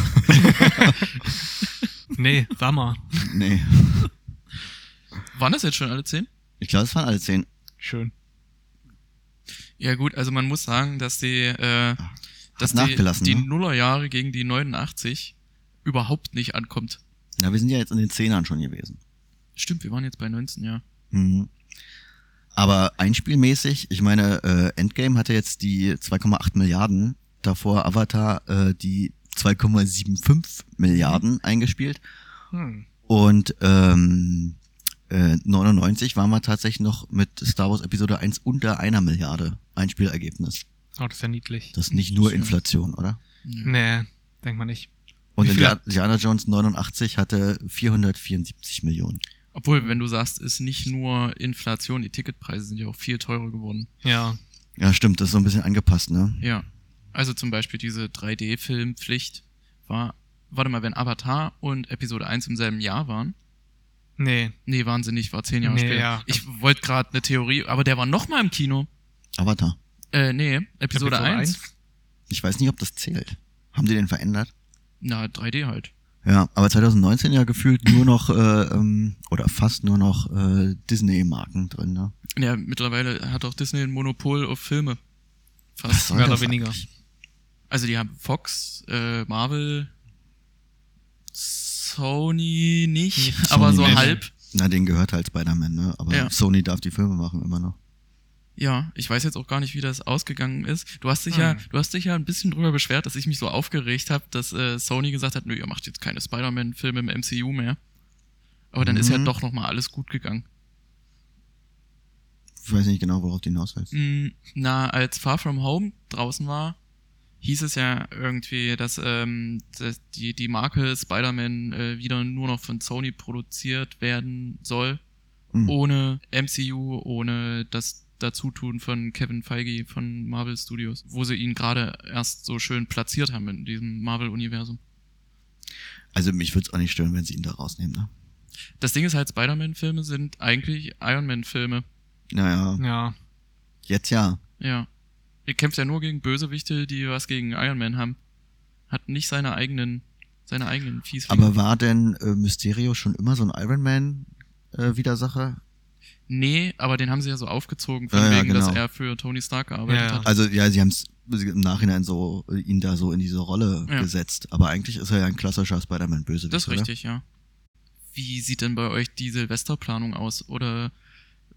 Speaker 3: Nee, sag mal.
Speaker 2: Nee.
Speaker 1: Waren das jetzt schon alle zehn?
Speaker 2: Ich glaube, es waren alle 10.
Speaker 3: Schön.
Speaker 1: Ja gut, also man muss sagen, dass die, äh, dass die,
Speaker 2: nachgelassen,
Speaker 1: die
Speaker 2: ne?
Speaker 1: Nullerjahre gegen die 89 überhaupt nicht ankommt.
Speaker 2: Na, wir sind ja jetzt in den 10ern schon gewesen.
Speaker 1: Stimmt, wir waren jetzt bei 19, ja.
Speaker 2: Mhm. Aber einspielmäßig, ich meine, äh, Endgame hatte jetzt die 2,8 Milliarden, davor Avatar äh, die 2,75 Milliarden eingespielt.
Speaker 3: Hm.
Speaker 2: Und ähm, äh, 99 waren wir tatsächlich noch mit Star Wars Episode 1 unter einer Milliarde Einspielergebnis.
Speaker 3: Oh, das ist ja niedlich.
Speaker 2: Das ist nicht nur
Speaker 1: Stimmt.
Speaker 2: Inflation, oder?
Speaker 3: Nee, denk mal nicht.
Speaker 2: Und
Speaker 3: Wie viel
Speaker 2: Indiana
Speaker 3: hat-
Speaker 2: Indiana Jones 89 hatte 474 Millionen.
Speaker 1: Obwohl, wenn du sagst, ist nicht nur Inflation, die Ticketpreise sind ja auch viel teurer geworden.
Speaker 3: Ja.
Speaker 2: Ja, stimmt, das ist so ein bisschen angepasst, ne?
Speaker 1: Ja. Also zum Beispiel diese 3D-Filmpflicht war, warte mal, wenn Avatar und Episode 1 im selben Jahr waren.
Speaker 3: Nee.
Speaker 1: Nee, waren sie nicht, war zehn Jahre
Speaker 3: Nee,
Speaker 1: später.
Speaker 3: ja.
Speaker 1: Ich wollte gerade eine Theorie, aber der war noch mal im Kino.
Speaker 2: Avatar.
Speaker 1: Äh, nee, Episode, 1.
Speaker 2: Ich weiß nicht, ob das zählt. Haben die den verändert?
Speaker 1: Na, 3D halt.
Speaker 2: Ja, aber 2019 ja gefühlt nur noch äh, ähm, oder fast nur noch äh, Disney-Marken drin, ne?
Speaker 1: Ja, mittlerweile hat auch Disney ein Monopol auf Filme.
Speaker 2: Was
Speaker 1: Fast.
Speaker 2: soll
Speaker 3: mehr oder
Speaker 2: das
Speaker 3: weniger.
Speaker 2: eigentlich?
Speaker 1: Also die haben Fox, äh, Marvel, Sony nicht,
Speaker 2: Sony
Speaker 1: aber so
Speaker 2: nicht.
Speaker 1: halb.
Speaker 2: Na, den gehört halt Spider-Man, ne? Aber
Speaker 1: Ja.
Speaker 2: Sony darf die Filme machen immer noch.
Speaker 1: Ja, ich weiß jetzt auch gar nicht, wie das ausgegangen ist. Du hast dich
Speaker 3: Hm.
Speaker 1: ja, du hast dich ja ein bisschen drüber beschwert, dass ich mich so aufgeregt habe, dass äh, Sony gesagt hat, nö, ihr macht jetzt keine Spider-Man-Filme im MCU mehr. Aber dann ist ja
Speaker 2: Mhm.
Speaker 1: doch nochmal alles gut gegangen.
Speaker 2: Ich weiß nicht genau, worauf die hinaus willst.
Speaker 1: Mm, Na, als Far From Home draußen war, hieß es ja irgendwie, dass, ähm, dass die, die Marke Spider-Man äh, wieder nur noch von Sony produziert werden soll.
Speaker 2: Hm.
Speaker 1: ohne MCU, ohne das Dazutun von Kevin Feige von Marvel Studios, wo sie ihn gerade erst so schön platziert haben in diesem Marvel-Universum.
Speaker 2: Also mich würde es auch nicht stören, wenn sie ihn da rausnehmen, ne?
Speaker 1: Das Ding ist halt, Spider-Man-Filme sind eigentlich Iron Man-Filme.
Speaker 2: Naja,
Speaker 3: Ja.
Speaker 2: jetzt ja.
Speaker 1: Ja. Ihr kämpft ja nur gegen Bösewichte, die was gegen Iron Man haben. Hat nicht seine eigenen, seine eigenen Fiesfinger.
Speaker 2: Aber war denn äh, Mysterio schon immer so ein Iron Man äh, Widersacher?
Speaker 1: nee, aber den haben sie ja so aufgezogen, von
Speaker 2: Ja, ja,
Speaker 1: wegen, dass
Speaker 2: genau.
Speaker 1: er für Tony Stark gearbeitet
Speaker 3: Ja, ja.
Speaker 1: hat.
Speaker 2: Also ja, sie haben es im Nachhinein so äh, ihn da so in diese Rolle
Speaker 1: Ja.
Speaker 2: gesetzt. Aber eigentlich ist er ja ein klassischer Spider-Man-Bösewicht.
Speaker 1: Das ist
Speaker 2: oder?
Speaker 1: richtig, ja. Wie sieht denn bei euch die Silvesterplanung aus? Oder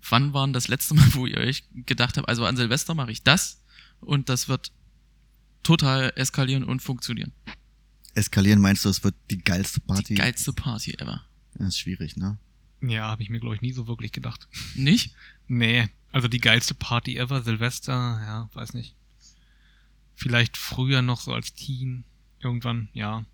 Speaker 1: wann waren das letzte Mal, wo ihr euch gedacht habt, also an Silvester mache ich das und das wird total eskalieren und funktionieren?
Speaker 2: Eskalieren meinst du, es wird die geilste Party?
Speaker 1: Die geilste Party ever.
Speaker 2: Das ist schwierig, ne?
Speaker 3: Ja, habe ich mir, glaube ich, nie so wirklich gedacht.
Speaker 1: Nicht?
Speaker 3: Nee, also die geilste Party ever, Silvester, ja, weiß nicht. Vielleicht früher noch so als Teen, irgendwann, ja.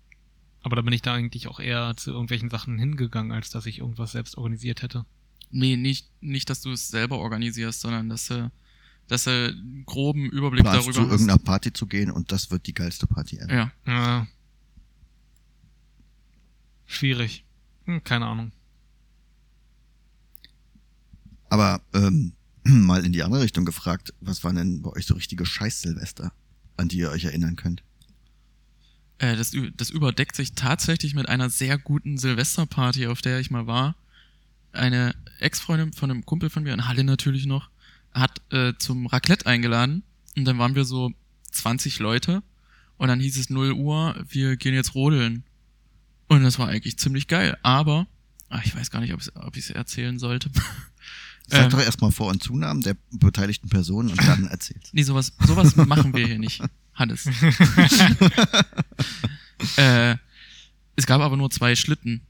Speaker 3: Aber da bin ich da eigentlich auch eher zu irgendwelchen Sachen hingegangen, als dass ich irgendwas selbst organisiert hätte.
Speaker 1: Nee, nicht, nicht dass du es selber organisierst, sondern dass du, dass du einen groben Überblick
Speaker 2: Planst zu
Speaker 1: darüber hast.
Speaker 2: irgendeiner Party zu gehen und das wird die geilste Party ever.
Speaker 1: Ja,
Speaker 3: Ja. Schwierig. Hm, keine Ahnung.
Speaker 2: Aber ähm, mal in die andere Richtung gefragt, was waren denn bei euch so richtige Scheiß-Silvester, an die ihr euch erinnern könnt?
Speaker 1: äh, das, ü- das überdeckt sich tatsächlich mit einer sehr guten Silvesterparty, auf der ich mal war. Eine Ex-Freundin von einem Kumpel von mir, in Halle natürlich noch, hat äh, zum Raclette eingeladen und dann waren wir so 20 Leute und dann hieß es 0 Uhr, wir gehen jetzt rodeln. Und das war eigentlich ziemlich geil, aber ach, ich weiß gar nicht, ob ich es erzählen sollte.
Speaker 2: Sag
Speaker 1: Ähm.
Speaker 2: doch erstmal Vor- und Zunamen der beteiligten Personen und dann erzählt.
Speaker 1: Nee, sowas, sowas machen wir hier nicht, Hannes. äh, es gab aber nur zwei Schlitten.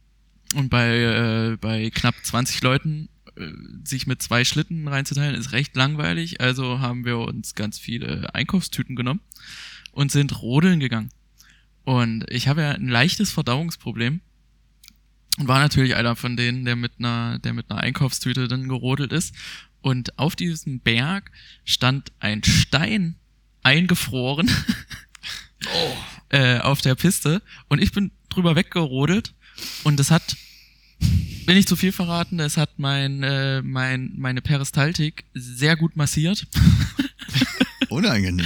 Speaker 1: Und bei, äh, bei knapp 20 Leuten äh, sich mit zwei Schlitten reinzuteilen, ist recht langweilig. Also haben wir uns ganz viele Einkaufstüten genommen und sind rodeln gegangen. Und ich habe ja ein leichtes Verdauungsproblem. Und war natürlich einer von denen, der mit einer, der mit einer Einkaufstüte dann gerodelt ist. Und auf diesem Berg stand ein Stein eingefroren äh, auf der Piste und ich bin drüber weggerodelt und das hat, will nicht zu viel verraten, es hat mein, äh, mein, meine Peristaltik sehr gut massiert
Speaker 2: Unangenehm.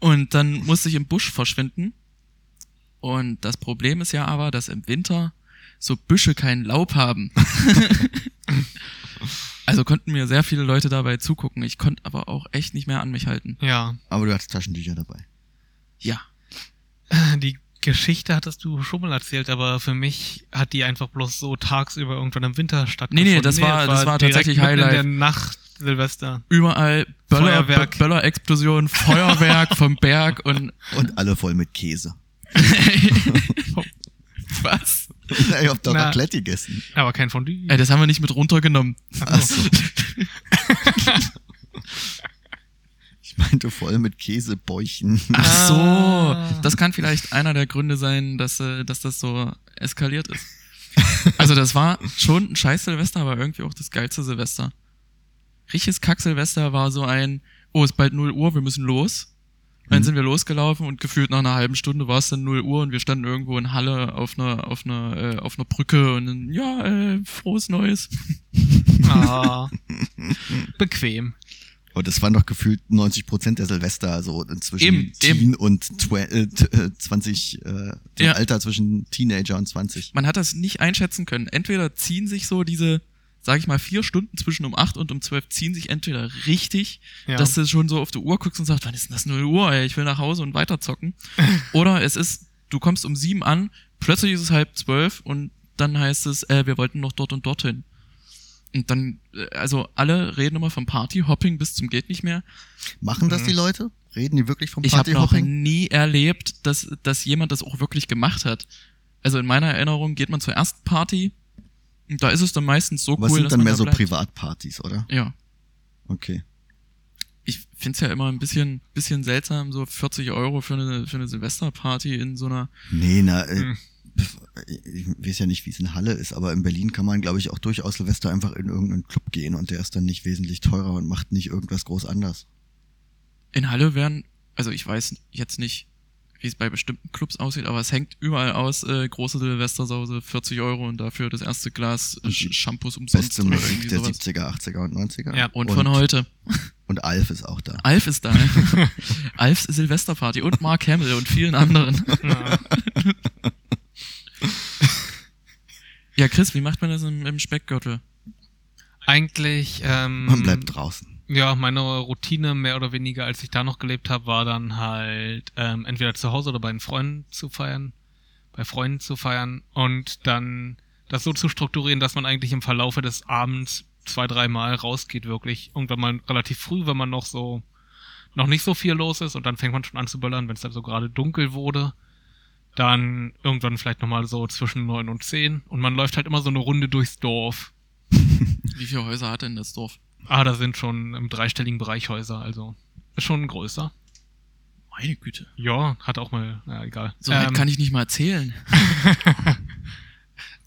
Speaker 1: und dann musste ich im Busch verschwinden. Und das Problem ist ja aber, dass im Winter so Büsche keinen Laub haben. also konnten mir sehr viele Leute dabei zugucken. Ich konnte aber auch echt nicht mehr an mich halten.
Speaker 3: Ja.
Speaker 2: Aber du hattest Taschentücher dabei.
Speaker 1: Ja.
Speaker 3: Die Geschichte hattest du schon mal erzählt, aber für mich hat die einfach bloß so tagsüber irgendwann im Winter stattgefunden.
Speaker 1: Nee, nee, das war-
Speaker 3: es
Speaker 1: das war
Speaker 3: direkt
Speaker 1: tatsächlich
Speaker 3: mitten
Speaker 1: Highlight.
Speaker 3: In der Nacht Silvester.
Speaker 1: überall Böller,
Speaker 3: Feuerwerk.
Speaker 1: Bö- Böller-Explosionen, Feuerwerk vom Berg und
Speaker 2: Und alle voll mit Käse.
Speaker 1: was?
Speaker 2: ich hab doch
Speaker 3: Na.
Speaker 2: Raclette gegessen.
Speaker 3: Aber kein Fondue.
Speaker 1: Ey, das haben wir nicht mit runtergenommen. Also,
Speaker 3: Ach so.
Speaker 2: Ich meinte voll mit Käsebäuchen.
Speaker 1: Ach
Speaker 3: Ah.
Speaker 1: so, das kann vielleicht einer der Gründe sein, dass, äh, dass das so eskaliert ist. Also das war schon ein scheiß Silvester, aber irgendwie auch das geilste Silvester. Richtiges Kack-Silvester war so ein, oh, ist bald 0 Uhr, wir müssen los. Dann
Speaker 2: Mhm.
Speaker 1: sind wir losgelaufen und gefühlt nach einer halben Stunde war es dann 0 Uhr und wir standen irgendwo in Halle auf einer, auf einer, äh, auf einer Brücke und dann, ja, äh, frohes Neues.
Speaker 3: Ah. Bequem.
Speaker 2: Und das waren doch gefühlt 90 Prozent der Silvester, so inzwischen
Speaker 1: Eben,
Speaker 2: Teen und twe- äh, t- äh, 20, äh, so
Speaker 1: Ja.
Speaker 2: ein Alter zwischen Teenager und 20.
Speaker 1: Man hat das nicht einschätzen können. Entweder ziehen sich so diese, sag ich mal, vier Stunden zwischen um 8 und um 12 ziehen sich entweder richtig,
Speaker 3: Ja.
Speaker 1: dass du schon so auf die Uhr guckst und sagst, wann ist denn das 0 Uhr, ey? ich will nach Hause und weiterzocken. Oder es ist, du kommst um 7 an, plötzlich ist es halb 12 und dann heißt es, äh, wir wollten noch dort und dorthin. Und dann, äh, also alle reden immer vom Partyhopping bis zum geht nicht mehr.
Speaker 2: Machen das
Speaker 3: Mhm.
Speaker 2: die Leute? Reden die wirklich vom
Speaker 1: Ich habe noch
Speaker 2: Partyhopping?
Speaker 1: nie erlebt, dass, dass jemand das auch wirklich gemacht hat. Also in meiner Erinnerung geht man zur ersten Party und da ist es dann meistens so
Speaker 2: Was
Speaker 1: cool,
Speaker 2: sind
Speaker 1: dass
Speaker 2: dann
Speaker 1: man
Speaker 2: mehr
Speaker 1: da
Speaker 2: so
Speaker 1: bleibt.
Speaker 2: Privatpartys, oder?
Speaker 1: Ja,
Speaker 2: Okay.
Speaker 1: ich find's ja immer ein bisschen, bisschen seltsam, so 40 Euro für eine, für eine Silvesterparty in so einer.
Speaker 2: Nee, na, äh,
Speaker 3: Mhm.
Speaker 2: pf, ich weiß ja nicht, wie es in Halle ist, aber in Berlin kann man, glaube ich, auch durchaus Silvester einfach in irgendeinen Club gehen und der ist dann nicht wesentlich teurer und macht nicht irgendwas groß anders.
Speaker 1: In Halle werden, also ich weiß jetzt nicht, wie es bei bestimmten Clubs aussieht, aber es hängt überall aus, äh, große Silvestersause, 40 Sch- und dafür das erste Glas äh,
Speaker 2: Und
Speaker 1: Sch- Shampoos umsonst.
Speaker 2: Beste
Speaker 1: oder
Speaker 2: Musik
Speaker 1: irgendwie
Speaker 2: der
Speaker 1: sowas.
Speaker 2: 70er, 80er und 90er.
Speaker 3: Ja,
Speaker 1: Und von heute.
Speaker 2: Und Alf ist auch da.
Speaker 1: Alf ist da. Alfs Silvesterparty und Mark Hamill und vielen anderen.
Speaker 3: Ja.
Speaker 1: Ja, Chris, wie macht man das im, im Speckgürtel?
Speaker 3: Eigentlich, ähm,
Speaker 2: Man bleibt draußen.
Speaker 3: ja, meine Routine mehr oder weniger, als ich da noch gelebt habe, war dann halt ähm, entweder zu Hause oder bei den Freunden zu feiern, bei Freunden zu feiern und dann das so zu strukturieren, dass man eigentlich im Verlaufe des Abends zwei, dreimal rausgeht wirklich. Irgendwann mal relativ früh, wenn man noch so noch nicht so viel los ist und dann fängt man schon an zu böllern, wenn es dann so gerade dunkel wurde. Dann irgendwann vielleicht nochmal so zwischen neun und zehn und man läuft halt immer so eine Runde durchs Dorf.
Speaker 1: Wie viele Häuser hat denn das Dorf?
Speaker 3: Ah, da sind schon im dreistelligen Bereich Häuser, also ist schon größer.
Speaker 1: Meine Güte.
Speaker 3: Ja, hat auch mal, na egal.
Speaker 1: So weit
Speaker 3: Ähm,
Speaker 1: kann ich nicht mal zählen.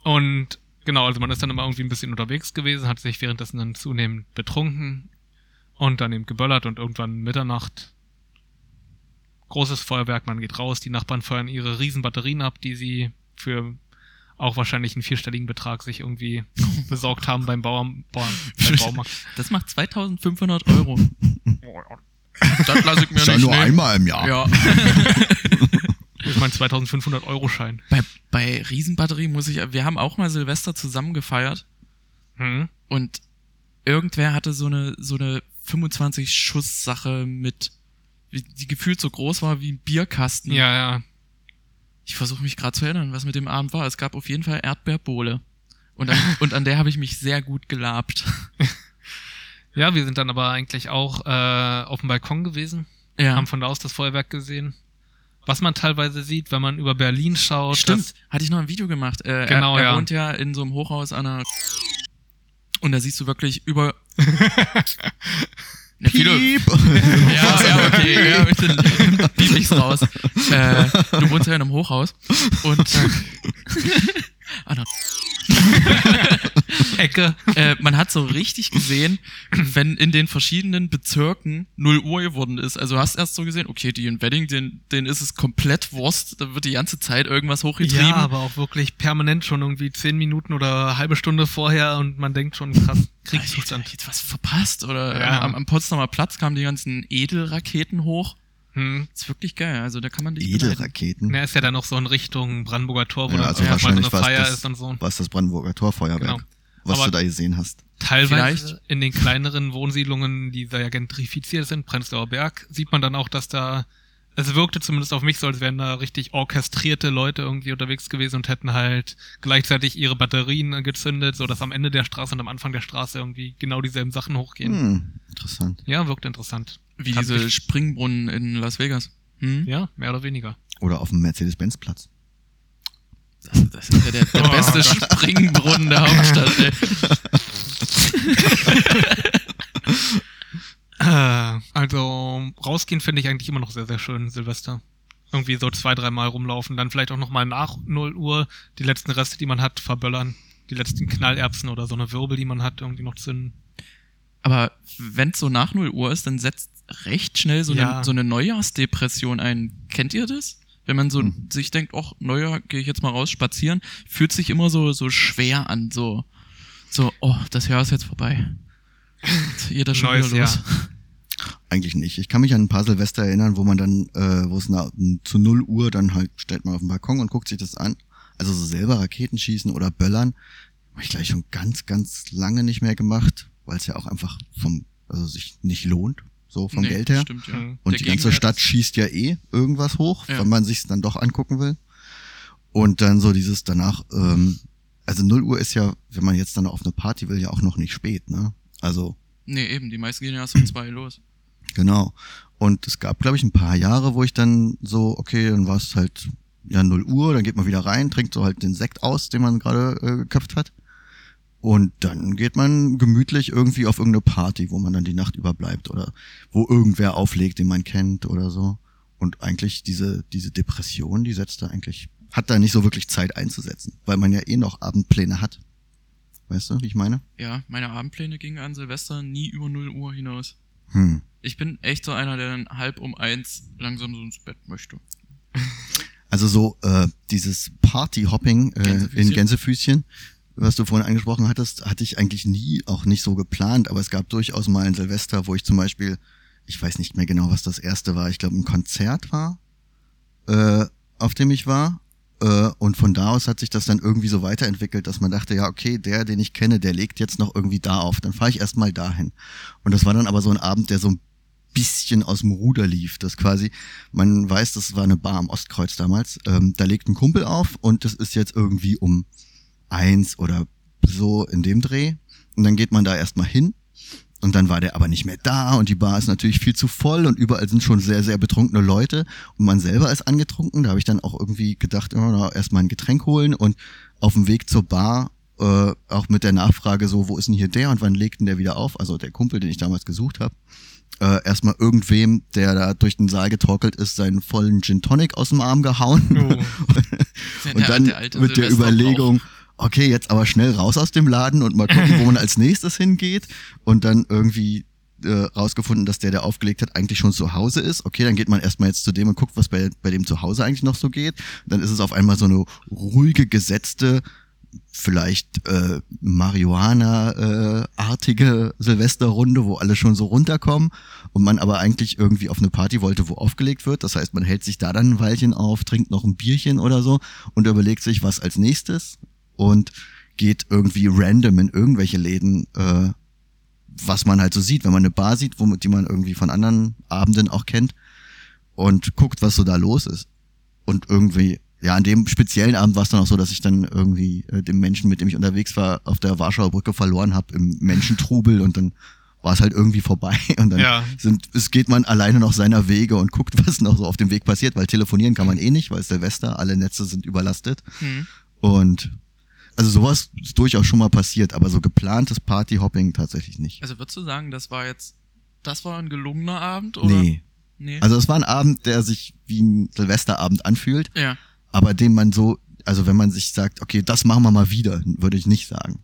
Speaker 3: Und genau, also man ist dann immer irgendwie ein bisschen unterwegs gewesen, hat sich währenddessen dann zunehmend betrunken und dann eben geböllert und irgendwann Mitternacht großes Feuerwerk, man geht raus, die Nachbarn feuern ihre riesen Batterien ab, die sie für auch wahrscheinlich einen vierstelligen Betrag sich irgendwie besorgt haben beim Bauern, Bauern beim Baumarkt.
Speaker 1: Das macht 2500 Euro. Das lasse ich mir
Speaker 2: Ist ja
Speaker 1: nicht
Speaker 2: nur
Speaker 3: ne.
Speaker 1: nehmen.
Speaker 2: einmal im Jahr.
Speaker 1: Ja.
Speaker 3: Ich meine 2500 Euro Schein.
Speaker 1: Bei, bei Riesenbatterie muss ich, wir haben auch mal Silvester zusammen gefeiert
Speaker 3: Hm?
Speaker 1: und irgendwer hatte so eine, so eine 25-Schuss-Sache mit, die gefühlt so groß war wie ein Bierkasten.
Speaker 3: Ja, ja,
Speaker 1: Ich versuche mich gerade zu erinnern, was mit dem Abend war. Es gab auf jeden Fall Erdbeerbohle. Und an, und an der habe ich mich sehr gut gelabt.
Speaker 3: Ja, wir sind dann aber eigentlich auch äh, auf dem Balkon gewesen,
Speaker 1: Ja,
Speaker 3: haben von da aus das Feuerwerk gesehen. Was man teilweise sieht, wenn man über Berlin schaut.
Speaker 1: stimmt. Hatte ich noch ein Video gemacht. Äh,
Speaker 3: Genau,
Speaker 1: er, er
Speaker 3: ja.
Speaker 1: wohnt ja in so einem Hochhaus an einer... Und da siehst du wirklich über... Ja, viele, Ja, ja, okay. Ja, bitte piep ich's raus. Äh, du wohnst ja in einem Hochhaus und äh, ah, na,
Speaker 3: Das Ecke.
Speaker 1: äh, man hat so richtig gesehen, wenn in den verschiedenen Bezirken 0 Uhr geworden ist. Also du hast erst so gesehen, okay, die in Wedding, den, den ist es komplett Wurst, da wird die ganze Zeit irgendwas hochgetrieben.
Speaker 3: Ja, aber auch wirklich permanent schon irgendwie zehn Minuten oder halbe Stunde vorher und man denkt schon, krass,
Speaker 1: Hab ich jetzt, hab
Speaker 3: Kriegszustand.
Speaker 1: ich jetzt was verpasst oder
Speaker 3: Ja. genau.
Speaker 1: äh, am, am Potsdamer Platz kamen die ganzen Edelraketen hoch.
Speaker 3: Hm.
Speaker 1: Ist wirklich geil, also da kann man dich beneiden.
Speaker 2: Edelraketen.
Speaker 3: Na, ist ja dann noch so in Richtung Brandenburger Tor, wo
Speaker 2: Ja,
Speaker 3: dann
Speaker 2: also
Speaker 3: auch mal so eine
Speaker 2: wahrscheinlich war's
Speaker 3: Feier
Speaker 2: das-
Speaker 3: ist und so.
Speaker 2: Was das Brandenburger Torfeuerwerk,
Speaker 3: Genau.
Speaker 2: was
Speaker 3: Aber-
Speaker 2: du da gesehen hast.
Speaker 3: Teilweise
Speaker 1: Vielleicht.
Speaker 3: in den kleineren Wohnsiedlungen, die da ja gentrifiziert sind, Prenzlauer Berg, sieht man dann auch, dass da, es wirkte zumindest auf mich so, als wären da richtig orchestrierte Leute irgendwie unterwegs gewesen und hätten halt gleichzeitig ihre Batterien gezündet, so dass am Ende der Straße und am Anfang der Straße irgendwie genau dieselben Sachen hochgehen.
Speaker 2: Hm, interessant.
Speaker 3: Ja, wirkt interessant.
Speaker 1: Wie
Speaker 3: Kann
Speaker 1: diese
Speaker 3: ich-
Speaker 1: Springbrunnen in Las Vegas. Hm?
Speaker 3: Ja, mehr oder weniger.
Speaker 2: Oder auf dem Mercedes-Benz-Platz.
Speaker 1: Das, das ist ja der, der
Speaker 3: Oh
Speaker 1: beste Springbrunnen der Hauptstadt. Ey.
Speaker 3: Äh, Also rausgehen finde ich eigentlich immer noch sehr, sehr schön, Silvester. Irgendwie so zwei, dreimal rumlaufen, dann vielleicht auch nochmal nach 0 Uhr die letzten Reste, die man hat, verböllern. Die letzten Knallerbsen oder so eine Wirbel, die man hat, irgendwie noch zünden.
Speaker 1: Aber wenn so nach 0 Uhr ist, dann setzt recht schnell so,
Speaker 3: Ja.
Speaker 1: eine, so eine Neujahrsdepression ein. Kennt ihr das? Wenn man so
Speaker 2: Mhm.
Speaker 1: sich denkt, ach, Neujahr gehe ich jetzt mal raus spazieren, fühlt sich immer so, so schwer an. So, so oh, das Jahr ist jetzt vorbei. Jetzt Geht das schon
Speaker 3: Neues
Speaker 1: wieder los?
Speaker 2: Eigentlich nicht. Ich kann mich an ein paar Silvester erinnern, wo man dann, äh, wo es na, m, zu 0 Uhr dann halt stellt man auf den Balkon und guckt sich das an. Also so selber Raketen schießen oder Böllern. Habe ich gleich schon ganz, ganz lange nicht mehr gemacht, weil es ja auch einfach vom, also sich nicht lohnt, so vom
Speaker 1: Nee,
Speaker 2: Geld her.
Speaker 1: Stimmt, ja.
Speaker 3: Mhm.
Speaker 2: Und
Speaker 1: Der
Speaker 2: die ganze
Speaker 1: Gegenwert
Speaker 2: Stadt
Speaker 1: ist-
Speaker 2: schießt ja eh irgendwas hoch,
Speaker 1: Ja.
Speaker 2: wenn man sich's dann doch angucken will. Und dann so dieses danach, ähm, also 0 Uhr ist ja, wenn man jetzt dann auf eine Party will, ja auch noch nicht spät, ne? Also,
Speaker 1: Nee, eben, die meisten gehen ja erst um zwei los.
Speaker 2: genau. Und es gab, glaube ich, ein paar Jahre, wo ich dann so, okay, dann war es halt ja 0 Uhr, dann geht man wieder rein, trinkt so halt den Sekt aus, den man gerade äh, geköpft hat. Und dann geht man gemütlich irgendwie auf irgendeine Party, wo man dann die Nacht überbleibt oder wo irgendwer auflegt, den man kennt oder so. Und eigentlich diese, diese Depression, die setzt da eigentlich, hat da nicht so wirklich Zeit einzusetzen, weil man ja eh noch Abendpläne hat. Weißt du, wie ich meine?
Speaker 1: Ja, meine Abendpläne gingen an Silvester nie über 0 Uhr hinaus.
Speaker 2: Hm.
Speaker 1: Ich bin echt so einer, der dann halb um eins langsam so ins Bett möchte.
Speaker 2: Also so äh, dieses Party-Hopping äh,
Speaker 1: Gänsefüßchen.
Speaker 2: in Gänsefüßchen, was du vorhin angesprochen hattest, hatte ich eigentlich nie, auch nicht so geplant, aber es gab durchaus mal ein Silvester, wo ich zum Beispiel, ich weiß nicht mehr genau, was das erste war, ich glaube ein Konzert war, äh, auf dem ich war Äh, und von da aus hat sich das dann irgendwie so weiterentwickelt, dass man dachte, ja, okay, der, den ich kenne, der legt jetzt noch irgendwie da auf. Dann fahre ich erstmal dahin. Und das war dann aber so ein Abend, der so ein bisschen aus dem Ruder lief. Das quasi, man weiß, das war eine Bar am Ostkreuz damals. Ähm, da legt ein Kumpel auf und das ist jetzt irgendwie um eins oder so in dem Dreh. Und dann geht man da erstmal hin. Und dann war der aber nicht mehr da und die Bar ist natürlich viel zu voll und überall sind schon sehr, sehr betrunkene Leute und man selber ist angetrunken. Da habe ich dann auch irgendwie gedacht, oh, na, erstmal ein Getränk holen und auf dem Weg zur Bar äh, auch mit der Nachfrage so, wo ist denn hier der und wann legt denn der wieder auf? Also der Kumpel, den ich damals gesucht habe. Äh, erstmal irgendwem, der da durch den Saal getorkelt ist, seinen vollen Gin Tonic aus dem Arm gehauen.
Speaker 3: Oh.
Speaker 2: und dann
Speaker 1: der alte
Speaker 2: mit der
Speaker 1: Silvester
Speaker 2: Überlegung, okay, jetzt aber schnell raus aus dem Laden und mal gucken, wo man als nächstes hingeht. Und dann irgendwie äh, rausgefunden, dass der, der aufgelegt hat, eigentlich schon zu Hause ist. Okay, dann geht man erstmal jetzt zu dem und guckt, was bei, bei dem zu Hause eigentlich noch so geht. Dann ist es auf einmal so eine ruhige, gesetzte, vielleicht äh, Marihuana-artige Silvesterrunde, wo alle schon so runterkommen und man aber eigentlich irgendwie auf eine Party wollte, wo aufgelegt wird. Das heißt, man hält sich da dann ein Weilchen auf, trinkt noch ein Bierchen oder so und überlegt sich, was als nächstes und geht irgendwie random in irgendwelche Läden, äh, was man halt so sieht, wenn man eine Bar sieht, wo, die man irgendwie von anderen Abenden auch kennt und guckt, was so da los ist. Und irgendwie, ja, an dem speziellen Abend war es dann auch so, dass ich dann irgendwie äh, den Menschen, mit dem ich unterwegs war, auf der Warschauer Brücke verloren habe im Menschentrubel und dann war es halt irgendwie vorbei und dann
Speaker 3: Ja.
Speaker 2: sind, es geht man alleine noch seiner Wege und guckt, was noch so auf dem Weg passiert, weil telefonieren kann man eh nicht, weil es Silvester, alle Netze sind überlastet.
Speaker 1: Hm.
Speaker 2: Und also sowas ist durchaus schon mal passiert, aber so geplantes Partyhopping tatsächlich nicht.
Speaker 1: Also würdest du sagen, das war jetzt, das war ein gelungener Abend, oder?
Speaker 2: Nee.
Speaker 1: nee.
Speaker 2: Also es war ein Abend, der sich wie ein Silvesterabend anfühlt,
Speaker 1: ja.
Speaker 2: aber den man so, also wenn man sich sagt, okay, das machen wir mal wieder, würde ich nicht sagen.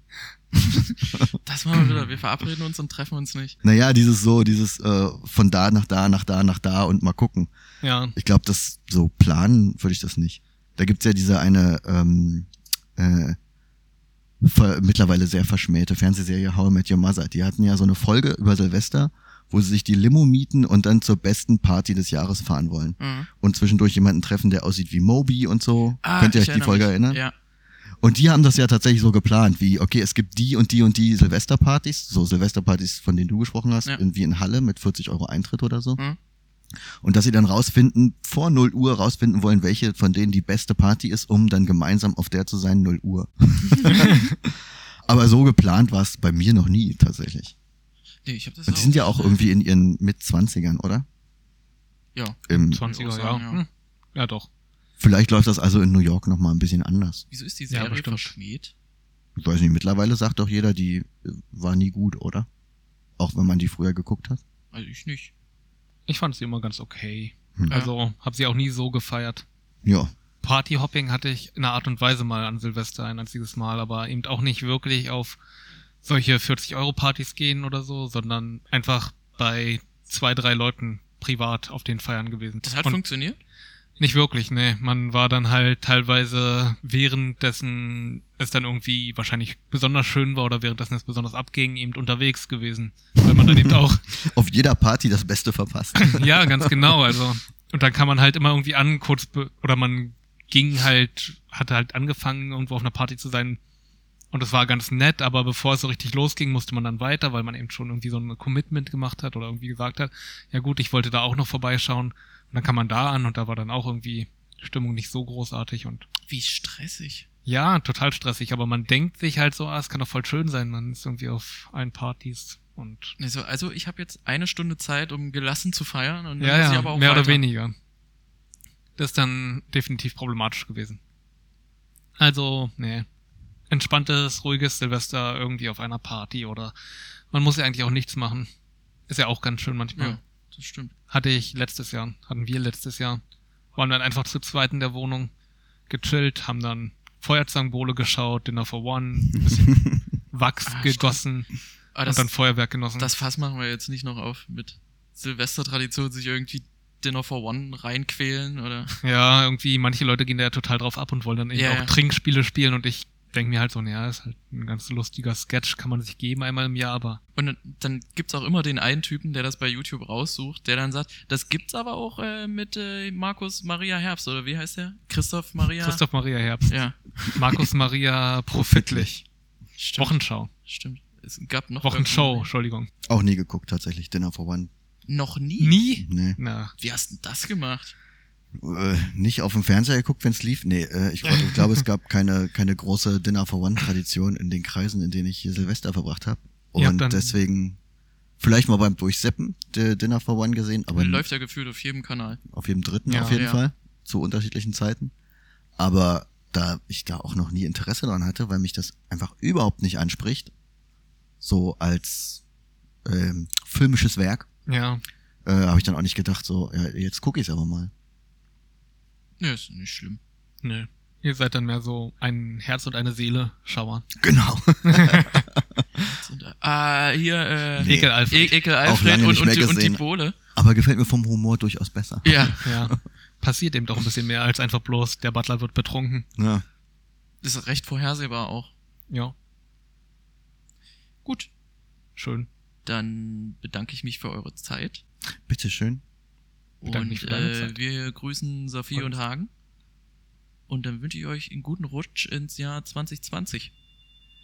Speaker 1: Das machen wir wieder. Wir verabreden uns und treffen uns nicht.
Speaker 2: Naja, dieses so, dieses äh, von da nach da, nach da, nach da und mal gucken.
Speaker 3: Ja.
Speaker 2: Ich glaube, das so planen würde ich das nicht. Da gibt's ja diese eine ähm, äh, ver mittlerweile sehr verschmähte Fernsehserie How I Met Your Mother. Die hatten ja so eine Folge über Silvester, wo sie sich die Limo mieten und dann zur besten Party des Jahres fahren wollen.
Speaker 1: Mhm.
Speaker 2: Und zwischendurch jemanden treffen, der aussieht wie Moby und so. Könnt ihr
Speaker 1: Ah, ich
Speaker 2: euch die Folge
Speaker 1: mich.
Speaker 2: erinnern?
Speaker 1: Ja.
Speaker 2: Und die haben das ja tatsächlich so geplant, wie, okay, es gibt die und die und die Silvesterpartys, so Silvesterpartys, von denen du gesprochen hast,
Speaker 1: Ja.
Speaker 2: irgendwie in Halle mit 40 Euro Eintritt oder so.
Speaker 1: Mhm.
Speaker 2: Und dass sie dann rausfinden, vor 0 Uhr rausfinden wollen, welche von denen die beste Party ist, um dann gemeinsam auf der zu sein, 0 Uhr. Aber so geplant war es bei mir noch nie tatsächlich.
Speaker 1: Nee, ich hab das
Speaker 2: Und die sind ja auch irgendwie in ihren Mitzwanzigern, oder?
Speaker 1: Ja.
Speaker 2: Im,
Speaker 3: 20er,
Speaker 1: sagen,
Speaker 3: ja.
Speaker 1: ja.
Speaker 3: Hm. Ja, doch.
Speaker 2: vielleicht läuft das also in New York nochmal ein bisschen anders.
Speaker 1: Wieso ist die
Speaker 3: Ja,
Speaker 1: Serie
Speaker 3: bestimmt.
Speaker 1: verschmäht?
Speaker 2: Ich weiß nicht, mittlerweile sagt doch jeder, die äh, war nie gut, oder? Auch wenn man die früher geguckt hat.
Speaker 1: Also ich nicht.
Speaker 3: Ich fand sie immer ganz okay.
Speaker 2: Hm.
Speaker 1: Ja.
Speaker 3: Also, hab sie auch nie so gefeiert.
Speaker 2: Ja.
Speaker 3: Partyhopping hatte ich in einer Art und Weise mal an Silvester ein einziges Mal, aber eben auch nicht wirklich auf solche 40-Euro-Partys gehen oder so, sondern einfach bei zwei, drei Leuten privat auf den Feiern gewesen.
Speaker 1: Das hat
Speaker 3: Und
Speaker 1: funktioniert?
Speaker 3: Nicht wirklich, nee. Man war dann halt teilweise währenddessen es dann irgendwie wahrscheinlich besonders schön war oder währenddessen es besonders abging, eben unterwegs gewesen. Weil man dann eben auch,
Speaker 2: Auf jeder Party das Beste verpasst.
Speaker 3: ja, ganz genau, also. Und dann kann man halt immer irgendwie an, kurz, be- oder man ging halt, hatte halt angefangen, irgendwo auf einer Party zu sein. Und das war ganz nett, aber bevor es so richtig losging, musste man dann weiter, weil man eben schon irgendwie so ein Commitment gemacht hat oder irgendwie gesagt hat, ja gut, ich wollte da auch noch vorbeischauen. Und dann kam man da an und da war dann auch irgendwie die Stimmung nicht so großartig und
Speaker 1: Wie stressig.
Speaker 3: Ja, total stressig, aber man denkt sich halt so, ah, es kann doch voll schön sein, man ist irgendwie auf allen Partys und
Speaker 1: Also, also ich habe jetzt eine Stunde Zeit, um gelassen zu feiern und dann
Speaker 3: ja,
Speaker 1: muss
Speaker 3: ja,
Speaker 1: ich aber auch
Speaker 3: mehr oder
Speaker 1: weiter.
Speaker 3: weniger. Das ist dann definitiv problematisch gewesen. Also, nee. Entspanntes, ruhiges Silvester irgendwie auf einer Party oder man muss ja eigentlich auch nichts machen. Ist ja auch ganz schön manchmal.
Speaker 1: Ja, das stimmt.
Speaker 3: Hatte ich letztes Jahr, hatten wir letztes Jahr. Waren dann einfach zu zweit in der Wohnung gechillt, haben dann Feuerzangenbowle geschaut, Dinner for One, ein bisschen Wachs
Speaker 1: Ah,
Speaker 3: gegossen
Speaker 1: Aber
Speaker 3: und
Speaker 1: das,
Speaker 3: dann Feuerwerk genossen.
Speaker 1: das Fass machen wir jetzt nicht noch auf mit Silvestertradition, sich irgendwie Dinner for One reinquälen oder.
Speaker 3: ja, irgendwie, manche Leute gehen da ja total drauf ab und wollen dann eben
Speaker 1: Ja,
Speaker 3: auch
Speaker 1: ja.
Speaker 3: Trinkspiele spielen und ich denke mir halt so, naja, ist halt ein ganz lustiger Sketch, kann man sich geben einmal im Jahr, aber
Speaker 1: Und dann- dann gibt's auch immer den einen Typen, der das bei YouTube raussucht, der dann sagt, das gibt's aber auch äh, mit äh, Markus Maria Herbst, oder wie heißt der? Christoph Maria?
Speaker 3: Christoph Maria Herbst,
Speaker 1: Ja,
Speaker 3: Markus Maria Profitlich,
Speaker 1: stimmt.
Speaker 3: Wochenschau,
Speaker 1: stimmt. Es gab noch
Speaker 3: Wochenshow, Entschuldigung.
Speaker 2: Auch nie geguckt, tatsächlich. Dinner for One.
Speaker 1: irgendeinen- Noch nie?
Speaker 3: Nie?
Speaker 2: Nee.
Speaker 3: Na,
Speaker 1: Wie hast du das gemacht?
Speaker 2: Äh, nicht auf dem Fernseher geguckt, wenn es lief? Nee, äh, ich, glaub- ich glaube, es gab keine, keine große Dinner for One-Tradition in den Kreisen, in denen ich hier Silvester verbracht habe.
Speaker 3: Ihr habt
Speaker 2: Und
Speaker 3: dann-
Speaker 2: deswegen vielleicht mal beim Durchseppen der Dinner for One gesehen, aber
Speaker 1: Läuft ja gefühlt auf jedem Kanal.
Speaker 2: auf jedem dritten
Speaker 3: Ja,
Speaker 2: auf jeden
Speaker 1: ja.
Speaker 2: Fall, zu unterschiedlichen Zeiten. Aber da ich da auch noch nie Interesse daran hatte, weil mich das einfach überhaupt nicht anspricht, so als ähm, filmisches Werk,
Speaker 3: ja,
Speaker 2: äh, habe ich dann auch nicht gedacht, so, ja, jetzt gucke ich es aber mal.
Speaker 1: Nö, ist nicht schlimm.
Speaker 3: nö. Ihr seid dann mehr so ein Herz und eine Seele, Schauer.
Speaker 2: Genau.
Speaker 1: Jetzt sind da- Ah, hier, äh,
Speaker 2: Nee.
Speaker 3: Ekel Alfred.
Speaker 1: E Ekel Alfred
Speaker 2: lange
Speaker 1: und,
Speaker 2: nicht
Speaker 1: und,
Speaker 2: mehr
Speaker 1: die- und die
Speaker 2: gesehen.
Speaker 1: Bohle.
Speaker 2: Aber gefällt mir vom Humor durchaus besser.
Speaker 1: Ja,
Speaker 3: Ja, passiert eben doch ein bisschen mehr als einfach bloß, der Butler wird betrunken.
Speaker 2: Ja.
Speaker 1: das ist recht vorhersehbar auch.
Speaker 3: Ja,
Speaker 1: Gut,
Speaker 3: schön.
Speaker 1: dann bedanke ich mich für eure Zeit.
Speaker 2: Bitteschön.
Speaker 1: Und
Speaker 3: Bedanke mich für deine
Speaker 1: äh,
Speaker 3: Zeit.
Speaker 1: wir grüßen Safi
Speaker 3: Und-
Speaker 1: und Hagen. Und dann wünsche ich euch einen guten Rutsch ins Jahr 2020.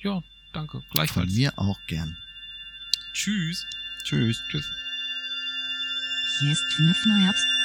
Speaker 3: Ja, danke.
Speaker 2: Von
Speaker 3: Gleichfalls.
Speaker 2: mir auch gern.
Speaker 1: Tschüss.
Speaker 2: Tschüss.
Speaker 3: Tschüss.
Speaker 4: Hier ist Fünf Herbst